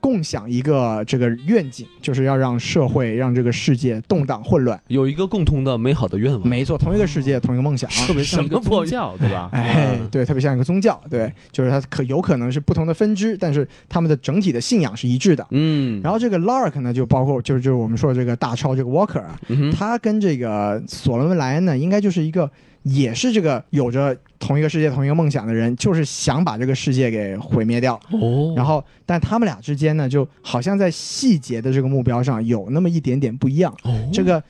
Speaker 3: 共享一个这个愿景，就是要让社会、让这个世界动荡混乱。
Speaker 2: 有一个共同的美好的愿望，
Speaker 3: 没错，同一个世界，同一个梦想。
Speaker 1: 特别像一个
Speaker 2: 什么破
Speaker 1: 宗教，对吧？
Speaker 3: 哎
Speaker 2: 嗯，
Speaker 3: 对，特别像一个宗教，对，就是它可有可能是不同的分支，但是他们的整体的信仰是一致的。
Speaker 2: 嗯，
Speaker 3: 然后这个 Lark 呢，就包括就是就是我们说的这个大超这个 Walker 啊，
Speaker 2: 嗯哼
Speaker 3: 他跟这个索伦莱恩呢，应该就是一个也是这个有着同一个世界、同一个梦想的人，就是想把这个世界给毁灭掉。
Speaker 2: 哦，
Speaker 3: 然后，但他们俩之间呢，就好像在细节的这个目标上有那么一点点不一样。
Speaker 2: 哦
Speaker 3: 这个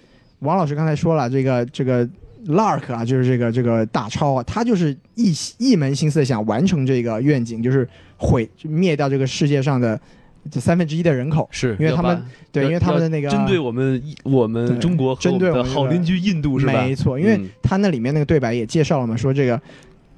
Speaker 3: 王老师刚才说了，这个这个 Lark 啊，就是这个这个大超啊，他就是一一门心思的想完成这个愿景，就是毁灭掉这个世界上的这三分之一的人口。
Speaker 2: 是
Speaker 3: 因为
Speaker 2: 要
Speaker 3: 他们
Speaker 2: 把
Speaker 3: 对，
Speaker 2: 要
Speaker 3: 因为他们的那个
Speaker 2: 针对我们我们
Speaker 3: 对
Speaker 2: 中国和
Speaker 3: 针对
Speaker 2: 我们
Speaker 3: 我
Speaker 2: 的
Speaker 3: 们
Speaker 2: 好
Speaker 3: 这个
Speaker 2: 邻居印度是吧？
Speaker 3: 没错，因为
Speaker 2: 嗯
Speaker 3: 他那里面那个对白也介绍了嘛，说这个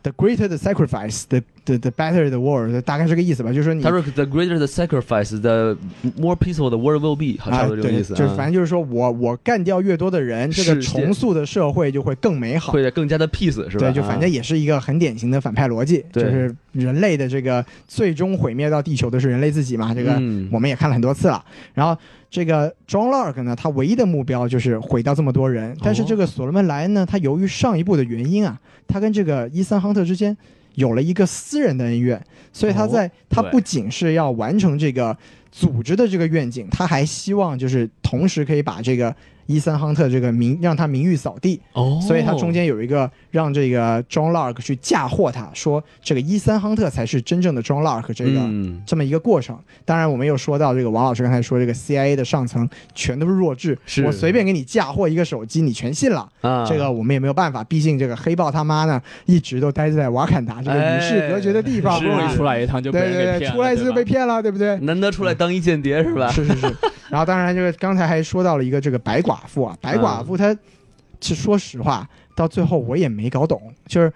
Speaker 3: the greater the sacrifice, the the the better the world，大概是这个意思吧，就是说你
Speaker 2: 他说 the greater the sacrifice, the more peaceful the world will be，好
Speaker 3: 啊，
Speaker 2: 像是
Speaker 3: 对，
Speaker 2: 这个意思啊，
Speaker 3: 就是反正就是说我我干掉越多的人，这
Speaker 2: 世
Speaker 3: 个
Speaker 2: 界
Speaker 3: 重塑的社会就会更美好。
Speaker 2: 会更加的 peace 是吧？
Speaker 3: 对，就反正
Speaker 2: 啊
Speaker 3: 也是一个很典型的反派逻辑，就
Speaker 2: 对
Speaker 3: 是人类的这个最终毁灭到地球的是人类自己嘛，这个
Speaker 2: 嗯
Speaker 3: 我们也看了很多次了。然后这个 John Lark 呢，他唯一的目标就是毁掉这么多人，
Speaker 2: 哦
Speaker 3: 但是这个所罗门莱恩呢，他由于上一部的原因啊，他跟这个伊森亨特之间有了一个私人的恩怨，所以
Speaker 2: 哦
Speaker 3: 他在、他
Speaker 1: 对
Speaker 3: 不仅是要完成这个组织的这个愿景，他还希望就是同时可以把这个伊森亨特这个名让他名誉扫地。
Speaker 2: 哦，
Speaker 3: 所以他中间有一个让这个 John Lark 去嫁祸他，说这个伊森亨特才是真正的 John Lark 这个、
Speaker 2: 嗯
Speaker 3: 这么一个过程。当然，我们又说到这个王老师刚才说这个 CIA 的上层全都是弱智，
Speaker 2: 是
Speaker 3: 我随便给你嫁祸一个手机，你全信了。
Speaker 2: 啊
Speaker 3: 这个我们也没有办法，毕竟这个黑豹他妈呢一直都待在瓦坎达这个与世隔绝的地方，啊
Speaker 1: 好不容易
Speaker 2: 哎是
Speaker 1: 出来一趟就被
Speaker 3: 对
Speaker 1: 人给
Speaker 3: 对对，
Speaker 1: 骗了，
Speaker 3: 出来一次就被骗了，对不对？
Speaker 2: 难得出来当一间谍是吧？
Speaker 3: 是是是。然后当然这个刚才还说到了一个这个白寡妇啊，白寡妇她，其实说实话，到最后我也没搞懂，就是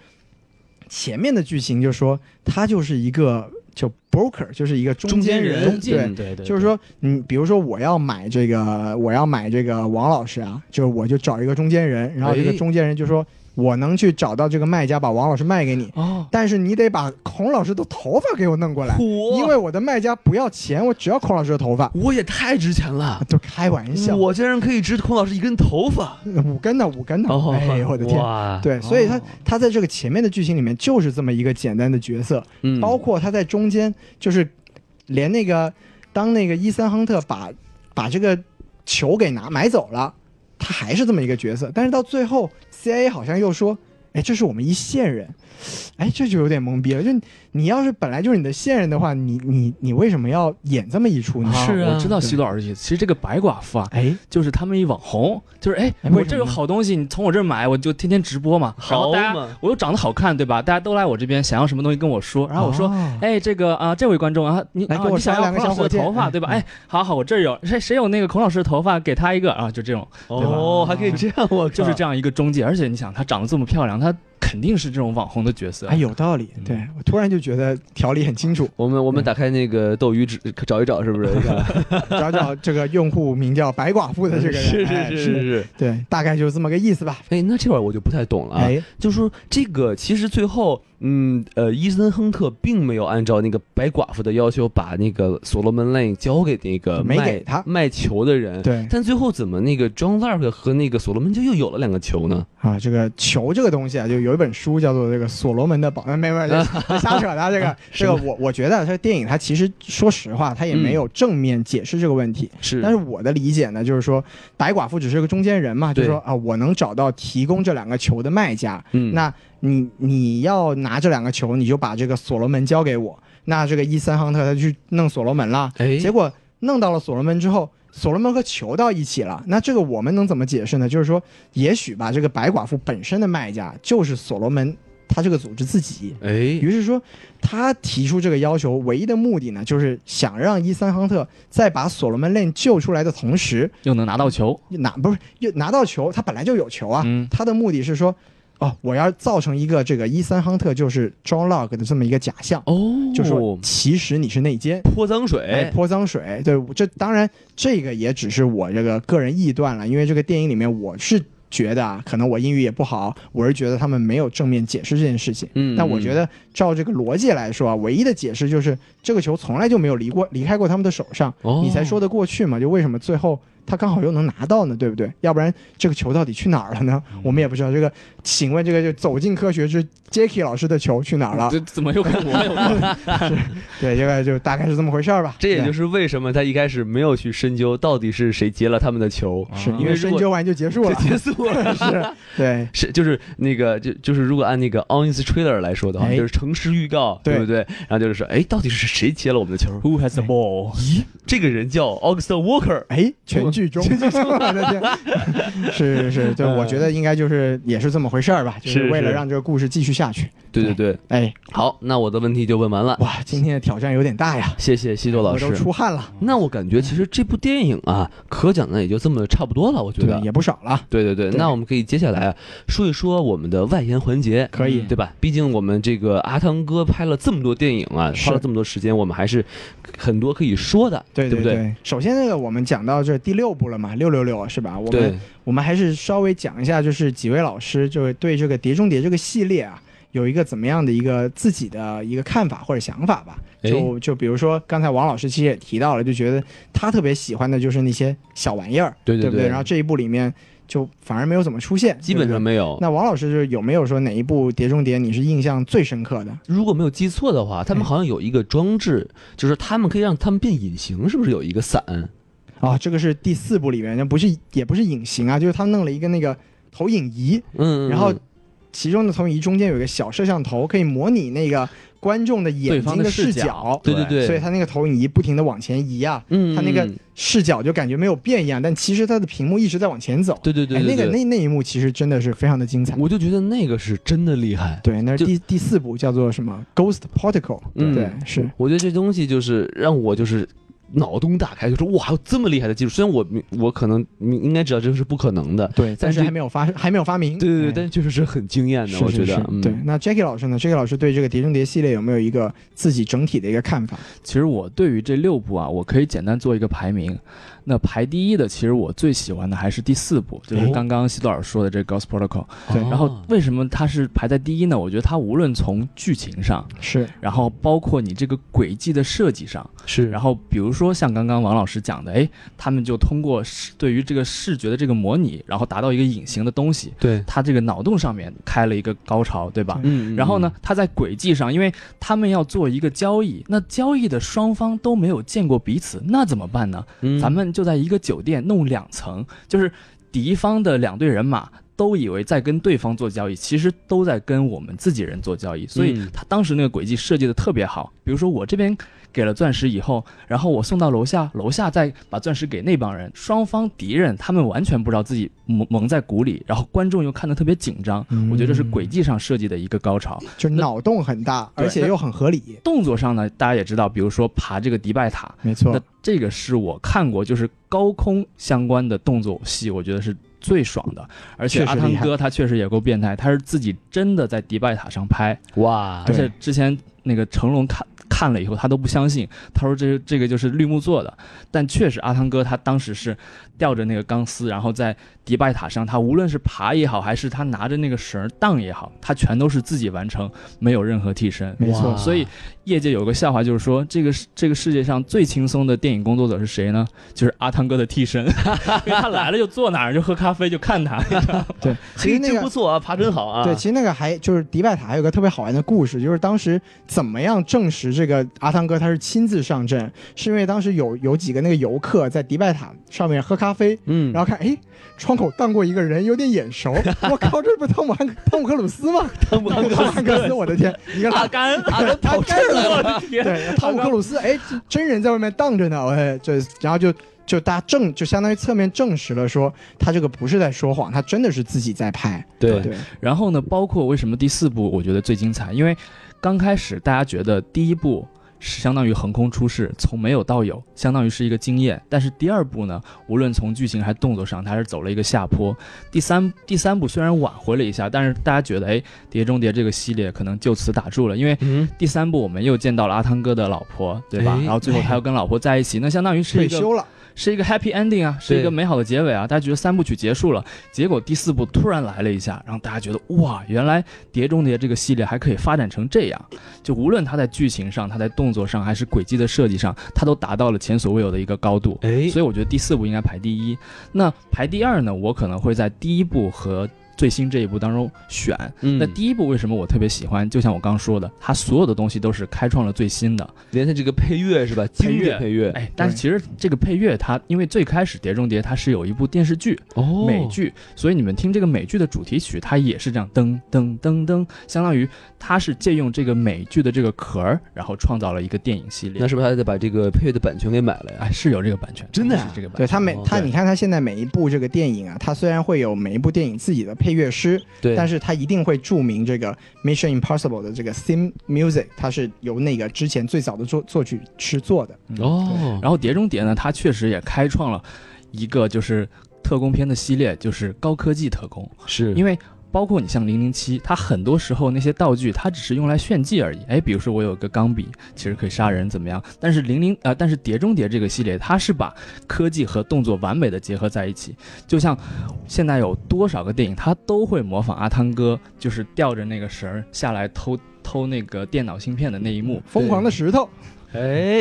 Speaker 3: 前面的剧情就说她就是一个就 broker，就是一个中间人，
Speaker 1: 中
Speaker 3: 对
Speaker 1: 介，。对对，
Speaker 3: 就是说，你比如说，我要买这个，我要买这个王老师啊，就是我就找一个中间人，然后这个
Speaker 2: 哎
Speaker 3: 中间人就说，我能去找到这个卖家把王老师卖给你，
Speaker 1: 哦，
Speaker 3: 但是你得把孔老师的头发 给我弄过来，因为我的卖家不要钱，我只要孔老师的头发。
Speaker 2: 我也
Speaker 1: 哦
Speaker 2: 太值钱
Speaker 3: 啊
Speaker 2: 了，
Speaker 3: 都开玩笑，
Speaker 2: 我竟然可以值孔老师一根头发！
Speaker 3: 五根呢，五根呢，
Speaker 2: 哦，
Speaker 3: 哎呦我的天！
Speaker 2: 哇，，
Speaker 3: 对，所以他
Speaker 1: 哦
Speaker 3: 他在这个前面的剧情里面就是这么一个简单的角色，
Speaker 2: 嗯，
Speaker 3: 包括他在中间就是连那个当那个伊森亨特把把这个球给拿买走了，他还是这么一个角色。但是到最后，CIA 好像又说。哎，这是我们一线人，哎，这就有点懵逼了。就你要是本来就是你的线人的话，你你你为什么要演这么一出呢？
Speaker 2: 是啊
Speaker 1: 我知道
Speaker 3: 对
Speaker 1: 西多老师意思。其实这个白寡妇啊，
Speaker 3: 哎，
Speaker 1: 就是他们一网红，就是哎，
Speaker 3: 哎
Speaker 1: 我
Speaker 3: 为什
Speaker 1: 这
Speaker 3: 么
Speaker 1: 有
Speaker 3: 呢
Speaker 1: 好东西，你从我这儿买，我就天天直播嘛。然后
Speaker 2: 好
Speaker 1: 大家
Speaker 2: 嘛，
Speaker 1: 我又长得好看，对吧？大家都来我这边，想要什么东西跟我说，然后我说。
Speaker 3: 哦
Speaker 1: 哎，这个啊，这位观众啊，你
Speaker 3: 来
Speaker 1: 啊
Speaker 3: 给我
Speaker 1: 你想
Speaker 3: 刷
Speaker 1: 要
Speaker 3: 两个
Speaker 1: 孔老
Speaker 3: 小
Speaker 1: 师的
Speaker 3: 火箭
Speaker 1: 头发
Speaker 3: 哎
Speaker 1: 对吧？
Speaker 3: 嗯
Speaker 1: 哎，好好，我这儿有谁谁有那个孔老师的头发，给他一个啊，就这种，对吧
Speaker 2: 哦，还可以这样，我靠，
Speaker 1: 就是这样一个中介。而且你想，她长得这么漂亮，她肯定是这种网红的角色
Speaker 3: 哎，。有道理
Speaker 1: 嗯。
Speaker 3: 对我突然就觉得条理很清楚
Speaker 2: 我们我
Speaker 3: 嗯
Speaker 2: 们打开那个斗鱼只找一找，是 不是？
Speaker 3: 找找这个用户名叫白寡妇的这个 人，
Speaker 2: 是
Speaker 3: 哎
Speaker 2: 是是
Speaker 3: 是，
Speaker 2: 是。
Speaker 3: 对，大概就是这么个意思吧。
Speaker 2: 哎，那这会儿我就不太懂了啊，
Speaker 3: 哎，
Speaker 2: 就说这个其实最后，嗯呃，伊森亨特并没有按照那个白寡妇的要求把那个所罗门 Lane 交给那个
Speaker 3: 没
Speaker 2: 卖
Speaker 3: 给他
Speaker 2: 卖球的人。
Speaker 3: 对
Speaker 2: 但最后怎么那个 John Lark 和那个所罗门就又有了两个球呢？
Speaker 3: 啊，这个球这个东西啊，就有一本书叫做《这个所罗门的宝》，呃没有没有，这这瞎扯的啊。这个
Speaker 2: 是
Speaker 3: 这个，我我觉得啊这个电影它其实说实话，它也没有正面解释这个问题。
Speaker 2: 嗯是
Speaker 3: 但是我的理解呢，就是说白寡妇只是个中间人嘛，就是
Speaker 2: 对
Speaker 3: 说啊，我能找到提供这两个球的卖家，
Speaker 2: 嗯，
Speaker 3: 那你你要拿这两个球，你就把这个所罗门交给我。那这个伊森亨特他就去弄所罗门了，
Speaker 2: 哎，
Speaker 3: 结果弄到了所罗门之后，所罗门和球到一起了。那这个我们能怎么解释呢？就是说，也许吧，这个白寡妇本身的卖家就是所罗门他这个组织自己。
Speaker 2: 哎
Speaker 3: 于是说，他提出这个要求唯一的目的呢，就是想让伊森亨特在把所罗门 lane 救出来的同时，
Speaker 1: 又能拿到球，
Speaker 3: 拿不是又拿到球，他本来就有球啊，
Speaker 1: 嗯，
Speaker 3: 他的目的是说，哦，我要造成一个这个伊森亨特就是 John Locke 的这么一个假象，
Speaker 2: 哦，
Speaker 3: 就说其实你是内奸。
Speaker 2: 泼脏
Speaker 3: 哎，
Speaker 2: 水，
Speaker 3: 泼脏水，对，这当然这个也只是我这个个人臆断了，因为这个电影里面我是觉得啊，可能我英语也不好，我是觉得他们没有正面解释这件事情。
Speaker 2: 嗯，
Speaker 3: 但我觉得照这个逻辑来说啊，唯一的解释就是这个球从来就没有离过离开过他们的手上，
Speaker 2: 哦
Speaker 3: 你才说得过去嘛？就为什么最后他刚好又能拿到呢？对不对？要不然这个球到底去哪儿了呢？我们也不知道。这个，请问这个就走进科学之 Jacky 老师的球去哪儿了？
Speaker 1: 这怎么又跟我有关？
Speaker 3: 对，这个就大概是这么回事儿吧。
Speaker 2: 这也就是是为什么他一开始没有去深究到底是谁劫了他们的球，
Speaker 3: 是
Speaker 1: 啊
Speaker 3: 因为深究完就结束
Speaker 2: 就
Speaker 3: 了，
Speaker 2: 结束了。
Speaker 3: 是，对。
Speaker 2: 是，就是那个，就就是如果按那个 honest trailer 来说的话，
Speaker 3: 哎
Speaker 2: 就是诚实预告，对
Speaker 3: 对
Speaker 2: 不对？然后就是说，哎，到底是谁接了我们的球？
Speaker 1: Who has the ball？
Speaker 2: 咦，这个人叫 Augustin Walker，
Speaker 3: 哎，全剧终，全剧终，我的天， 是是是，对，
Speaker 2: 嗯
Speaker 3: 我觉得应该就是也是这么回事儿吧，就是是为了
Speaker 2: 是
Speaker 3: 让这个故事继续下去。
Speaker 2: 对对对。
Speaker 3: 哎，
Speaker 2: 嗯好，那我的问题就问完了，
Speaker 3: 哇，今天的挑战有点大呀，
Speaker 2: 谢谢西多老
Speaker 3: 我
Speaker 2: 师
Speaker 3: 都。出汗了，
Speaker 2: 那我感觉其实这部电影啊，可讲的也就这么差不多了，我觉
Speaker 3: 对
Speaker 2: 得，。
Speaker 3: 也不少了，
Speaker 2: 对对对，
Speaker 3: 对
Speaker 2: 那我们可以接下来啊，说一说我们的外延环节。
Speaker 3: 可以
Speaker 1: 嗯，
Speaker 2: 对吧？毕竟我们这个阿汤哥拍了这么多电影啊，
Speaker 3: 是
Speaker 2: 花了这么多时间，我们还是很多可以说的，
Speaker 3: 对
Speaker 2: 不
Speaker 3: 对
Speaker 2: 对？
Speaker 3: 首先那个我们讲到这第六部了嘛，六六六是吧？我们
Speaker 2: 对，
Speaker 3: 我们还是稍微讲一下，就是几位老师就是对这个《碟中谍》这个系列啊，有一个怎么样的一个自己的一个看法或者想法吧。
Speaker 2: 哎
Speaker 3: 就就比如说刚才王老师其实也提到了，就觉得他特别喜欢的就是那些小玩意儿，
Speaker 2: 对
Speaker 3: 对
Speaker 2: 对
Speaker 3: 不对？然后这一部里面就反而没有怎么出现，
Speaker 2: 基本
Speaker 3: 对
Speaker 2: 上
Speaker 3: 不对。
Speaker 2: 没有。
Speaker 3: 那王老师就是有没有说哪一部《碟中谍》你是印象最深刻的？
Speaker 2: 如果没有记错的话，他们好像有一个装置，就是他们可以让他们变隐形，是不是有一个伞？嗯
Speaker 3: 啊，这个是第四部里面，那不是也不是隐形啊，就是他弄了一个那个投影仪，
Speaker 2: 嗯，嗯
Speaker 3: 然后
Speaker 2: 嗯
Speaker 3: 其中的投影仪中间有一个小摄像头，可以模拟那个观众的
Speaker 1: 对
Speaker 3: 眼
Speaker 1: 方
Speaker 3: 睛
Speaker 1: 的
Speaker 3: 视
Speaker 1: 角
Speaker 3: 角，，
Speaker 2: 对对对
Speaker 3: 所以它那个投影仪不停的往前移啊，
Speaker 2: 嗯，
Speaker 3: 他那个
Speaker 2: 嗯
Speaker 3: 视角就感觉没有变一样，但其实它的屏幕一直在往前走。
Speaker 2: 对对对
Speaker 3: 哎，那
Speaker 2: 对
Speaker 3: 个
Speaker 2: 对，
Speaker 3: 那那一幕其实真的是非常的精彩。
Speaker 2: 我就觉得那个是真的厉害。
Speaker 3: 对，那是
Speaker 2: 就
Speaker 3: 第第四部叫做什么《Ghost Protocol》，
Speaker 2: 嗯
Speaker 3: 对，是
Speaker 2: 我觉得这东西就是让我就是脑洞大开，就说哇，还有这么厉害的技术。虽然我我可能你应该知道这是不可能的，
Speaker 3: 对，但
Speaker 2: 但是
Speaker 3: 是还没有发还没有发明。
Speaker 2: 对对对，
Speaker 3: 哎
Speaker 2: 但确实嗯是很惊艳的，
Speaker 3: 是
Speaker 2: 我
Speaker 3: 是
Speaker 2: 觉
Speaker 3: 是
Speaker 2: 得，嗯
Speaker 3: 对。那 Jackie 老师呢？Jackie 老师对这个《碟中谍》系列有没有一个自己整体的一个看法？
Speaker 1: 其实我对于这六部啊，我可以简单做一个排名。那排第一的，其实我最喜欢的还是第四部，就是
Speaker 2: 哦
Speaker 1: 刚刚西多尔说的这个《Ghost Protocol》。
Speaker 3: 对
Speaker 1: 然后为什么它是排在第一呢？我觉得它无论从剧情上，
Speaker 3: 是
Speaker 1: 然后包括你这个轨迹的设计上，
Speaker 2: 是，
Speaker 1: 然后比如说像刚刚王老师讲的，哎，他们就通过视对于这个视觉的这个模拟，然后达到一个隐形的东西，
Speaker 2: 对，
Speaker 1: 他这个脑洞上面开了一个高潮，对吧？
Speaker 2: 嗯
Speaker 1: 然后呢，，他在轨迹上，因为他们要做一个交易，那交易的双方都没有见过彼此，那怎么办呢？
Speaker 2: 嗯
Speaker 1: 咱们就在一个酒店弄两层，就是敌方的两队人马都以为在跟对方做交易，其实都在跟我们自己人做交易。所以
Speaker 2: 嗯
Speaker 1: 他当时那个轨迹设计的特别好，比如说我这边给了钻石以后，然后我送到楼下，楼下再把钻石给那帮人，双方敌人他们完全不知道自己蒙蒙在鼓里，然后观众又看得特别紧张。我觉得这是轨迹上设计的一个高潮。
Speaker 3: 嗯就是脑洞很大，
Speaker 1: 对
Speaker 3: 而且又很合理。
Speaker 1: 动作上呢，大家也知道，比如说爬这个迪拜塔，
Speaker 3: 没错
Speaker 1: 那，这个是我看过就是高空相关的动作戏，我觉得是最爽的。而且
Speaker 3: 确实
Speaker 1: 阿汤
Speaker 3: 厉害
Speaker 1: 哥他确实也够变态，他是自己真的在迪拜塔上拍，
Speaker 2: 哇
Speaker 1: 而
Speaker 3: 对
Speaker 1: 且之前那个成龙看看了以后，他都不相信，他说这这个就是绿幕做的。但确实阿汤哥他当时是吊着那个钢丝，然后在迪拜塔上，他无论是爬也好，还是他拿着那个绳儿荡也好，他全都是自己完成，没有任何替身。
Speaker 3: 没错
Speaker 2: 哇
Speaker 1: 所以业界有个笑话，就是说这个世这个世界上最轻松的电影工作者是谁呢？就是阿汤哥的替身， 因为他来了就坐哪儿就喝咖啡就看他。
Speaker 3: 对，其实
Speaker 2: 嘿，
Speaker 3: 那
Speaker 2: 真不
Speaker 3: 个。
Speaker 2: 错啊，爬真好啊，
Speaker 3: 对，其实那个还就是迪拜塔还有个特别好玩的故事，就是当时怎么样证实这个阿汤哥他是亲自上阵，是因为当时有有几个那个游客在迪拜塔上面喝咖啡，
Speaker 2: 嗯，
Speaker 3: 然后看哎窗口荡过一个人，有点眼熟，我靠，这不是汤姆汉汤姆克鲁斯吗？
Speaker 2: 汤姆
Speaker 3: 汤 姆汉克斯，我的天，一个
Speaker 1: 阿 甘，阿甘
Speaker 3: 跑这
Speaker 1: 儿来了，我的天！
Speaker 3: 对，汤姆克鲁斯，哎，这真人在外面荡着呢，哎，这然后就就大家证，就相当于侧面证实了说他这个不是在说谎，他真的是自己在拍。
Speaker 2: 对，
Speaker 3: 对，
Speaker 1: 然后呢，包括为什么第四部我觉得最精彩，因为刚开始大家觉得第一部是相当于横空出世，从没有到有，相当于是一个经验。但是第二部呢，无论从剧情还是动作上，它是走了一个下坡。第三第三部虽然挽回了一下，但是大家觉得，哎，《碟中谍》这个系列可能就此打住了，因为。
Speaker 2: 嗯，
Speaker 1: 第三部我们又见到了阿汤哥的老婆，对吧？
Speaker 2: 哎
Speaker 1: 然后最后他又跟老婆在一起，那相当于是
Speaker 3: 退
Speaker 1: 一个
Speaker 3: 休了，
Speaker 1: 是一个 happy ending 啊，是一个美好的结尾啊。大家觉得三部曲结束了，结果第四部突然来了一下，让大家觉得哇，原来《碟中谍》这个系列还可以发展成这样。就无论它在剧情上、它在动作上，还是轨迹的设计上，它都达到了前所未有的一个高度。
Speaker 2: 哎，
Speaker 1: 所以我觉得第四部应该排第一。那排第二呢？我可能会在第一部和最新这一部当中选。
Speaker 2: 嗯
Speaker 1: 那第一部为什么我特别喜欢？就像我刚说的，它所有的东西都是开创了最新的。
Speaker 2: 连它这个配乐是吧？经典配乐，
Speaker 1: 哎，但是其实这个配乐它，因为最开始《碟中谍》它是有一部电视剧、
Speaker 2: 哦
Speaker 1: 美，剧，所以你们听这个美剧的主题曲，它也是这样噔噔噔噔，相当于它是借用这个美剧的这个壳儿，然后创造了一个电影系列
Speaker 2: 那。是不是还得把这个配乐的版权给买了呀？
Speaker 1: 哎，是有这个版权，
Speaker 2: 真的啊
Speaker 1: 是这个版
Speaker 3: 对
Speaker 1: 权。
Speaker 3: 他每
Speaker 2: 哦
Speaker 3: 他，
Speaker 2: 对
Speaker 3: 你看他现在每一部这个电影啊，他虽然会有每一部电影自己的配乐师，
Speaker 2: 对，
Speaker 3: 但
Speaker 2: 是
Speaker 3: 是他一定会注明这个 Mission Impossible 的这个 theme music，它是由那个之前最早的作作曲师做的。
Speaker 2: 哦，
Speaker 1: 然后《碟中谍》呢，它确实也开创了一个就是特工片的系列，就是高科技特工。
Speaker 2: 是
Speaker 1: 因为包括你像零零七，它很多时候那些道具，它只是用来炫技而已。哎，比如说我有个钢笔，其实可以杀人，怎么样？但是零零啊，但是《碟中谍》这个系列，它是把科技和动作完美的结合在一起。就像现在有多少个电影，它都会模仿阿汤哥，就是吊着那个绳儿下来偷偷那个电脑芯片的那一幕。
Speaker 3: 疯狂的石头，
Speaker 2: 哎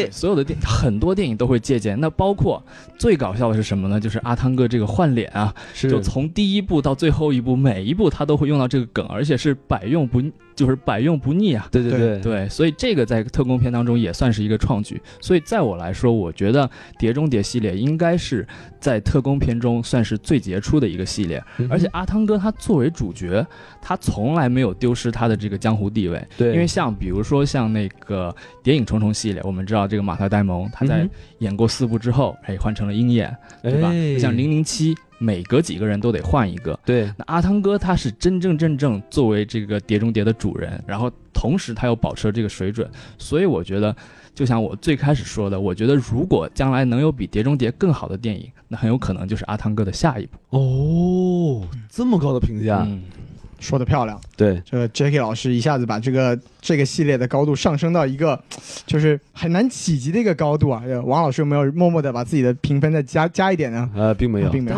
Speaker 1: 对，所有的电很多电影都会借鉴，那包括最搞笑的是什么呢？就是阿汤哥这个换脸啊，
Speaker 2: 是
Speaker 1: 就从第一部到最后一部，每一部他都会用到这个梗，而且是百用不就是百用不腻啊。
Speaker 2: 对对
Speaker 3: 对
Speaker 2: 对，
Speaker 1: 对，所以这个在特工片当中也算是一个创举。所以在我来说，我觉得《碟中谍》系列应该是在特工片中算是最杰出的一个系列。
Speaker 2: 嗯
Speaker 1: 而且阿汤哥他作为主角，他从来没有丢失他的这个江湖地位。
Speaker 2: 对，
Speaker 1: 因为像比如说像那个《谍影重重》系列，我们知道这个马特·戴蒙他在
Speaker 2: 嗯
Speaker 1: 演过四部之后，哎，换成了鹰眼，对吧？
Speaker 2: 哎
Speaker 1: 像零零七，每隔几个人都得换一个。
Speaker 2: 对
Speaker 1: 那阿汤哥他是真真正正作为这个《碟中谍》的主人，然后同时他又保持了这个水准，所以我觉得，就像我最开始说的，我觉得如果将来能有比《碟中谍》更好的电影，那很有可能就是阿汤哥的下一部。
Speaker 2: 哦，这么高的评价，
Speaker 1: 嗯，
Speaker 3: 说的漂亮。
Speaker 2: 对，
Speaker 3: 这 J.K. 老师一下子把这个这个系列的高度上升到一个就是很难企及的一个高度啊！呃王老师有没有默默的把自己的评分再加加一点呢？
Speaker 2: 呃，并没有，哎
Speaker 3: 并没有。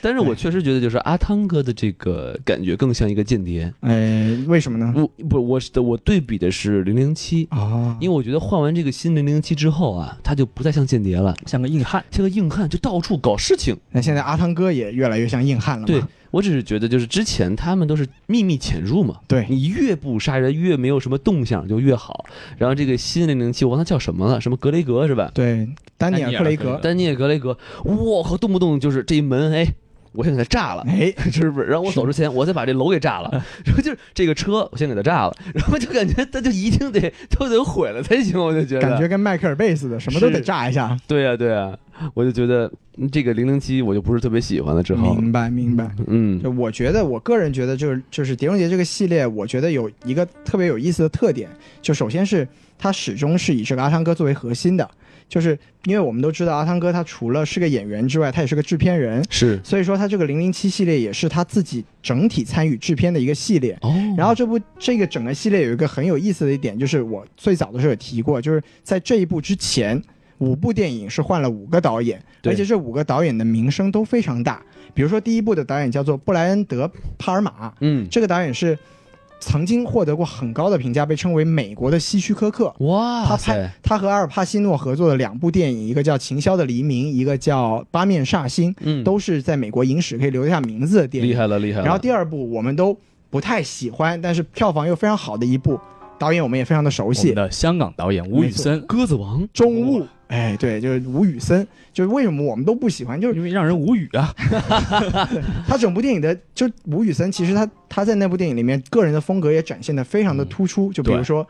Speaker 2: 但是我确实觉得，就是阿汤哥的这个感觉更像一个间谍。
Speaker 3: 哎，为什么呢？
Speaker 2: 我不，我是我对比的是零零七，
Speaker 3: 啊，
Speaker 2: 嗯因为我觉得换完这个新零零七之后啊，他就不再像间谍了，
Speaker 1: 像个硬汉。
Speaker 2: 像个硬汉，就到处搞事情。
Speaker 3: 那现在阿汤哥也越来越像硬汉了嘛？
Speaker 2: 对我只是觉得，就是之前他们都是秘密潜入嘛，
Speaker 3: 对
Speaker 2: 你越不杀人，越没有什么动向就越好。然后这个新零零七，我忘他叫什么了，什么格雷格是吧？
Speaker 3: 对，丹
Speaker 1: 丹
Speaker 3: 尼
Speaker 1: 尼
Speaker 3: 尔·
Speaker 1: 尔
Speaker 3: 克雷
Speaker 1: 克雷
Speaker 3: 格
Speaker 1: 格，
Speaker 2: 丹尼尔格雷格，我靠，动不动就是这一门，哎，我先给他炸了。
Speaker 3: 哎，嗯
Speaker 2: 是不是？然后我走之前，我再把这楼给炸了，然后就是这个车，我先给它炸了，然后就感觉他就一定得都得毁了才行，我就觉得。
Speaker 3: 感觉跟迈克尔·贝斯的，什么都得
Speaker 2: 是
Speaker 3: 炸一下。
Speaker 2: 对呀、对呀、我就觉得嗯这个零零七我就不是特别喜欢了。之后，
Speaker 3: 明白，明白。
Speaker 2: 嗯，
Speaker 3: 就我觉得，我个人觉得就是就是《碟中谍》这个系列，我觉得有一个特别有意思的特点，就首先是它始终是以这个阿汤哥作为核心的，就是因为我们都知道阿汤哥他除了是个演员之外，他也是个制片人，
Speaker 2: 是
Speaker 3: 所以说他这个零零七系列也是他自己整体参与制片的一个系列。
Speaker 2: 哦，
Speaker 3: 然后这部这个整个系列有一个很有意思的一点，就是我最早的时候也提过，就是在这一部之前，五部电影是换了五个导演，
Speaker 2: 对
Speaker 3: 而且这五个导演的名声都非常大。比如说第一部的导演叫做布莱恩德·帕尔玛，
Speaker 2: 嗯，
Speaker 3: 这个导演是曾经获得过很高的评价，被称为美国的希区柯克。
Speaker 2: 哇
Speaker 3: 他拍
Speaker 2: 塞，
Speaker 3: 他和阿尔帕西诺合作的两部电影，一个叫《秦霄的黎明》，一个叫《八面煞星》，
Speaker 2: 嗯，
Speaker 3: 都是在美国影史可以留下名字的电影
Speaker 2: 厉。害了，
Speaker 1: 嗯
Speaker 2: 厉害了。
Speaker 3: 然后第二部我们都不太喜欢，但是票房又非常好的一部，导演我们也非常的熟
Speaker 1: 我们
Speaker 3: 悉，
Speaker 1: 的香港导演吴宇森，
Speaker 2: 鸽子王，
Speaker 3: 中雾。哎，对，就是吴宇森，就是为什么我们都不喜欢，就是
Speaker 1: 因为让人无语啊。嗯
Speaker 3: 他整部电影的，就是吴宇森，其实他他在那部电影里面个人的风格也展现的非常的突出，就比如
Speaker 1: 嗯对
Speaker 3: 说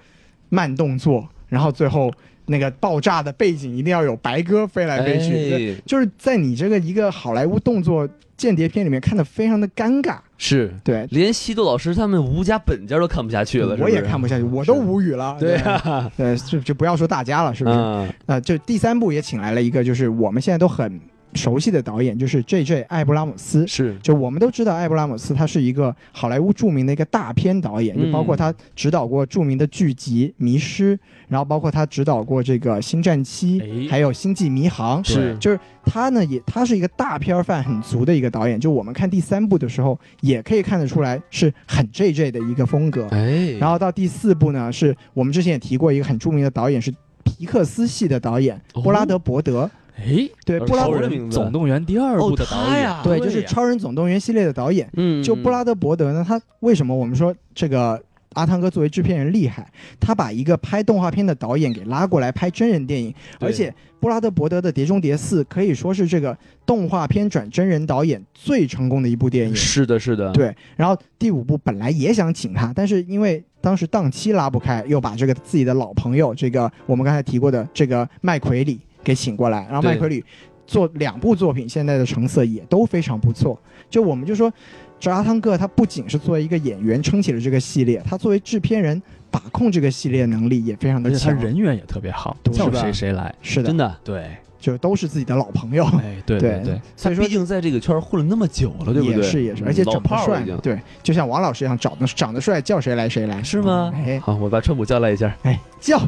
Speaker 3: 慢动作，然后最后那个爆炸的背景一定要有白鸽飞来飞去，对
Speaker 2: 哎，
Speaker 3: 就是在你这个一个好莱坞动作间谍片里面看的非常的尴尬，
Speaker 2: 是
Speaker 3: 对，
Speaker 2: 连西多老师他们吴家本家都看不下去了，
Speaker 3: 我也看不下去，我都无语了，
Speaker 2: 对 呀，
Speaker 3: 对，就就不要说大家了，是不是？啊、
Speaker 2: 嗯，
Speaker 3: 就第三部也请来了一个，就是我们现在都很熟悉的导演，就是 J.J. 艾布拉姆斯。
Speaker 2: 嗯是
Speaker 3: 就我们都知道，艾布拉姆斯他是一个好莱坞著名的一个大片导演，
Speaker 2: 嗯
Speaker 3: 就包括他指导过著名的剧集《迷失》，然后包括他指导过这个《星战七》，
Speaker 1: 哎
Speaker 3: 还有《星际迷航》。
Speaker 2: 是
Speaker 3: 就是他呢，也他是一个大片儿范很足的一个导演。就我们看第三部的时候，也可以看得出来是很 J J 的一个风格。
Speaker 2: 哎，
Speaker 3: 然后到第四部呢，是我们之前也提过一个很著名的导演是皮克斯系的导演
Speaker 2: 哦
Speaker 3: 布拉德伯德，
Speaker 1: 哎，
Speaker 3: 对
Speaker 2: 耳
Speaker 3: 布拉
Speaker 2: 熟
Speaker 1: 超
Speaker 3: 德
Speaker 2: 能，
Speaker 1: 人总动员第二部的导
Speaker 2: 哦他
Speaker 1: 演，
Speaker 2: 呀
Speaker 3: 对就是《
Speaker 1: 呀
Speaker 3: 超人总动员》系列的导演。
Speaker 2: 嗯，
Speaker 3: 就布拉德伯德呢，他为什么我们说这个阿汤哥作为制片人厉害？他把一个拍动画片的导演给拉过来拍真人电影，
Speaker 2: 对
Speaker 3: 而且布拉德伯德的《碟中谍四》可以说是这个动画片转真人导演最成功的一部电影。
Speaker 2: 是的，是的，
Speaker 3: 对，然后第五部本来也想请他，但是因为当时档期拉不开，又把这个自己的老朋友，这个我们刚才提过的这个麦奎里给请过来，然后
Speaker 2: 对
Speaker 3: 麦奎里做两部作品，现在的成色也都非常不错。就我们就说，这阿汤哥他不仅是作为一个演员撑起了这个系列，他作为制片人把控这个系列能力也非常
Speaker 1: 而
Speaker 3: 的
Speaker 1: 且他
Speaker 3: 强。
Speaker 1: 人缘也特别好，
Speaker 3: 对
Speaker 1: 叫
Speaker 3: 是吧
Speaker 1: 谁谁来。
Speaker 3: 是的
Speaker 2: 真，的。
Speaker 1: 对，
Speaker 3: 就都是自己的老朋友。
Speaker 1: 哎，对
Speaker 3: 对
Speaker 1: 对，
Speaker 3: 所以说
Speaker 2: 毕竟在这个圈儿混了那么久了，对不对？
Speaker 3: 也是也是，而且
Speaker 2: 嗯老
Speaker 3: 长得
Speaker 2: 炮儿了
Speaker 3: 帅
Speaker 2: 已经，
Speaker 3: 对，就像王老师一样，长得长得帅，叫谁来谁来，
Speaker 2: 是吗
Speaker 3: 哎，
Speaker 2: 好，我把川普叫来一下。
Speaker 3: 哎，叫，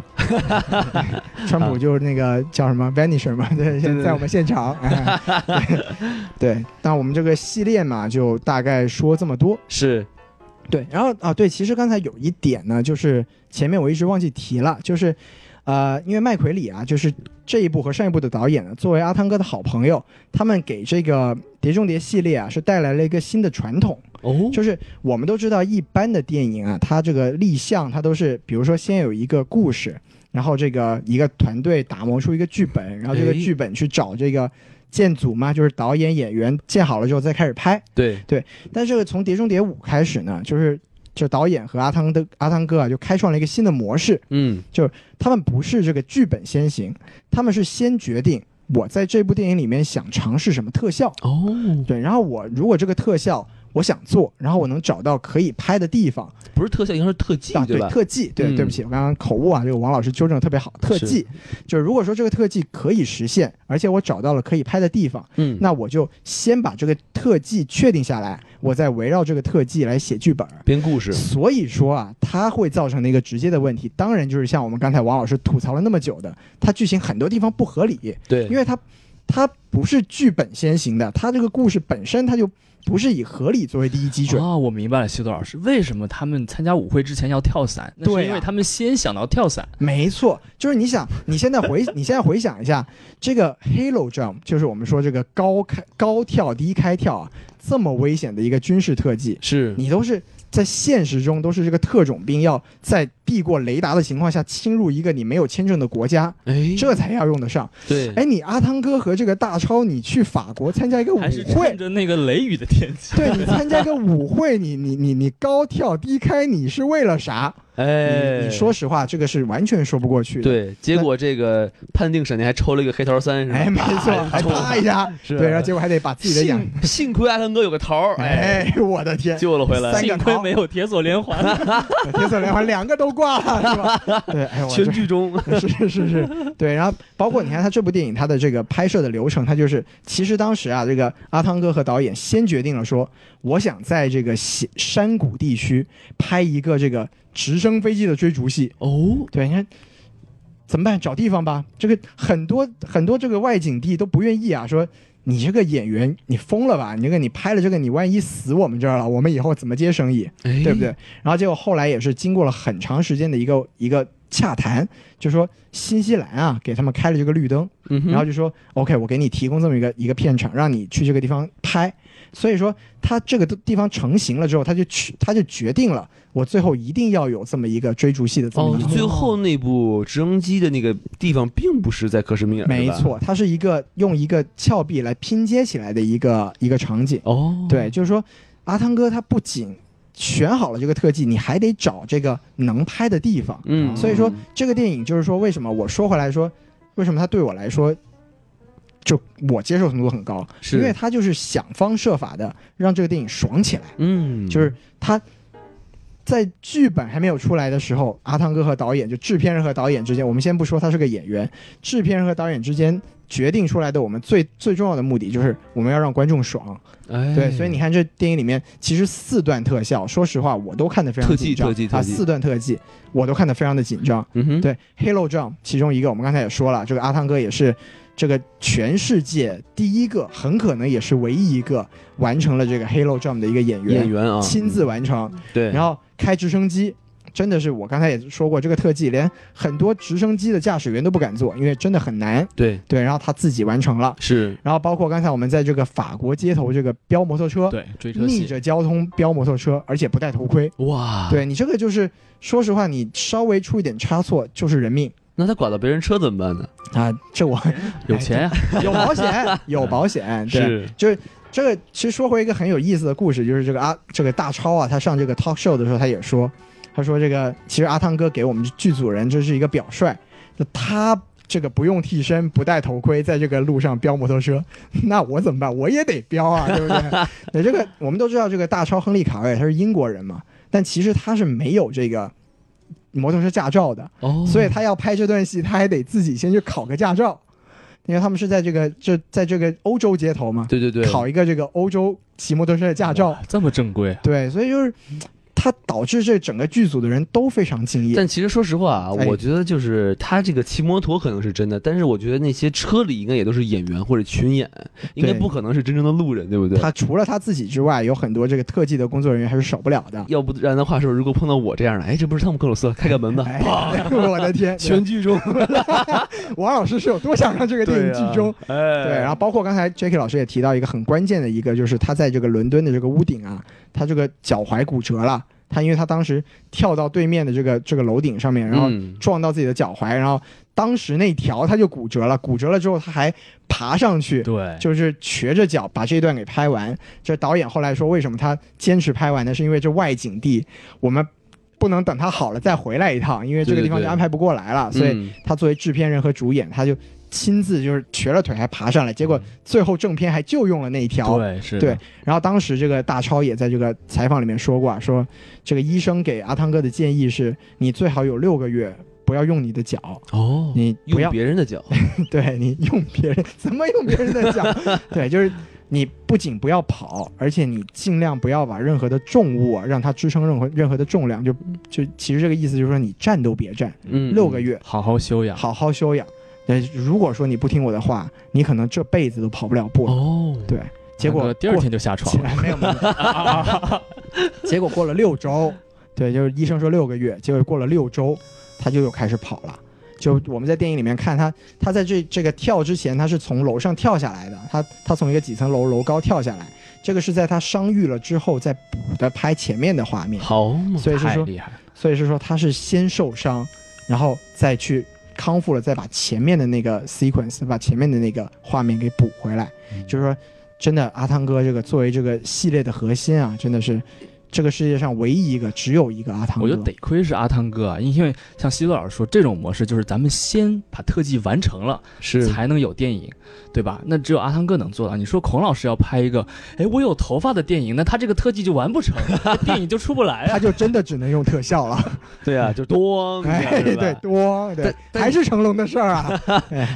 Speaker 3: 川普就是那个叫什么 Vanisher 嘛，啊对，现在在我们现场， 哎、对，对那我们这个系列嘛，就大概说这么多。
Speaker 2: 是，
Speaker 3: 对，然后啊，对，其实刚才有一点呢，就是前面我一直忘记提了，就是，呃，因为麦奎里啊，就是这一部和上一部的导演呢，作为阿汤哥的好朋友，他们给这个《碟中谍》系列啊，是带来了一个新的传统。
Speaker 2: 哦，
Speaker 3: 就是我们都知道，一般的电影啊，它这个立项，它都是比如说先有一个故事，然后这个一个团队打磨出一个剧本，然后这个
Speaker 2: 哎
Speaker 3: 剧本去找这个建组嘛，就是导演、演员建好了之后再开始拍。
Speaker 2: 对，
Speaker 3: 但这个从《碟中谍五》开始呢，就是这导演和阿汤的阿汤哥啊，就开创了一个新的模式，
Speaker 2: 嗯，
Speaker 3: 他们不是这个剧本先行，他们是先决定我在这部电影里面想尝试什么特效。
Speaker 2: 哦，
Speaker 3: 对，然后我如果这个特效我想做，然后我能找到可以拍的地方，
Speaker 2: 不是特效，应该是特技，
Speaker 3: 啊，
Speaker 2: 对
Speaker 3: 对
Speaker 2: 吧？
Speaker 3: 特技，对，
Speaker 2: 嗯
Speaker 3: 对不起，我刚刚口误啊，这个王老师纠正得特别好，特
Speaker 2: 是
Speaker 3: 技就是如果说这个特技可以实现，而且我找到了可以拍的地方，
Speaker 2: 嗯，
Speaker 3: 那我就先把这个特技确定下来，我再围绕这个特技来写剧本。
Speaker 2: 编故事，
Speaker 3: 所以说啊，它会造成的一个直接的问题，当然就是像我们刚才王老师吐槽了那么久的，它剧情很多地方不合理，
Speaker 2: 对，
Speaker 3: 因为它它不是剧本先行的，它这个故事本身它就不是以合理作为第一基准。
Speaker 1: 啊、我明白了，西多老师，为什么他们参加舞会之前要跳伞？那
Speaker 3: 对
Speaker 1: 是
Speaker 3: 啊
Speaker 1: 因为他们先想到跳伞。
Speaker 3: 没错，就是你想，你现在回，你现在回想一下，这个 Halo Jump，就是我们说这个高开高跳低开跳啊，这么危险的一个军事特技，
Speaker 2: 是
Speaker 3: 你都是在现实中都是这个特种兵要在避过雷达的情况下侵入一个你没有签证的国家，
Speaker 2: 哎，
Speaker 3: 这才要用得上。
Speaker 2: 对，
Speaker 3: 哎，你阿汤哥和这个大超，你去法国参加一个舞
Speaker 1: 还是
Speaker 3: 会
Speaker 1: 趁。着那个雷雨的天 气，
Speaker 3: 对你参加一个舞会，你你你你高跳低开，你是为了啥？
Speaker 2: 哎，
Speaker 3: 你你说实话，这个是完全说不过去的。
Speaker 2: 对，结果这个判定闪电还抽了一个黑桃三，是吧？
Speaker 3: 哎，没错，
Speaker 2: 啊
Speaker 3: 还啪一下，
Speaker 2: 是啊
Speaker 3: 对，然后结果还得把自己的眼，
Speaker 2: 幸幸亏阿汤哥有个桃儿，哎，
Speaker 3: 哎，我的天，
Speaker 2: 救了回来
Speaker 3: 三。个
Speaker 1: 幸亏
Speaker 3: 桃
Speaker 1: 没有铁索连环。
Speaker 3: 铁索连环两个都挂了，是吧？对，哎，我
Speaker 2: 全
Speaker 3: 这
Speaker 2: 剧终，
Speaker 3: 是 是是是，对，然后包括你看他这部电影，他的这个拍摄的流程，他就是其实当时啊，这个阿汤哥和导演先决定了说，我想在这个西山谷地区拍一个这个直升飞机的追逐戏，
Speaker 2: 哦，
Speaker 3: 对，你看怎么办？找地方吧。这个很多很多这个外景地都不愿意啊，说你这个演员你疯了吧？你这个你拍了这个，你万一死我们这儿了，我们以后怎么接生意，
Speaker 2: 哎，
Speaker 3: 对不对？？然后结果后来也是经过了很长时间的一个一个洽谈，就说新西兰啊给他们开了这个绿灯，
Speaker 2: 嗯哼，
Speaker 3: 然后就说 OK，我给你提供这么一个一个片场，让你去这个地方拍。所以说，他这个地方成型了之后，他就去，他就决定了，我最后一定要有这么一个追逐戏的这么
Speaker 2: 哦
Speaker 3: 一个，
Speaker 2: 最后那部直升机的那个地方并不是在克什米尔，
Speaker 3: 没
Speaker 2: 啊是吧。
Speaker 3: 错，它是一个用一个峭壁来拼接起来的一个一个场景。
Speaker 2: 哦，
Speaker 3: 对，就是说，阿汤哥他不仅选好了这个特技，你还得找这个能拍的地方。
Speaker 2: 嗯，
Speaker 3: 所以说，这个电影就是说，为什么我说回来说，为什么它对我来说，就我接受程度很高，
Speaker 2: 是
Speaker 3: 因为他 就是想方设法的让这个电影爽起来，
Speaker 2: 嗯，
Speaker 3: 就是他。在剧本还没有出来的时候，阿汤哥和导演就制片人和导演之间，我们先不说他是个演员，制片人和导演之间决定出来的，我们最最重要的目的就是我们要让观众爽。
Speaker 2: 哎，
Speaker 3: 对，所以你看这电影里面其实四段特效，说实话我都看得非常
Speaker 2: 特技
Speaker 3: 紧张
Speaker 2: 特技
Speaker 3: 啊，
Speaker 2: 特技
Speaker 3: 四段特技我都看得非常的紧张。
Speaker 2: 嗯哼，
Speaker 3: 对，Halo Jump 其中一个，我们刚才也说了，这个阿汤哥也是这个全世界第一个，很可能也是唯一一个完成了这个 Halo Jump 的一个演员，
Speaker 2: 演员啊，
Speaker 3: 亲自完成，
Speaker 2: 对，
Speaker 3: 然
Speaker 2: 后
Speaker 3: 后开直升机。真的是，我刚才也说过，这个特技连很多直升机的驾驶员都不敢做，因为真的很难。
Speaker 2: 对
Speaker 3: 对，然后他自己完成了，
Speaker 2: 是
Speaker 3: 然后包括刚才我们在这个法国街头这个飙摩托车，
Speaker 1: 对，追车
Speaker 3: 逆
Speaker 1: 戏。
Speaker 3: 着交通飙摩托车，而且不戴头盔，
Speaker 2: 哇，，
Speaker 3: 对你这个就是，说实话，你稍微出一点差错就是人命
Speaker 2: 那他剐到别人车怎么办呢？
Speaker 3: 啊！这 我
Speaker 1: 有钱呀、
Speaker 3: 有啊保险，有保险，对，
Speaker 2: 是，
Speaker 3: 就是这个。其实说回一个很有意思的故事，就是这个阿这个大超啊，他上这个 talk show 的时候，他也说，他说这个其实阿汤哥给我们剧组人这是一个表率，就他。这个不用替身，不戴头盔，在这个路上飙摩托车， 那我怎么办？我也得飙啊，对不对？对这个我们都知道，这个大超亨利卡维尔他是英国人嘛，但其实他是没有这个摩托车驾照的，
Speaker 2: 哦，
Speaker 3: 所以他要拍这段戏，他还得自己先去考个驾照，因为他们是在这个这在这个欧洲街头嘛，
Speaker 2: 对对对，嗯
Speaker 3: 考一个这个欧洲骑摩托车的驾照
Speaker 1: 哇， 这么正规，
Speaker 3: 对，所以就是他导致这整个剧组的人都非常敬业，
Speaker 2: 但其实说实话啊，
Speaker 3: 哎
Speaker 2: 我觉得就是他这个骑摩托可能是真的，但是我觉得那些车里应该也都是演员或者群演，应该
Speaker 3: 对
Speaker 2: 不可能是真正的路人，对不对？
Speaker 3: 他除了他自己之外，有很多这个特技的工作人员还是少不了 的。
Speaker 2: 要不然的话，是不是如果碰到我这样的，哎，这不是汤姆克鲁斯，开开门吧，
Speaker 3: 哎， 我的天，
Speaker 2: 全剧终，
Speaker 3: 王老师是有多想让这个电影剧终？
Speaker 2: 对啊，哎，
Speaker 3: 对，然后包括刚才 Jacky 老师也提到一个很关键的一个，就是他在这个伦敦的这个屋顶啊，他这个脚踝骨折了。他因为他当时跳到对面的这个这个楼顶上面，然后
Speaker 2: 嗯
Speaker 3: 撞到自己的脚踝，然后当时那条他就骨折了，骨折了之后他还爬上去，
Speaker 1: 对，
Speaker 3: 就是瘸着脚把这一段给拍完。这导演后来说，为什么他坚持拍完呢？是因为这外景地我们不能等他好了再回来一趟，因为这个地方
Speaker 2: 对对对
Speaker 3: 就安排不过来了，所以
Speaker 2: 嗯
Speaker 3: 他作为制片人和主演，他就亲自就是瘸了腿还爬上来，结果
Speaker 2: 嗯
Speaker 3: 最后正片还就用了那一条。
Speaker 1: 对，是的
Speaker 3: 对，然后当时这个大超也在这个采访里面说过啊，说这个医生给阿汤哥的建议是，你最好有六个月不要用你的脚，
Speaker 2: 哦，
Speaker 3: 你不
Speaker 2: 用
Speaker 3: 要
Speaker 2: 别人的脚，
Speaker 3: 对你用别人 怎么用别人的脚？ 对，就是你不仅不要跑，而且你尽量不要把任何的重物啊，让它支撑任何任何的重量。就就其实这个意思就是说，你站都别站，
Speaker 2: 嗯，
Speaker 3: 六个月
Speaker 1: 好好休养。
Speaker 3: 好好休养。对，如果说你不听我的话，你可能这辈子都跑不了步了。
Speaker 2: 哦，
Speaker 3: 对，结
Speaker 1: 大
Speaker 3: 果
Speaker 1: 哥第二
Speaker 3: 过
Speaker 1: 天就下床了，
Speaker 3: 没有 没有，没有结果过了六周，对，就是医生说六个月，结果过了六周，他就又开始跑了。就我们在电影里面看他，他在这这个跳之前，他是从楼上跳下来的，他他从一个几层楼楼高跳下来，这个是在他伤愈了之后再补的拍前面的画面，
Speaker 2: 好嘛，
Speaker 3: 所以是
Speaker 1: 太
Speaker 3: 说，
Speaker 1: 厉害了，
Speaker 3: 所以是说他是先受伤，然后再去康复了，再把前面的那个 sequence，把前面的那个画面给补回来。就是说，真的阿汤哥这个作为这个系列的核心啊，真的是这个世界上唯一一个，只有一个阿汤哥。
Speaker 1: 我觉得得亏是阿汤哥啊，因为像西多老师说，这种模式就是咱们先把特技完成了，
Speaker 2: 是
Speaker 1: 才能有电影，对吧？那只有阿汤哥能做到。你说孔老师要拍一个，哎，我有头发的电影，那他这个特技就完不成，那电影就出不来
Speaker 3: 他
Speaker 1: 啊。
Speaker 3: 就真的只能用特效了，
Speaker 2: 对啊，就多，
Speaker 3: 哎，
Speaker 2: 对
Speaker 3: 对，多对
Speaker 2: 但，但
Speaker 3: 还是成龙的事儿啊，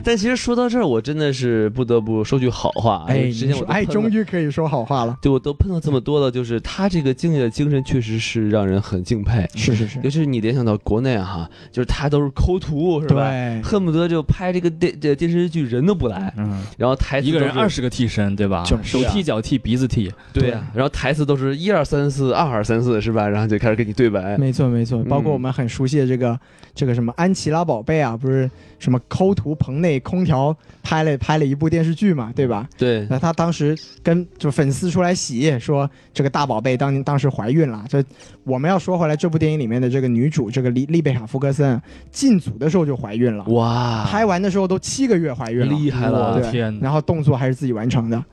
Speaker 2: 但其实说到这儿，我真的是不得不说句好话，
Speaker 3: 哎，
Speaker 2: 之
Speaker 3: 你
Speaker 2: 前我
Speaker 3: 说
Speaker 2: 都
Speaker 3: 哎，
Speaker 2: 喷了
Speaker 3: 终于可以说好话了，
Speaker 2: 对我都碰到这么多了，就是他这个敬业的精神确实是让人很敬佩，
Speaker 3: 是是是
Speaker 2: 尤，其是你联想到国内哈，就是他都是抠图是吧？
Speaker 3: 对，
Speaker 2: 恨不得就拍这个电这电视剧人都不来，
Speaker 1: 嗯，
Speaker 2: 然后台词
Speaker 1: 一个人
Speaker 2: 都是
Speaker 1: 二十个替身，对吧？
Speaker 3: 就是
Speaker 1: 手
Speaker 3: 啊
Speaker 1: 替、脚替、鼻子替，
Speaker 2: 对呀、然后台词都是一二三四二二三四是吧？然后就开始跟你对白，
Speaker 3: 没错没错，包括
Speaker 2: 哎嗯
Speaker 3: 我们很熟悉的这个、这个什么安琪拉宝贝啊，不是什么抠图棚内空调拍了拍了一部电视剧嘛，对吧？
Speaker 2: 对，
Speaker 3: 那她当时跟就粉丝出来洗说这个大宝贝当年当时怀孕了。这我们要说回来，这部电影里面的这个女主这个丽丽贝卡福格森啊进组的时候就怀孕了，
Speaker 2: 哇，
Speaker 3: 拍完的时候都七个月怀孕了，
Speaker 2: 厉害了
Speaker 1: 我
Speaker 3: 对
Speaker 1: 的天哪！
Speaker 3: 然后动作还是自己完成的。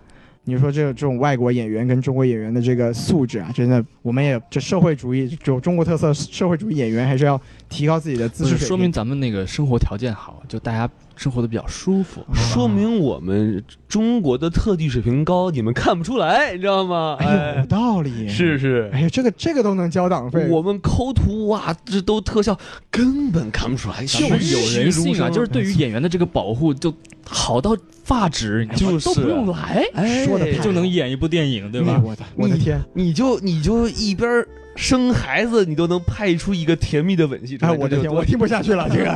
Speaker 3: 你说这这种外国演员跟中国演员的这个素质啊，真的，我们也这社会主义有中国特色社会主义演员还是要提高自己的
Speaker 1: 不
Speaker 3: 自
Speaker 1: 是
Speaker 3: 制
Speaker 1: 说
Speaker 3: 水
Speaker 1: 明
Speaker 3: 平。
Speaker 1: 咱们那个生活条件好，就大家生活的比较舒服。
Speaker 2: 说明我们中国的特技水平高，你们看不出来，你知道吗？
Speaker 3: 哎，有
Speaker 2: 哎，
Speaker 3: 道理。，
Speaker 2: 是是，
Speaker 3: 哎呀，这个这个都能交党费。
Speaker 2: 我们抠图哇，这都特效根本看不出来，
Speaker 1: 咱们有人性啊，就是对于演员的这个保护就好到发指，你知道吗
Speaker 2: 就
Speaker 1: 都
Speaker 2: 是
Speaker 1: 不用
Speaker 3: 啊
Speaker 1: 来，
Speaker 2: 哎
Speaker 3: 说得太好
Speaker 1: 就能演一部电影，对吧
Speaker 3: 哎？我的我
Speaker 2: 嗯
Speaker 3: 的天！
Speaker 2: 你就你就一边儿生孩子，你都能拍出一个甜蜜的吻戏出
Speaker 3: 哎，
Speaker 2: 来。
Speaker 3: 我的
Speaker 2: 这就
Speaker 3: 天，
Speaker 2: 多
Speaker 3: 我听不下去了，这个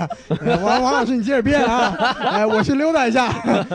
Speaker 3: 哎王王老师，你接着编啊！哎，我去溜达一下，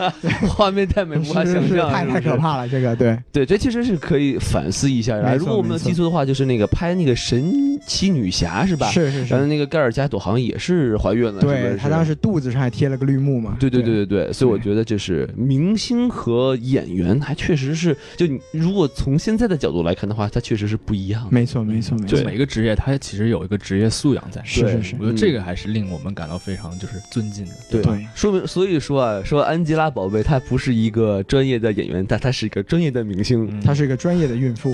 Speaker 2: 画面太美，无法
Speaker 3: 是
Speaker 2: 想
Speaker 3: 是是，
Speaker 2: 象，
Speaker 3: 太
Speaker 2: 是不
Speaker 3: 太
Speaker 2: 是
Speaker 3: 可。怕了，这个对，
Speaker 2: 对，这其实是可以反思一下的。
Speaker 3: 没错
Speaker 2: 如果我没有
Speaker 3: 没错
Speaker 2: 记错的话，就是那个拍那个神奇女侠是吧？
Speaker 3: 是是
Speaker 2: 然后
Speaker 3: 是，
Speaker 2: 那个盖尔加朵好像也是怀孕了，是不
Speaker 3: 对
Speaker 2: 是
Speaker 3: 他当时肚子上还贴了个绿幕嘛，
Speaker 2: 对对对对对，所以我觉得这是明星和演员，还确实是，就你如果从现在的角度来看的话，它确实是不一样的。
Speaker 3: 没错没错没错
Speaker 1: 就，每个职业，他其实有一个职业素养在。
Speaker 3: 是是是嗯
Speaker 1: 我，觉得这个还是令我们感到非常就是尊敬的。
Speaker 2: 嗯对
Speaker 3: 对
Speaker 2: 说明，所以说啊，说安吉拉宝贝她不是一个专业的演员，但她是一个专业的明星，
Speaker 3: 她是一个专业的孕妇。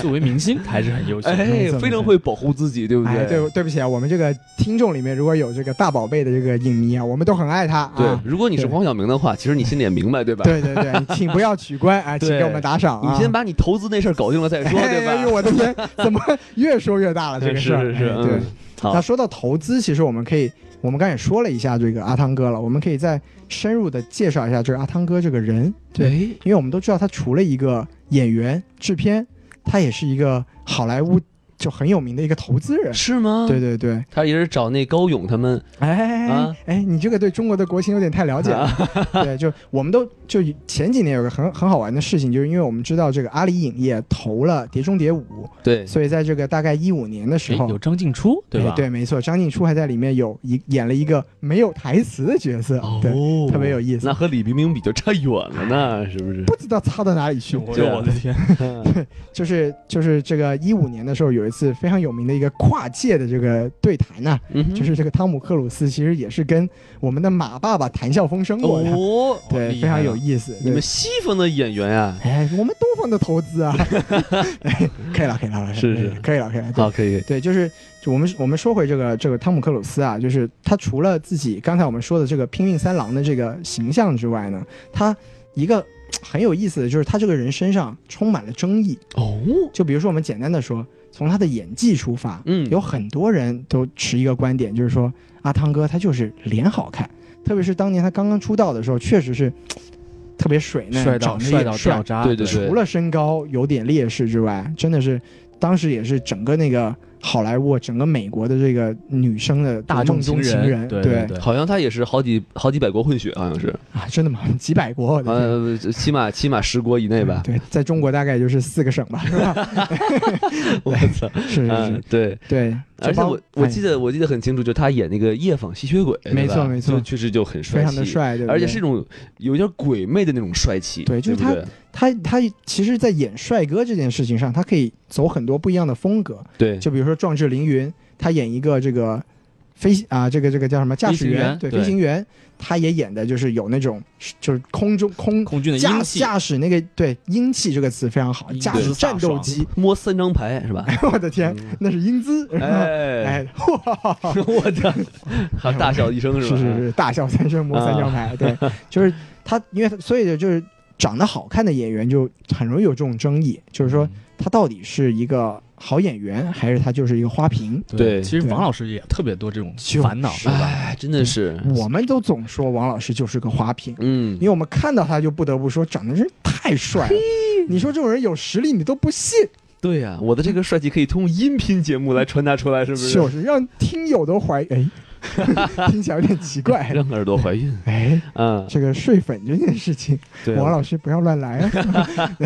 Speaker 1: 作为明星还是很优秀的。
Speaker 2: 哎
Speaker 3: 没错，
Speaker 2: 非常
Speaker 3: 没错
Speaker 2: 会保护自己，对不
Speaker 3: 哎，对，对不起啊，我们这个听众里面如果有这个大宝贝的这个影迷啊，我们都很爱他
Speaker 2: 对
Speaker 3: 啊。
Speaker 2: 如果你是
Speaker 3: 对
Speaker 2: 黄晓明的话，其实你心里也明白，对吧？
Speaker 3: 对对对，请不要取关 啊，
Speaker 2: 对
Speaker 3: 请给我们打赏啊。
Speaker 2: 你先把你投资那事儿搞定了再说，对
Speaker 3: 哎呦，
Speaker 2: 吧？
Speaker 3: 我的天，怎么越说越 大了这个事儿？
Speaker 2: 是是是
Speaker 3: 哎
Speaker 2: 嗯
Speaker 3: 对。
Speaker 2: 好
Speaker 3: 那说到投资，其实我们可以，我们刚才也说了一下这个阿汤哥了，我们可以再深入的介绍一下这个阿汤哥这个人。对，
Speaker 2: 对，
Speaker 3: 因为我们都知道他除了一个演员、制片，他也是一个好莱坞就很有名的一个投资人。
Speaker 2: 是吗？
Speaker 3: 对，对对，
Speaker 2: 他也是找那高勇他们，
Speaker 3: 哎
Speaker 2: 啊
Speaker 3: 哎哎，你这个对中国的国情有点太了解了。 对，就我们都就前几年有个很很好玩的事情，就是因为我们知道这个阿里影业投了《碟中谍五
Speaker 2: 对》，，
Speaker 3: 所以在这个大概一五年的时
Speaker 1: 哎
Speaker 3: 候，
Speaker 1: 有张静初，对
Speaker 3: 哎
Speaker 1: 吧？
Speaker 3: 对，没错，张静初还在里面有一演了一个没有台词的角色，
Speaker 2: 哦
Speaker 3: 对，，特别有意思
Speaker 2: 那和李冰冰比就差远了呢，是不是？
Speaker 3: 不知道擦到哪里去。
Speaker 1: 我
Speaker 2: 对啊
Speaker 1: 我的天，
Speaker 3: 就是就是这个一五年的时候，有一次非常有名的一个跨界的这个对谈呐、
Speaker 2: 嗯哼，
Speaker 3: 就是这个汤姆克鲁斯其实也是跟我们的马爸爸谈笑风生过的。
Speaker 2: 哦，
Speaker 3: 对，非常有意思。
Speaker 2: 你
Speaker 3: 对
Speaker 2: 们西方的演员啊，
Speaker 3: 哎，我们东方么的投 资啊！哎可以了，可以了，老师，
Speaker 2: 是是
Speaker 3: 可以了，可以了。对
Speaker 2: 好，可以，
Speaker 3: 对，就是就我们我们说回这个这个汤姆克鲁斯啊，就是他除了自己刚才我们说的这个拼命三郎的这个形象之外呢，他一个很有意思的就是他这个人身上充满了争议。
Speaker 2: 哦，
Speaker 3: 就比如说我们简单的说，从他的演技出发，
Speaker 2: 嗯，
Speaker 3: 有很多人都持一个观点，就是说阿汤哥他就是脸好看，特别是当年他刚刚出道的时候，确实是特别水嫩，
Speaker 1: 帅
Speaker 3: 长
Speaker 1: 到
Speaker 3: 得也
Speaker 1: 帅到
Speaker 3: 帅
Speaker 1: 掉渣，
Speaker 2: 对对对
Speaker 3: 除了身高有点劣势之外，真的是当时也是整个那个好莱坞、整个美国的这个女生的
Speaker 1: 大
Speaker 3: 梦
Speaker 1: 众
Speaker 3: 中情
Speaker 1: 情
Speaker 3: 人，
Speaker 1: 对对，
Speaker 2: 好像他也是好几好几百国混血，好像是，
Speaker 3: 啊，真的吗？几百国，我的天
Speaker 2: 呃，起码起码十国以内吧。
Speaker 3: 对，在中国大概也就是四个省吧，是吧？
Speaker 2: 我操，
Speaker 3: 是是
Speaker 2: 嗯
Speaker 3: 是，，
Speaker 2: 对。
Speaker 3: 对。哎
Speaker 2: 而且我我记
Speaker 3: 得
Speaker 2: 得我记得很清楚，就是他演那个夜访吸血鬼，对吧
Speaker 3: 没错没错
Speaker 2: 就确实就很帅
Speaker 3: 非
Speaker 2: 气，
Speaker 3: 常的帅，对不对，
Speaker 2: 而且是一种有点鬼魅的那种帅气，
Speaker 3: 对就是
Speaker 2: 不
Speaker 3: 他他他其实，在演帅哥这件事情上，他可以走很多不一样的风格。
Speaker 2: 对，
Speaker 3: 就比如说《壮志凌云》，他演一个这个飞啊，这个这个叫什么驾驶
Speaker 1: 飞行
Speaker 3: 员，
Speaker 1: 员
Speaker 3: 对，
Speaker 1: 对
Speaker 3: 飞行员，他也演的就是有那种就是空中空
Speaker 1: 空军的
Speaker 3: 驾
Speaker 1: 英气，
Speaker 3: 驾驶那个对英气这个词非常好，
Speaker 1: 英
Speaker 3: 驾驶
Speaker 1: 姿 飒
Speaker 3: 战斗
Speaker 1: 爽
Speaker 3: 机，
Speaker 2: 摸三张牌是吧？
Speaker 3: 我的啊天，
Speaker 2: 嗯
Speaker 3: 那是英姿，是吧
Speaker 2: 哎，
Speaker 3: 哎， 哇，
Speaker 2: 我的，还大笑一声
Speaker 3: 是
Speaker 2: 吧？
Speaker 3: 是是，大笑三声摸三张牌， 对，就是他，因为他所以就是长得好看的演员就很容易有这种争议，就是说
Speaker 1: 嗯
Speaker 3: 他到底是一个好演员，还是他就是一个花瓶？
Speaker 2: 对
Speaker 1: 其实
Speaker 3: 对
Speaker 1: 王老师也特别多这种
Speaker 3: 就是
Speaker 1: 烦恼，对吧？
Speaker 2: 哎，真的是，
Speaker 3: 我们都总说王老师就是个花瓶，
Speaker 2: 嗯
Speaker 3: 因为，我们看到他就不得不说长得真是太帅了。你说这种人有实力，你都不信，
Speaker 2: 对呀，我的这个帅气可以通过音频节目来传达出来，是不是
Speaker 3: 就？是让听友都怀疑。哎， 听起来有点奇 怪。
Speaker 2: 让耳朵怀孕，
Speaker 3: 哎，
Speaker 2: 嗯，
Speaker 3: 这个睡粉这件事情，
Speaker 2: 对，
Speaker 3: 王老师不要乱来 啊！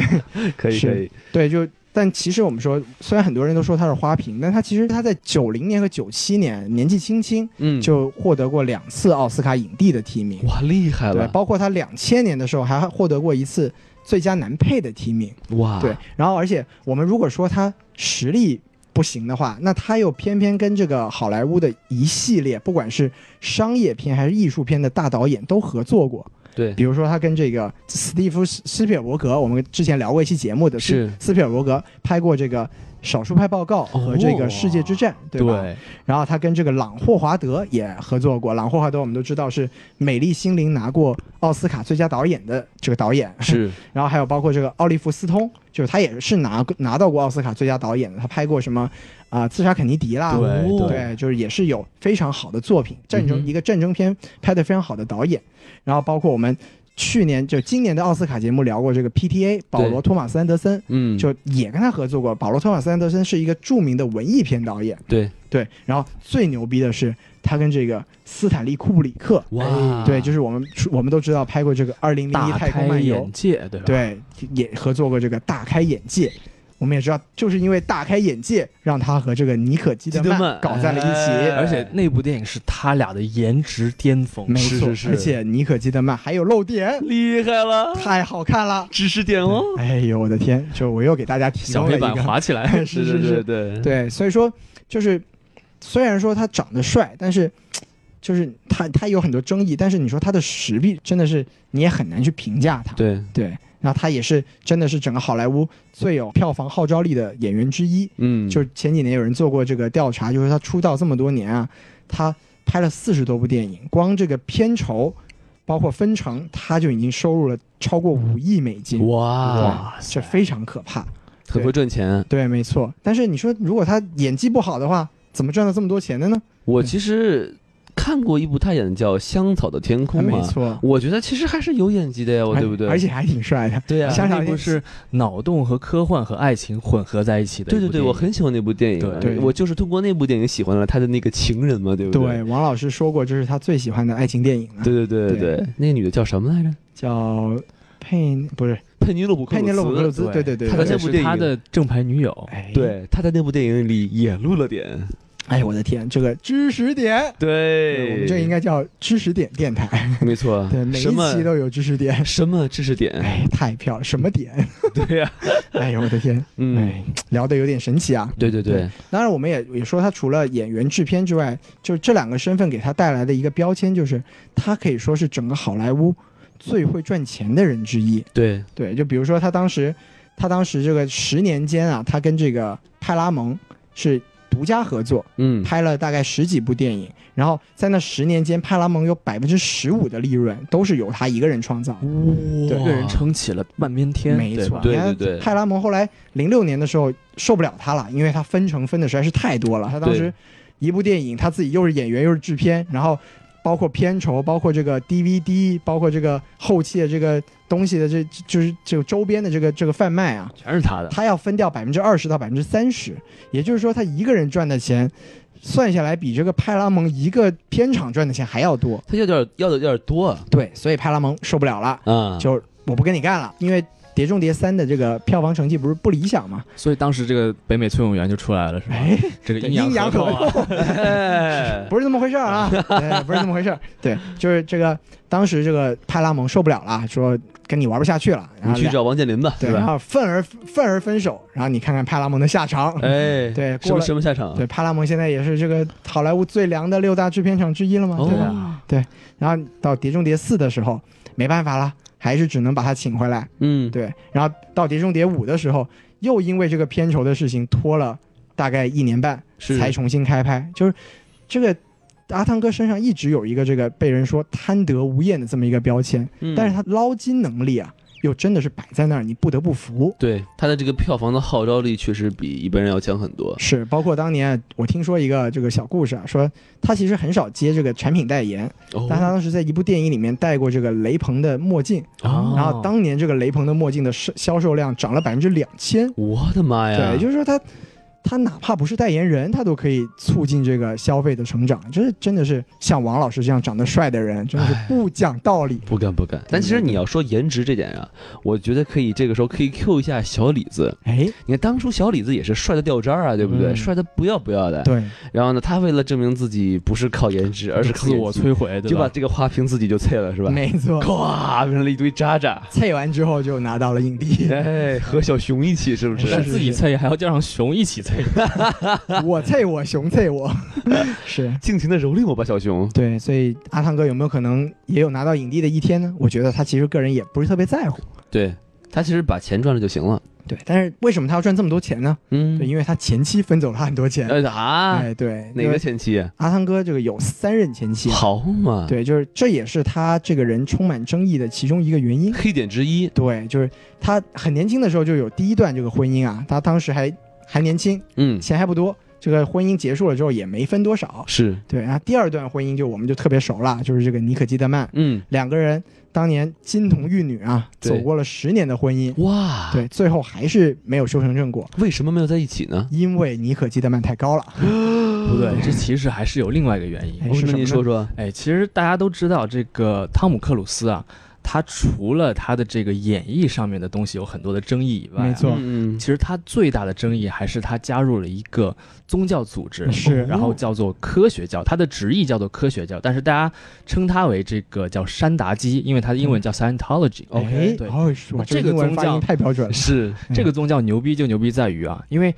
Speaker 2: 可以
Speaker 3: 是
Speaker 2: 可以，
Speaker 3: 对，就但其实我们说，虽然很多人都说他是花瓶，但他其实他在九零年和九七年年纪轻轻
Speaker 2: 嗯，
Speaker 3: 就获得过两次奥斯卡影帝的提名。
Speaker 2: 哇，厉害
Speaker 3: 对，
Speaker 2: 了，
Speaker 3: 包括他两千年的时候还获得过一次最佳男配的提名。
Speaker 2: 哇，
Speaker 3: 对，然后而且我们如果说他实力不行的话，那他又偏偏跟这个好莱坞的一系列，不管是商业片还是艺术片的大导演都合作过。
Speaker 2: 对
Speaker 3: 比如说他跟这个斯蒂夫斯斯皮尔伯格，我们之前聊过一期节目的，
Speaker 2: 是
Speaker 3: 斯皮尔伯格拍过这个《少数派报告》和这个《世界之战》对吧？
Speaker 1: 对，
Speaker 3: 然后他跟这个朗霍华德也合作过，朗霍华德我们都知道是《美丽心灵》拿过奥斯卡最佳导演的这个导演，
Speaker 2: 是，
Speaker 3: 然后还有包括这个奥利弗斯通，就是他也是拿拿到过奥斯卡最佳导演的，他拍过什么啊、刺杀肯尼迪》啦，
Speaker 1: 对
Speaker 2: 哦
Speaker 1: 对
Speaker 3: 对，就是也是有非常好的作品，战争、
Speaker 2: 嗯哼
Speaker 3: 一个战争片拍得非常好的导演，然后包括我们去年就今年的奥斯卡节目聊过这个 PTA 保罗·托马斯·安德森，
Speaker 2: 嗯，
Speaker 3: 就也跟他合作过。保罗·托马斯·安德森是一个著名的文艺片导演，
Speaker 2: 对，
Speaker 3: 对，然后最牛逼的是他跟这个斯坦利·库布里克，
Speaker 2: 哇，
Speaker 3: 对，就是我们我们都知道拍过这个《二零零一
Speaker 1: 大
Speaker 3: 哎太空
Speaker 1: 开
Speaker 3: 漫游》
Speaker 1: 眼，界，对吧？
Speaker 3: 对，也合作过这个《大开眼界》。我们也知道，就是因为《大开眼界》，让他和这个妮可基德
Speaker 2: 基德
Speaker 3: 曼
Speaker 2: 曼
Speaker 3: 搞在了一起。
Speaker 2: 哎
Speaker 1: 而且那部电影是他俩的颜值巅峰，
Speaker 3: 没
Speaker 2: 是
Speaker 3: 错，
Speaker 2: 是是
Speaker 3: 而且妮可基德曼还有露点，
Speaker 2: 厉害了，
Speaker 3: 太好看了。
Speaker 2: 知识点哦，
Speaker 3: 哎呦，我的天！就我又给大家提
Speaker 1: 小
Speaker 3: 供了
Speaker 1: 黑
Speaker 3: 一
Speaker 1: 板
Speaker 3: 个，
Speaker 1: 滑起来，
Speaker 3: 是是是，
Speaker 2: 对，
Speaker 3: 对，所以说就是，虽然说他长得帅，但是就是他他有很多争议，但是你说他的实力真的是你也很难去评价他。
Speaker 2: 对，
Speaker 3: 对，然后他也是真的是整个好莱坞最有票房号召力的演员之一。
Speaker 2: 嗯，
Speaker 3: 就是前几年有人做过这个调查，就是他出道这么多年啊，他拍了四十多部电影，光这个片酬，包括分成，他就已经收入了超过五亿美金，
Speaker 2: 嗯哇，
Speaker 1: 哇
Speaker 3: 这
Speaker 1: 塞，
Speaker 3: 非常可怕。
Speaker 2: 很会赚钱。
Speaker 3: 对，没错。但是你说，如果他演技不好的话，怎么赚到这么多钱的呢？
Speaker 2: 我其实看过一部他演的叫《香草的天空》
Speaker 3: 没
Speaker 2: 嘛，
Speaker 3: 错，
Speaker 2: 我觉得其实还是有演技的呀，我
Speaker 3: 而
Speaker 2: 对不对？
Speaker 3: 而且还挺帅的。
Speaker 2: 对呀，
Speaker 3: 像
Speaker 1: 那部是脑洞和科幻和爱情混合在一起的一
Speaker 2: 对
Speaker 1: 部
Speaker 2: 对
Speaker 1: 电影，
Speaker 2: 对，我很喜欢那部电影啊，
Speaker 3: 对
Speaker 2: 我就是通过那部电影喜欢了他的那个情人嘛，对不
Speaker 3: 对，？王老师说过，这是他最喜欢的爱情电影了，
Speaker 2: 对对对对对，那个女的叫什么来着？
Speaker 3: 叫佩不是
Speaker 2: 佩妮洛普·
Speaker 3: 佩涅洛普·克
Speaker 2: 克
Speaker 3: 鲁
Speaker 2: 鲁
Speaker 3: 兹
Speaker 2: 斯。，
Speaker 3: 对
Speaker 1: 对
Speaker 3: 对对，
Speaker 2: 他
Speaker 1: 而
Speaker 2: 的
Speaker 3: 对
Speaker 1: 且
Speaker 2: 这部电
Speaker 1: 是
Speaker 2: 影
Speaker 1: 他的正牌女友，
Speaker 3: 哎，
Speaker 2: 对，他在那部电影里也露了点。
Speaker 3: 哎，我的天，这个知识点。
Speaker 2: 对，
Speaker 3: 我们这应该叫知识点电台，
Speaker 2: 没错。
Speaker 3: 对，每一
Speaker 2: 什么
Speaker 3: 期都有知识点。
Speaker 2: 什么知识点？
Speaker 3: 哎，太漂亮，什么点？
Speaker 2: 对呀，
Speaker 3: 哎呦，我的天，
Speaker 2: 嗯，
Speaker 3: 哎，聊得有点神奇啊。
Speaker 2: 对对对，
Speaker 3: 当然，我们也也说他除了演员、制片之外，就是这两个身份给他带来的一个标签，就是他可以说是整个好莱坞最会赚钱的人之一。
Speaker 2: 对，
Speaker 3: 对，就比如说他当时他当时这个十年间啊，他跟这个派拉蒙是独家合作，
Speaker 2: 嗯，
Speaker 3: 拍了大概十几部电影，然后在那十年间，派拉蒙有百分之十五的利润都是由他一个人创造的。
Speaker 1: 哇，一个人撑起了半边天，
Speaker 3: 没
Speaker 1: 对
Speaker 3: 错
Speaker 1: 吧
Speaker 2: 对
Speaker 3: 你看
Speaker 2: 对对
Speaker 3: 派拉蒙后来零六年的时候受不了他了，因为他分成分的实在是太多了。他当
Speaker 2: 对
Speaker 3: 时一部电影，他自己又是演员又是制片，然后包括片酬，包括这个 DVD，包括这个后期的这个东西的这就是这个周边的这个这个贩卖啊，
Speaker 1: 全是他的。
Speaker 3: 他要分掉百分之二十到百分之三十，也就是说他一个人赚的钱。算下来比这个派拉蒙一个片场赚的钱还要多，
Speaker 2: 他要点要的有点多啊
Speaker 3: 对，所以派拉蒙受不了了，
Speaker 2: 啊，
Speaker 3: 就我不跟你干了，因为《碟中谍三》的这个票房成绩不是不理想嘛，
Speaker 1: 所以当时这个北美崔永元就出来了，是吧？
Speaker 3: 哎，
Speaker 1: 这个
Speaker 3: 对
Speaker 1: 阴阳
Speaker 3: 阴阳
Speaker 1: 合
Speaker 3: 合
Speaker 1: 同啊
Speaker 2: 哎
Speaker 3: 不是这么回事儿啊，对，不是这么回事儿，对，就是这个当时这个派拉蒙受不了了，说跟你玩不下去了，然
Speaker 2: 你
Speaker 3: 后
Speaker 2: 去
Speaker 3: 俩
Speaker 2: 找王健林吧，
Speaker 3: 对，
Speaker 2: 是
Speaker 3: 然
Speaker 2: 吧？
Speaker 3: 后愤而愤而分手，然后你看看派拉蒙的下场，
Speaker 2: 哎，
Speaker 3: 对，
Speaker 2: 什
Speaker 3: 过
Speaker 2: 么
Speaker 3: 了。
Speaker 2: 什么下场？
Speaker 3: 对，派拉蒙现在也是这个好莱坞最凉的六大制片厂之一了嘛，
Speaker 2: 哦
Speaker 3: 对吧？
Speaker 1: 啊
Speaker 3: 然后到《碟中谍四》的时候，没办法了，还是只能把他请回来。
Speaker 2: 嗯，
Speaker 3: 对，然后到《碟中谍五》的时候，又因为这个片酬的事情拖了大概一年半，
Speaker 2: 是
Speaker 3: 才重新开拍。就是这个阿汤哥身上一直有一个这个被人说贪得无厌的这么一个标签，
Speaker 2: 嗯
Speaker 3: 但是他捞金能力啊，又真的是摆在那儿，你不得不服。
Speaker 2: 对他的这个票房的号召力确实比一般人要强很多。
Speaker 3: 是，包括当年我听说一个这个小故事啊，说他其实很少接这个产品代言，
Speaker 2: 哦
Speaker 3: 但他当时在一部电影里面戴过这个雷朋的墨镜，
Speaker 2: 啊
Speaker 1: 哦
Speaker 3: 然后当年这个雷朋的墨镜的销销售量涨了百分之两千，
Speaker 2: 我的妈呀！
Speaker 3: 对，也就是说他他哪怕不是代言人，他都可以促进这个消费的成长，就是真的是像王老师这样长得帅的人，真的是
Speaker 2: 哎
Speaker 3: 不讲道理。
Speaker 2: 不敢不敢，但其实你要说颜值这点啊，我觉得可以这个时候可以 Q 一下小李子。
Speaker 3: 哎，
Speaker 2: 你看当初小李子也是帅的掉渣儿啊，对不对？
Speaker 1: 嗯
Speaker 2: 帅的不要不要的。
Speaker 3: 对，
Speaker 2: 然后呢，他为了证明自己不是靠颜值，而是靠
Speaker 1: 自我
Speaker 2: 演技
Speaker 1: 摧毁，对
Speaker 2: 就把
Speaker 1: 吧？
Speaker 2: 这个花瓶自己就碎了，是吧？
Speaker 3: 没 错，
Speaker 2: 咵变成了一堆渣渣。
Speaker 3: 菜完之后就拿到了 影帝。
Speaker 2: 哎，和小熊一起是不
Speaker 3: 是
Speaker 1: 但
Speaker 2: 是？
Speaker 1: 自己脆还要叫上熊一起 脆，
Speaker 3: 我菜我熊菜 我，是
Speaker 2: 尽情的蹂躏我吧，小熊。
Speaker 3: 对，所以阿汤哥有没有可能也有拿到影帝的一天呢？我觉得他其实个人也不是特别在乎。
Speaker 2: 对他其实把钱赚了就行了。
Speaker 3: 对，但是为什么他要赚这么多钱呢？
Speaker 2: 嗯
Speaker 3: 对，因为他前妻分走了他很多钱。
Speaker 2: 呃啊，
Speaker 3: 哎，对，
Speaker 2: 哪
Speaker 3: 因
Speaker 2: 个
Speaker 3: 为
Speaker 2: 前妻？啊
Speaker 3: 阿汤哥这个有三任前妻，啊
Speaker 2: 好
Speaker 1: 啊
Speaker 2: 嘛，
Speaker 3: 对，就是这也是他这个人充满争议的其中一个原因。
Speaker 2: 黑点之一。
Speaker 3: 对，就是他很年轻的时候就有第一段这个婚姻啊，他当时还还年轻，
Speaker 2: 嗯，
Speaker 3: 钱还不多，这个婚姻结束了之后也没分多少。
Speaker 2: 是，
Speaker 3: 对，然后第二段婚姻就我们就特别熟了，就是这个妮可基德曼
Speaker 2: 嗯，
Speaker 3: 两个人当年金童玉女啊，
Speaker 2: 对
Speaker 3: 走过了十年的婚姻，
Speaker 1: 啊
Speaker 2: 哇，，
Speaker 3: 对，最后还是没有修成正果，
Speaker 2: 为什么没有在一起呢？
Speaker 3: 因为妮可基德曼太高了。
Speaker 1: 不对，这其实还是有另外一个原因。
Speaker 3: 哎
Speaker 2: 哦那
Speaker 3: 是什么
Speaker 2: 您
Speaker 3: 呢
Speaker 2: 说说，
Speaker 1: 哎，其实大家都知道，这个汤姆克鲁斯啊，他除了他的这个演绎上面的东西有很多的争议以外啊、
Speaker 3: 没错
Speaker 2: 嗯，嗯
Speaker 1: 其实他最大的争议还是他加入了一个宗教组织，
Speaker 3: 是
Speaker 1: 然后叫做科学教，他的直译叫做科学教，但是大家称他为这个叫山达基，因为他的英文叫 Scientology。
Speaker 2: 哦 OK，
Speaker 3: 哎嗯
Speaker 1: 对
Speaker 3: 嗯哦，是哇
Speaker 1: 这
Speaker 3: 这
Speaker 1: 个
Speaker 3: 个英文
Speaker 1: 宗
Speaker 3: 发
Speaker 1: 教
Speaker 3: 音太标准了。
Speaker 2: 是，
Speaker 1: 这个宗教牛逼就牛逼在于啊，因为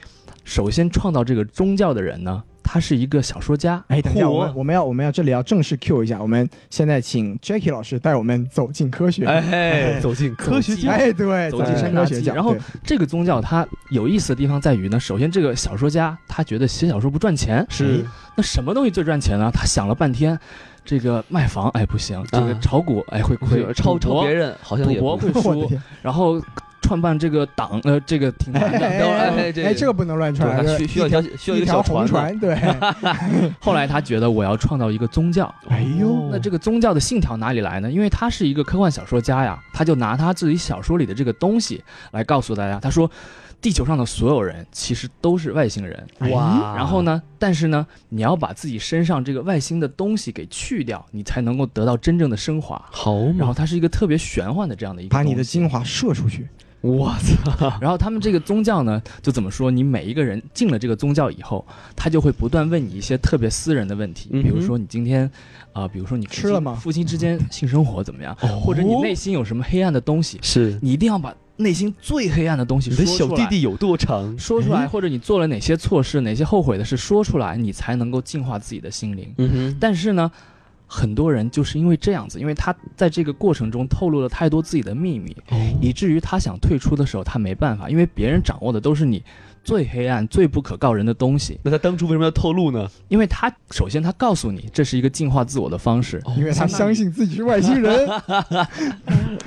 Speaker 1: 首先创造这个宗教的人呢，他是一个小说家，哦
Speaker 3: 哎，等一下，
Speaker 1: 嚯
Speaker 3: 我们我们要我们要这里要正式 Q 一下，我们现在请 Jackie 老师带我们走进科学。哎，
Speaker 2: 哎，走进科学
Speaker 1: 走
Speaker 2: 家，
Speaker 3: 哎对，
Speaker 1: 走
Speaker 3: 走
Speaker 1: 进
Speaker 3: 进
Speaker 1: 山
Speaker 3: 科
Speaker 1: 大
Speaker 3: 学
Speaker 1: 纪
Speaker 3: 家。
Speaker 1: 然后
Speaker 3: 对
Speaker 1: 这个宗教它有意思的地方在于呢，首先这个小说家他觉得写小说不赚钱，
Speaker 2: 是
Speaker 1: 那什么东西最赚钱呢？他想了半天，这个卖房哎不行，这个
Speaker 2: 啊
Speaker 1: 炒股哎会亏，
Speaker 2: 超
Speaker 1: 赌
Speaker 2: 超
Speaker 1: 博
Speaker 2: 别人好像
Speaker 1: 赌
Speaker 2: 也
Speaker 1: 博
Speaker 2: 不
Speaker 1: 会
Speaker 3: 我的
Speaker 1: 输，
Speaker 3: 天，
Speaker 1: 然后创办这个党呃这个挺难的。
Speaker 3: 哎 哎
Speaker 2: 等会儿
Speaker 3: 哎
Speaker 2: 哎
Speaker 3: 哎
Speaker 2: 这
Speaker 3: 哎，这个不能乱
Speaker 2: 对
Speaker 3: 传，
Speaker 2: 他需需要一条需要
Speaker 3: 一
Speaker 2: 个
Speaker 3: 条
Speaker 2: 小
Speaker 3: 红
Speaker 2: 船呢，
Speaker 3: 船，对，
Speaker 1: 后来他觉得我要创造一个宗教，
Speaker 3: 哎呦
Speaker 1: 那这个宗教的信条哪里来呢？因为他是一个科幻小说家呀，他就拿他自己小说里的这个东西来告诉大家，他说，地球上的所有人其实都是外星人。
Speaker 3: 哎
Speaker 2: 哇，
Speaker 1: 然后呢？但是呢，你要把自己身上这个外星的东西给去掉，你才能够得到真正的升华。
Speaker 2: 好
Speaker 1: 然后
Speaker 2: 嘛，
Speaker 1: 它是一个特别玄幻的这样的一个
Speaker 3: 把你的
Speaker 1: 东西
Speaker 3: 精华射出去。
Speaker 2: 我操，
Speaker 1: 然后他们这个宗教呢，就怎么说？你每一个人进了这个宗教以后，他就会不断问你一些特别私人的问题，
Speaker 2: 嗯哼
Speaker 1: 比如说你今天，啊、比如说你夫妻
Speaker 3: 吃了吗
Speaker 1: 夫妻之间性生活怎么样？
Speaker 2: 哦
Speaker 1: 或者你内心有什么黑暗的东西？
Speaker 2: 是
Speaker 1: 你一定要把内心最黑暗的东西
Speaker 2: 你
Speaker 1: 说
Speaker 2: 的
Speaker 1: 出
Speaker 2: 小
Speaker 1: 来。
Speaker 2: 弟嗯弟有多长？
Speaker 1: 说出来，
Speaker 3: 哎
Speaker 1: 或者你做了哪些错事，哪些后悔的事说出来，你才能够净化自己的心灵。
Speaker 2: 嗯哼，
Speaker 1: 但是呢，很多人就是因为这样子，因为他在这个过程中透露了太多自己的秘密，
Speaker 2: 哦
Speaker 1: 以至于他想退出的时候他没办法，因为别人掌握的都是你最黑暗、最不可告人的东西。
Speaker 2: 那他当初为什么要透露呢？
Speaker 1: 因为他首先他告诉你这是一个净化自我的方式，
Speaker 3: 哦
Speaker 2: 哦
Speaker 3: 因为他相信自己是外星人。哎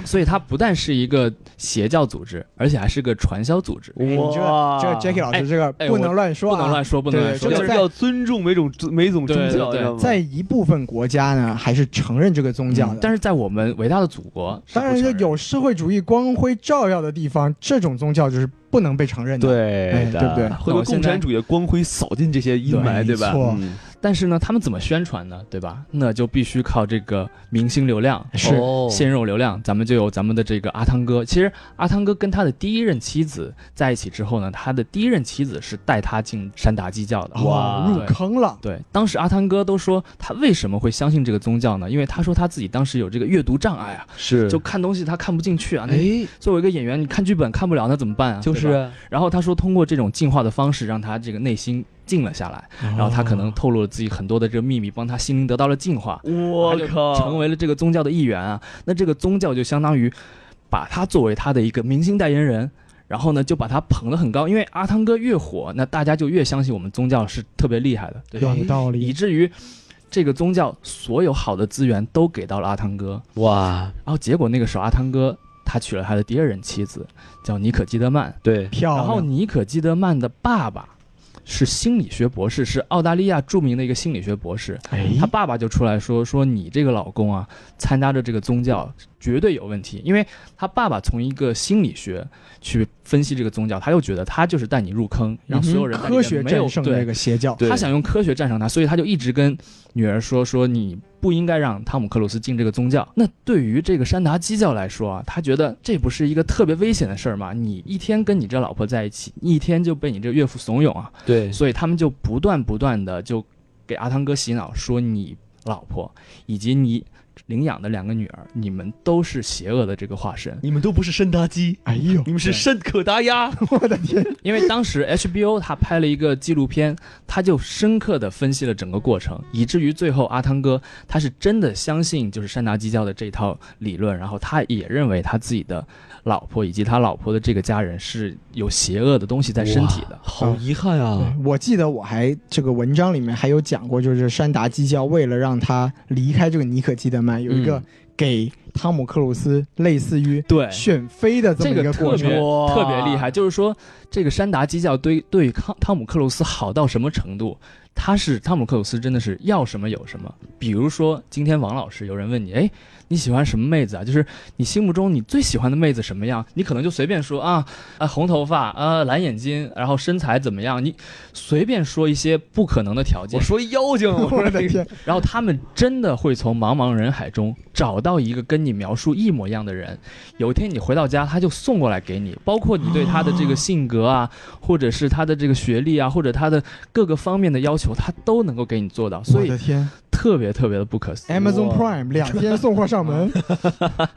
Speaker 1: 所以它不但是一个邪教组织，而且还是个传销组织。
Speaker 3: 哎你这
Speaker 2: 哇
Speaker 3: 这 Jackie 老
Speaker 1: 哎
Speaker 3: 师这个
Speaker 1: 哎
Speaker 3: 不
Speaker 1: 我
Speaker 3: 能乱说、
Speaker 1: 不
Speaker 3: 啊，
Speaker 1: 能乱说，不能
Speaker 3: 对
Speaker 1: 乱说。
Speaker 3: 这
Speaker 1: 就
Speaker 3: 个
Speaker 1: 是
Speaker 2: 哦就是要尊重每种每种宗教，
Speaker 1: 对对对
Speaker 2: 你知道吗
Speaker 3: 在一部分国家呢，还是承认这个宗教的，
Speaker 1: 但是在我们伟大的祖国，
Speaker 3: 当然
Speaker 1: 嗯是不
Speaker 3: 是
Speaker 1: 承认
Speaker 3: 有社会主义光辉照耀的地方，这种宗教就是不能被承认的。哎
Speaker 2: 对的
Speaker 3: 对不对
Speaker 2: 会把共产主义的光辉扫进这些阴霾，
Speaker 3: 对
Speaker 2: 对吧
Speaker 3: 没错？
Speaker 2: 嗯
Speaker 1: 但是呢，他们怎么宣传呢？对吧？那就必须靠这个明星流量、
Speaker 3: 是
Speaker 2: 哦
Speaker 1: 鲜肉流量。咱们就有咱们的这个阿汤哥。其实阿汤哥跟他的第一任妻子在一起之后呢，他的第一任妻子是带他进山达基教的。
Speaker 3: 哦
Speaker 2: 哇
Speaker 3: 入坑了，
Speaker 1: 对，当时阿汤哥都说他为什么会相信这个宗教呢？因为他说他自己当时有这个阅读障碍啊，
Speaker 2: 是
Speaker 1: 就看东西他看不进去啊。那
Speaker 2: 哎，
Speaker 1: 作为一个演员，你看剧本看不了，那怎么办啊？
Speaker 2: 就是
Speaker 1: 对吧。
Speaker 2: 啊，
Speaker 1: 然后他说，通过这种进化的方式，让他这个内心静了下来，
Speaker 2: 然
Speaker 1: 然后他可能透露了自己很多的这个秘密，帮他心灵得到了净化，
Speaker 2: 我靠，
Speaker 1: 成为了这个宗教的一员啊。那这个宗教就相当于把他作为他的一个明星代言人。然后呢，就把他捧得很高，因为阿汤哥越火，那大家就越相信我们宗教是特别厉害的，对吧？
Speaker 3: 哦有道
Speaker 1: 以
Speaker 3: 理。
Speaker 1: 至于这个宗教所有好的资源都给到了阿汤哥。
Speaker 2: 哇，
Speaker 1: 然后结果那个时候阿汤哥他娶了他的第二任妻子，叫妮可基德曼。
Speaker 2: 对，
Speaker 3: 漂
Speaker 1: 然后
Speaker 3: 亮，
Speaker 1: 妮可基德曼的爸爸是心理学博士，是澳大利亚著名的一个心理学博士。
Speaker 3: 哎
Speaker 1: 他爸爸就出来说说你这个老公啊，参加着这个宗教绝对有问题，因为他爸爸从一个心理学去分析这个宗教，他又觉得他就是带你入坑，让所有人在里面
Speaker 3: 嗯科学
Speaker 1: 没有
Speaker 3: 战胜
Speaker 1: 对
Speaker 3: 这个邪教。
Speaker 2: 对
Speaker 1: 他想用科学战胜他，所以他就一直跟女儿说说你不应该让汤姆克鲁斯进这个宗教。那对于这个山达基教来说啊，他觉得这不是一个特别危险的事儿吗？你一天跟你这老婆在一起，一天就被你这岳父怂恿啊，
Speaker 2: 对，
Speaker 1: 所以他们就不断不断的就给阿汤哥洗脑，说你老婆以及你领养的两个女儿，你们都是邪恶的这个化身。
Speaker 2: 你们都不是深达基，
Speaker 3: 哎呦，
Speaker 2: 你们是深可达鸭，
Speaker 3: 我的 天！
Speaker 1: 因为当时 HBO 他拍了一个纪录片，他就深刻的分析了整个过程，以至于最后阿汤哥他是真的相信就是山达基教的这一套理论，然后他也认为他自己的老婆以及他老婆的这个家人是有邪恶的东西在身体的
Speaker 2: 哇。好遗憾啊！
Speaker 3: 对我记得我还这个文章里面还有讲过，就是山达基教为了让他离开这个尼可基德曼，有一个
Speaker 1: 嗯
Speaker 3: 给汤姆克鲁斯类似于
Speaker 1: 对，
Speaker 3: 选妃的这么
Speaker 1: 这
Speaker 3: 一
Speaker 1: 个
Speaker 3: 过
Speaker 1: 特别
Speaker 3: 程。
Speaker 2: 哇
Speaker 1: 特别厉害，就是说这个山达基教对对于汤汤姆克鲁斯好到什么程度？他是汤姆克鲁斯真的是要什么有什么。比如说今天王老师有人问你，哎，你喜欢什么妹子啊？就是你心目中你最喜欢的妹子什么样？你可能就随便说啊啊红头发啊蓝眼睛，然后身材怎么样？你随便说一些不可能的条件
Speaker 2: 我，说 妖精，我
Speaker 3: 我
Speaker 2: 说
Speaker 3: 的天！
Speaker 1: 然后他们真的会从茫茫人海中找到一个跟你描述一模一样的人。有一天你回到家，他就送过来给你，包括你对他的这个性格啊，或者是他的这个学历啊，或者他的各个方面的要求，他都能够给你做到。所
Speaker 3: 我
Speaker 1: 以
Speaker 3: 的天
Speaker 1: 特别特别的不可思议，
Speaker 3: ！Amazon
Speaker 2: 哇
Speaker 3: Prime 两天送货上 门，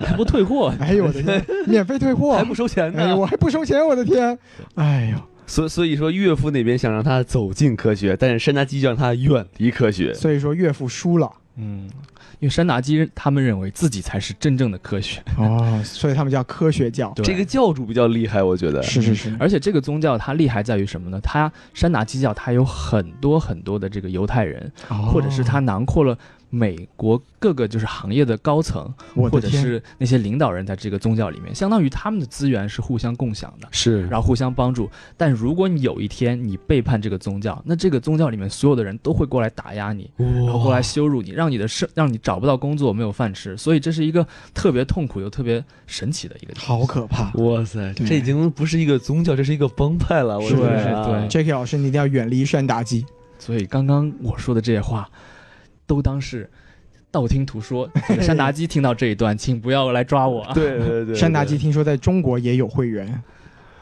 Speaker 1: 还不退货。
Speaker 3: 哎呦我的天，免费退货
Speaker 2: 还，不收钱
Speaker 3: 哎
Speaker 2: 呢
Speaker 3: 呦，。我还不收钱，我的天！哎呦，
Speaker 2: 所所以说，岳父那边想让他走进科学，但是山达基就让他远离科学。
Speaker 3: 所以说岳父输了
Speaker 1: 嗯，因为山达基他们认为自己才是真正的科学。
Speaker 3: 哦，所以他们叫科学教。
Speaker 1: 对
Speaker 2: 这个教主比较厉害，我觉得。
Speaker 3: 是是是，
Speaker 1: 而且这个宗教它厉害在于什么呢？它山达基教它有很多很多的这个犹太人，
Speaker 3: 哦
Speaker 1: 或者是它囊括了美国各个就是行业的高层，
Speaker 3: 我
Speaker 1: 或者
Speaker 3: 的天，
Speaker 1: 是那些领导人在这个宗教里面，相当于他们的资源是互相共享的，
Speaker 2: 是
Speaker 1: 然后互相帮助。但如果你有一天你背叛这个宗教，那这个宗教里面所有的人都会过来打压你，然后过来羞辱你，让你的生让你找不到工作，没有饭吃。所以这是一个特别痛苦又特别神奇的一个地方。
Speaker 3: 好可怕！
Speaker 2: 哇塞，
Speaker 3: 对
Speaker 2: 这已经不是一个宗教，这是一个帮派了。我
Speaker 1: 是
Speaker 2: 觉得
Speaker 1: 是
Speaker 2: 啊
Speaker 1: 对
Speaker 3: Jacky 老师，你一定要远离山达基。
Speaker 1: 所以刚刚我说的这些话，都当是道听途说。这个山达基听到这一段，请不要来抓我啊！
Speaker 2: 对对对，
Speaker 3: 山达基
Speaker 2: 对
Speaker 3: 听说在中国也有会员，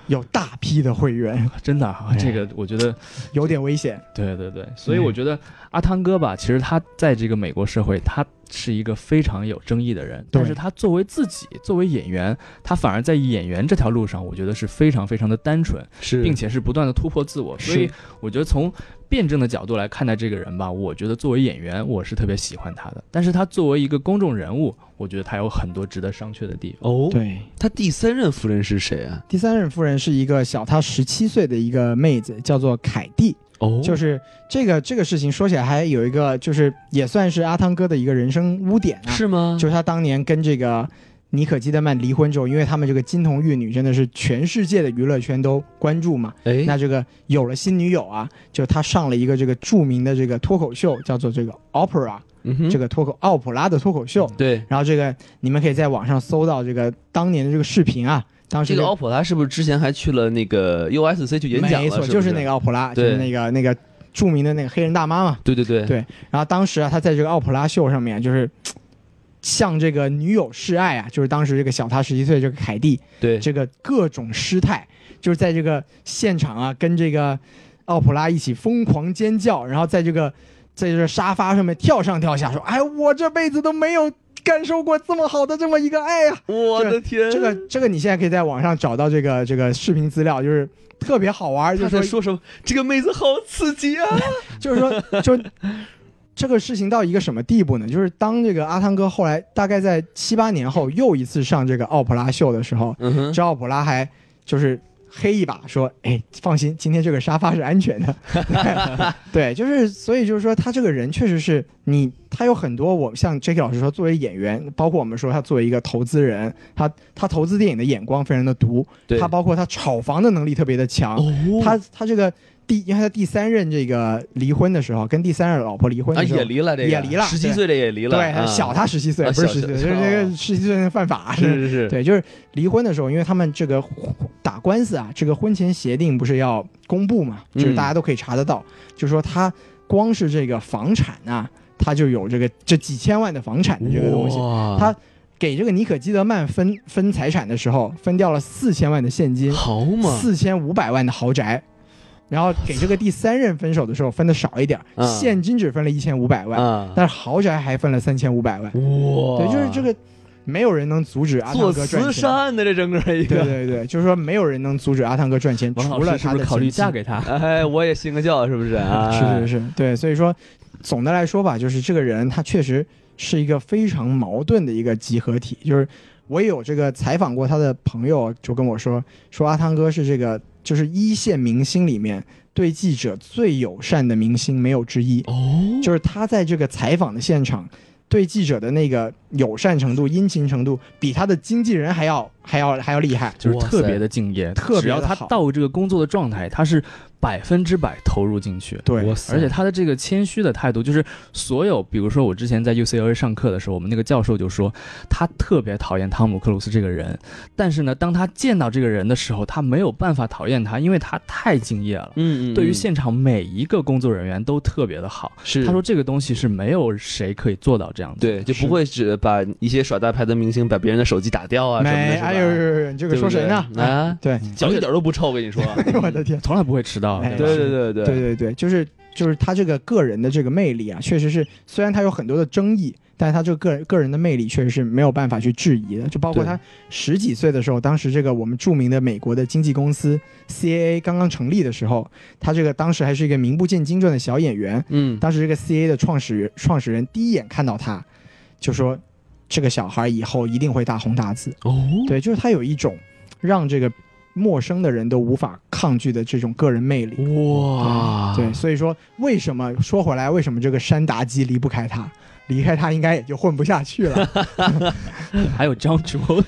Speaker 3: 有大批的会 员，
Speaker 1: 真的
Speaker 3: 哎
Speaker 1: 啊，这个我觉得
Speaker 3: 有点危险。嗯
Speaker 1: 对对对，所以我觉得阿汤哥吧，其实他在这个美国社会，他是一个非常有争议的人，但是他作为自己，作为演员，他反而在演员这条路上，我觉得是非常非常的单纯，
Speaker 2: 是
Speaker 1: 并
Speaker 2: 并且
Speaker 1: 且是不断的突破自我。
Speaker 2: 是
Speaker 1: 所以我觉得从辩证的角度来看待这个人吧，我觉得作为演员，我是特别喜欢他的。但是他作为一个公众人物，我觉得他有很多值得商榷的地方。
Speaker 2: 哦，
Speaker 3: 对，
Speaker 2: 他第三任夫人是谁啊？
Speaker 3: 第三任夫人是一个小他十七岁的一个妹子，叫做凯蒂。
Speaker 2: 哦，
Speaker 3: 就是这个这个事情说起来还有一个，就是也算是阿汤哥的一个人生污点啊，
Speaker 2: 是吗？
Speaker 3: 就是他当年跟这个妮可基德曼离婚之后，因为他们这个金童玉女真的是全世界的娱乐圈都关注嘛，
Speaker 2: 哎，
Speaker 3: 那这个有了新女友啊，就他上了一个这个著名的这个脱口秀，叫做这个 Opera，、
Speaker 2: 嗯哼
Speaker 3: 这个脱口奥普拉的脱口秀。
Speaker 2: 对。
Speaker 3: 然后这个你们可以在网上搜到这个当年的这个视频啊，当时
Speaker 2: 这个奥普拉是不是之前还去了那个 USC 去演讲了？
Speaker 3: 没错，
Speaker 2: 是不
Speaker 3: 就是那个奥普拉，就
Speaker 2: 对
Speaker 3: 是那个那个著名的那个黑人大妈嘛。
Speaker 2: 对对对
Speaker 3: 对然后当时啊，他在这个奥普拉秀上面就是。向这个女友示爱啊，就是当时这个小他十七岁这个凯蒂，
Speaker 2: 对
Speaker 3: 这个各种失态，就是在这个现场啊，跟这个奥普拉一起疯狂尖叫，然后在这个在这个沙发上面跳上跳下，说：“哎，我这辈子都没有感受过这么好的这么一个爱呀、
Speaker 2: 我的天，
Speaker 3: 这个这个你现在可以在网上找到这个这个视频资料，就是特别好玩，就
Speaker 2: 他
Speaker 3: 是
Speaker 2: 在说
Speaker 3: 说
Speaker 2: 什么？这个妹子好刺激啊！
Speaker 3: 就是说，就这个事情到一个什么地步呢？就是当这个阿汤哥后来大概在七八年后又一次上这个奥普拉秀的时候，
Speaker 2: 嗯哼，
Speaker 3: 这奥普拉还就是黑一把说：“哎，放心，今天这个沙发是安全的。” 对，就是所以就是说，他这个人确实是你，他有很多我像 J.K. 老师说，作为演员，包括我们说他作为一个投资人，他他投资电影的眼光非常的毒，
Speaker 2: 对
Speaker 3: 他包括他炒房的能力特别的强，
Speaker 2: 哦，
Speaker 3: 他他这个第，因为他第三任这个离婚的时候，跟第三任老婆离婚
Speaker 2: 啊
Speaker 3: 的时候，
Speaker 2: 也离了，这个
Speaker 3: 也离了
Speaker 2: 十七岁的也离了，
Speaker 3: 对，
Speaker 2: 啊
Speaker 3: 小他十七岁，
Speaker 2: 啊
Speaker 3: 不是
Speaker 2: 小
Speaker 3: 十七岁，
Speaker 2: 小
Speaker 3: 就是这个十七岁犯法，
Speaker 2: 是是是，
Speaker 3: 对，就是离婚的时候，因为他们这个 打官司啊，这个婚前协定不是要公布嘛，就是
Speaker 2: 嗯
Speaker 3: 大家都可以查得到，就说他光是这个房产啊，他就有这个这几千万的房产的这个东西，
Speaker 2: 哇
Speaker 3: 他给这个尼可基德曼分分财产的时候，分掉了四千万的现金，
Speaker 2: 好嘛，
Speaker 3: 四千五百万的豪宅，然后给这个第三任分手的时候分的少一点儿，
Speaker 2: 嗯
Speaker 3: 现金只分了一千五百万，
Speaker 2: 啊，
Speaker 3: 但是豪宅还分了三千五百
Speaker 2: 哇，
Speaker 3: 万。对，就是这个，没有人能阻止阿
Speaker 2: 做
Speaker 3: 汤哥赚
Speaker 2: 慈
Speaker 3: 钱。
Speaker 2: 善的这整个 一
Speaker 3: 对
Speaker 2: 个，
Speaker 3: 对对，就是说没有人能阻止阿汤哥赚钱，
Speaker 1: 王
Speaker 3: 除
Speaker 1: 老
Speaker 3: 了
Speaker 1: 师是
Speaker 3: 他
Speaker 1: 不
Speaker 3: 的
Speaker 1: 是考虑
Speaker 3: 经济
Speaker 1: 嫁给他？
Speaker 2: 哎，我也信个教，是不是啊？
Speaker 3: 是是是，对，所以说总的来说吧，就是这个人他确实是一个非常矛盾的一个集合体。就是我也有这个采访过他的朋友，就跟我说说阿汤哥是这个就是一线明星里面对记者最友善的明星没有之一，
Speaker 2: 哦，
Speaker 3: 就是他在这个采访的现场。对记者的那个友善程度、殷勤程度，比他的经纪人还要还要还要厉害。
Speaker 1: 就是
Speaker 2: 哇塞
Speaker 1: 特别的敬业，
Speaker 3: 特别地
Speaker 1: 只要他
Speaker 3: 好
Speaker 1: 到入这个工作的状态，他是百分之百投入进去。
Speaker 3: 对，
Speaker 2: 哇塞
Speaker 1: 而且他的这个谦虚的态度，就是所有，比如说我之前在 UCLA 上课的时候，我们那个教授就说，他特别讨厌汤姆克鲁斯这个人，但是呢，当他见到这个人的时候，他没有办法讨厌他，因为他太敬业了。
Speaker 2: 嗯，嗯
Speaker 1: 对于
Speaker 2: 嗯
Speaker 1: 现场每一个工作人员都特别的好，
Speaker 2: 是
Speaker 1: 他说这个东西是没有谁可以做到这样子的。
Speaker 2: 嗯对，就不会只把一些耍大牌的明星把别人的手机打掉啊什么的，
Speaker 3: 没，
Speaker 2: 是吧
Speaker 3: 哎呦呦呦呦，你这个
Speaker 2: 对不
Speaker 3: 说谁
Speaker 2: 对
Speaker 3: 呢？
Speaker 2: 啊，
Speaker 3: 对，
Speaker 2: 脚一点都不臭，我跟你说，啊
Speaker 3: 我的天，
Speaker 1: 哎从来不会迟到。
Speaker 3: 哎
Speaker 1: 吧
Speaker 2: 对对对对
Speaker 3: 对对对，就是就是他这个个人的这个魅力啊，确实是虽然他有很多的争议，但是他这个个人个人的魅力确实是没有办法去质疑的。就包括
Speaker 2: 对
Speaker 3: 他十几岁的时候，当时这个我们著名的美国的经纪公司 CAA 刚刚成立的时候，他这个当时还是一个名不见经传的小演员。
Speaker 2: 嗯，
Speaker 3: 当时这个 CAA 的创始人创始人第一眼看到他，就说这个小孩以后一定会大红大紫。
Speaker 2: 哦，
Speaker 3: 对，就是他有一种让这个陌生的人都无法抗拒的这种个人魅力。
Speaker 2: 哇，
Speaker 3: 对，所以说为什么说回来，为什么这个山达基离不开他？离开他应该也就混不下去 了。
Speaker 1: 还有张主播，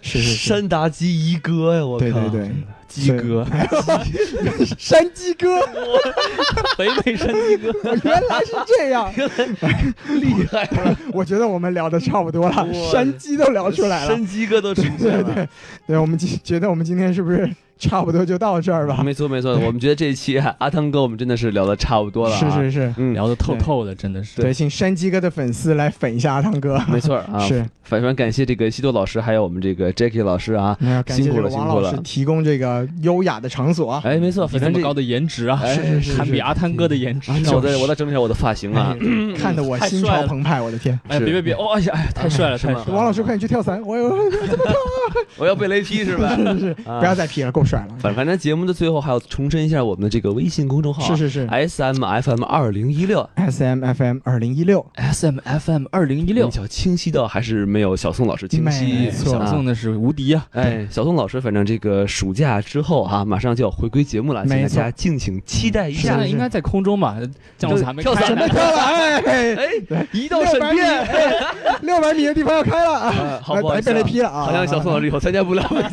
Speaker 3: 是是是，
Speaker 2: 山达基一哥呀，我靠，
Speaker 3: 对对对，
Speaker 1: 鸡哥，
Speaker 3: 山鸡哥
Speaker 1: 北美山鸡哥，
Speaker 3: 原来是这样，
Speaker 2: 厉害了，
Speaker 3: 我觉得我们聊的差不多了，山鸡都聊出来了。
Speaker 2: 山鸡哥都出现了，
Speaker 3: 对，我们今觉得我们今天是不是差不多就到这儿吧。
Speaker 2: 没错没错，我们觉得这一期啊阿汤哥我们真的是聊的差不多了、啊，
Speaker 3: 是是是，
Speaker 2: 嗯，
Speaker 1: 聊得透透的，真的是。
Speaker 3: 对，请山鸡哥的粉丝来粉一下阿汤哥。
Speaker 2: 没错啊，
Speaker 3: 是，
Speaker 2: 反正感谢这个西多老师，还有我们这个 Jackie 老师啊，
Speaker 3: 那要感谢
Speaker 2: 辛苦
Speaker 3: 这
Speaker 2: 了
Speaker 3: 个
Speaker 2: 辛
Speaker 3: 王
Speaker 2: 苦
Speaker 3: 老
Speaker 2: 了
Speaker 3: 师提供这个优雅的场所啊。
Speaker 2: 哎，没错，
Speaker 1: 你
Speaker 2: 反
Speaker 1: 这
Speaker 2: 正
Speaker 1: 么
Speaker 2: 这
Speaker 1: 高的颜值啊，
Speaker 2: 哎是是
Speaker 1: 堪比
Speaker 2: 是
Speaker 1: 阿汤哥的颜值。
Speaker 2: 啊，那我再我再整理一下我的发型啊
Speaker 3: 哎，看得我
Speaker 1: 太
Speaker 3: 心
Speaker 1: 帅
Speaker 3: 潮
Speaker 1: 了
Speaker 3: 澎湃，我的天！
Speaker 1: 哎，别别别，哦，哎呀，哎呀，太帅了，
Speaker 2: 啊是
Speaker 1: 太
Speaker 2: 吗
Speaker 1: 帅了！
Speaker 3: 王老师，快点去跳伞！我 有
Speaker 2: 啊我要被雷劈是吧？啊
Speaker 3: 不要再 P 了，够帅了。
Speaker 2: 反反正节目的最后还要重申一下我们的这个微信公众号啊、
Speaker 3: 是是是
Speaker 2: S M F M 二零一六。
Speaker 3: S M F M 二零一六，
Speaker 1: S M F M 二零一六哎
Speaker 2: 你，瞧，清晰到还是没有小宋老师清晰。
Speaker 3: 没错
Speaker 1: 小宋
Speaker 2: 啊
Speaker 1: 那是无敌啊！
Speaker 2: 哎，小宋老师，反正这个暑假之后哈、马上就要回归节目了，请大
Speaker 3: 没错
Speaker 2: 家敬请期待一
Speaker 1: 现
Speaker 2: 下
Speaker 1: 在。应该在空中吧？降落伞还没
Speaker 2: 跳
Speaker 1: 开
Speaker 2: 伞
Speaker 1: 呢
Speaker 3: 准备跳了， 哎，
Speaker 2: 哎，一道
Speaker 3: 六
Speaker 2: 闪
Speaker 3: 百米
Speaker 2: 电，
Speaker 3: 哎，六百米的地方要开了啊！
Speaker 2: 啊好不好意
Speaker 3: 来
Speaker 2: 思啊
Speaker 3: 被雷劈了啊！
Speaker 2: 好像小宋老师以后参加不了了。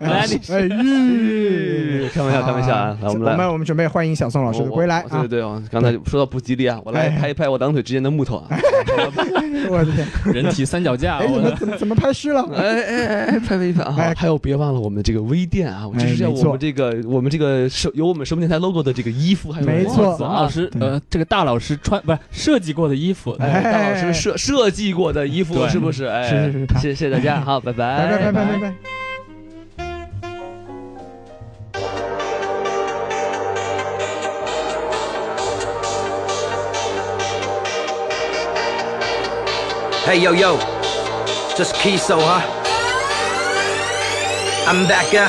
Speaker 1: 来你
Speaker 3: 哎吁，
Speaker 2: 开玩笑开玩笑啊来我
Speaker 3: 我
Speaker 2: 们来
Speaker 3: 我们准备欢迎小宋老师的归来
Speaker 2: 我
Speaker 3: 啊
Speaker 2: 对！对对，刚才说到不吉利啊，我来
Speaker 3: 哎
Speaker 2: 拍一拍我两腿之间的木头啊。
Speaker 3: 我的天，
Speaker 1: 人体三脚架，
Speaker 3: 哎，怎
Speaker 1: 我
Speaker 3: 么
Speaker 1: 的
Speaker 3: 怎么怎么拍湿了？
Speaker 2: 哎哎哎哎，拍拍拍啊
Speaker 3: 哎！
Speaker 2: 还有别忘了我们的这个微店啊，这是要
Speaker 3: 哎没
Speaker 2: 我
Speaker 3: 错
Speaker 2: 们这个我们这个手有我们什么电台 logo 的这个衣服，还有
Speaker 3: 没错
Speaker 2: 帽子
Speaker 1: 王
Speaker 2: 啊
Speaker 1: 老。师，
Speaker 3: 对
Speaker 1: 呃，这个大老师穿不是设计过的衣服，
Speaker 2: 哎，大老师
Speaker 3: 哎
Speaker 2: 设设计过的衣服
Speaker 1: 对
Speaker 2: 是不是？哎，
Speaker 3: 是是是
Speaker 2: 谢谢大家，好，拜拜，
Speaker 3: 拜拜拜拜拜拜。
Speaker 4: Hey, yo, yo. Just Kiso, huh? I'm back, yeah.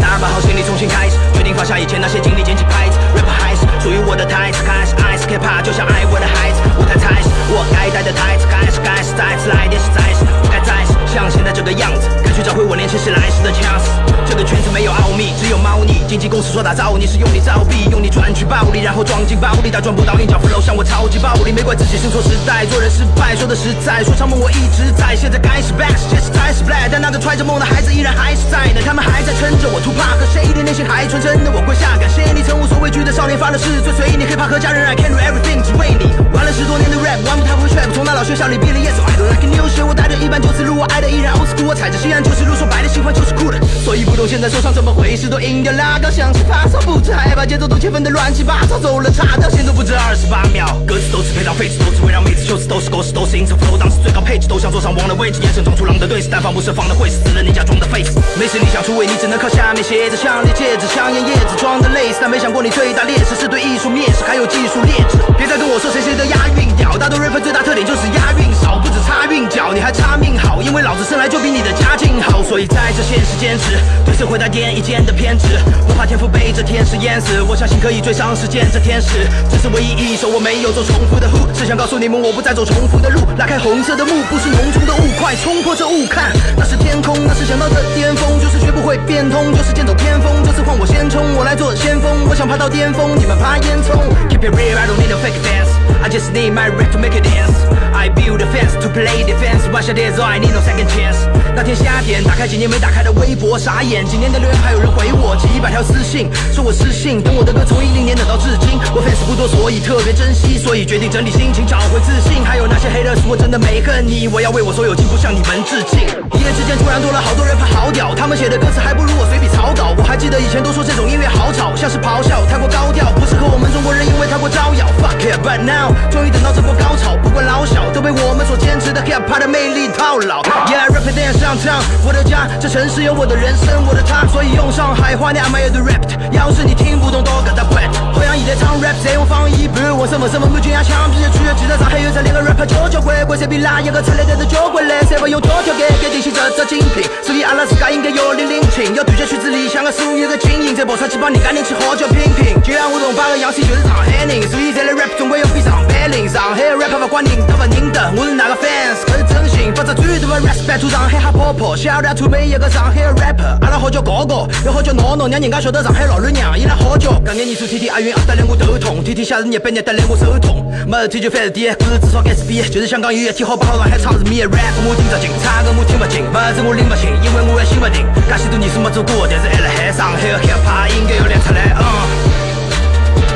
Speaker 4: 打扮好行李，重新开始，决定放下以前那些经历，捡起拍子，rap 还是属于我的台词，开始 ice hip hop，就像爱我的孩子，舞台才是我该带的台词，开始开始再次来电是再次，不该再次像现在这个样子，该去找回我年轻时来时的腔势。这个圈子没有奥秘，只有猫腻。经纪公司说打造你是用你造币，用你赚取暴利，然后装进包里，但赚不到硬角 flow，像我超级暴力，没怪自己生错时代，做人失败，说的实在，说唱梦我一直在，现在该是 back，现实才是 black，但那个揣着梦的孩子依然还是在呢，他们还在撑着我 t u p a 和谁的内心还纯真的我跪下，感谢你曾无所畏惧的少年发了誓，追随你 hiphop 和家人，I can do everything，只为你。玩了十多年的 rap，玩不太会 trap，从那老学校里毕了业，so I don't like new shit，我带着一般旧思路，我爱的依然 old school，我踩着西安旧思路，说白了喜欢就是酷的，所以不懂现在说唱怎么回事，都音调拉高，像是发烧不止，还把节奏都切分的乱七八糟，走了岔道，线都不止二十八秒，歌词都是配套废纸，都只会让妹子羞耻，都是狗屎，都是 i n t flow，当时最高配置，都想坐上王的位置，眼神中出狼的对视，但放不是放的会死，死了你假装的 face，没事你想出位，你只能靠下面写着项链、戒指、香烟、叶子装的类似，但没想过你最大劣势是对艺术蔑视，还有技术劣质，别再跟我说谁谁的押韵，屌大多 rapper 最大特点就是押韵少，不止擦韵脚，你还差命好，因为老子生来就比你的家境好，所以在这现实坚持，对社会带点一间的偏执，不怕天赋被这天使淹死，我相信可以追上时间这天使，这是唯一一首我没有走重复的路，是想告诉你们我不再走重复的路，拉开红色的幕，不是浓重的雾，快冲破这雾看，那是天空，那是想到的巅峰，就是学不会变通，就是剑走偏锋，这次换我先冲，我来做先锋，我想爬到巅峰，你们爬烟囱，Keep it real，I don't need a fake dance。I just need my rap to make it dance. I build a fence to play defense. Watch this, so oh, I need no second chance. 那天瞎点，打开几年没打开的微博，傻眼，几年的留言还有人回我，几百条私信说我失信，等我的歌从一零年等到至今，我 fans 不多，所以特别珍惜，所以决定整理心情，找回自信。还有那些 haters，我真的没恨你，我要为我所有进步向你们致敬。一夜之间突然多了好多人怕好屌，他们写的歌词还不如我随笔草稿。我还记得以前都说这种音乐好吵，像是咆哮，太过高调，不适合我们中国人，因为太过招摇。Fuck it, but now，终于等到这波高潮，不管老小，都被我们所坚持的 hip hop 的魅力套牢。Yeah, rap it a n 上唱，我的家，这城市有我的人生，我的他，所以用上海话那么有的 rap。要是你听不懂，多给他 wet。后阳以在唱 rap，谁用方言？比如我什么什么没军压枪毙的区，其他上还有这两个 rapper 交交关，关谁比拉一个出来的是交关嘞，谁不用条条给给定性这这精品，所以阿拉自家应该要领领情，要团结圈子里向的所有的精英，再跑出去帮人家人去好叫拼拼。就像我同胞的杨气就是上海人，所以才来 rap 总归要比上班人。上海 rapper 不管认得不认得，我是哪个 fans，可是真心发自最大的 respect to 上海哈泡泡，shout out to 每一个上海的 rapper，阿拉好叫搞搞，要好叫闹闹，让人家晓得上海老卵娘伊拉好叫。搿眼年数天天押韵压得来我头痛，天天写字日本日得来我手痛，没事体就翻字典，故事至少该是遍，就是想讲有一天好把好上海唱是面 rap，我听着劲，差个我听不进，不是我拎不清，因为我还心不定，介许多年数没做过，但是还辣海上海的 hip hop 应该要亮出来啊。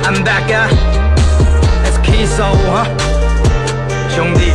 Speaker 4: I'm back, yeah. It's Kiso, huh? 兄弟。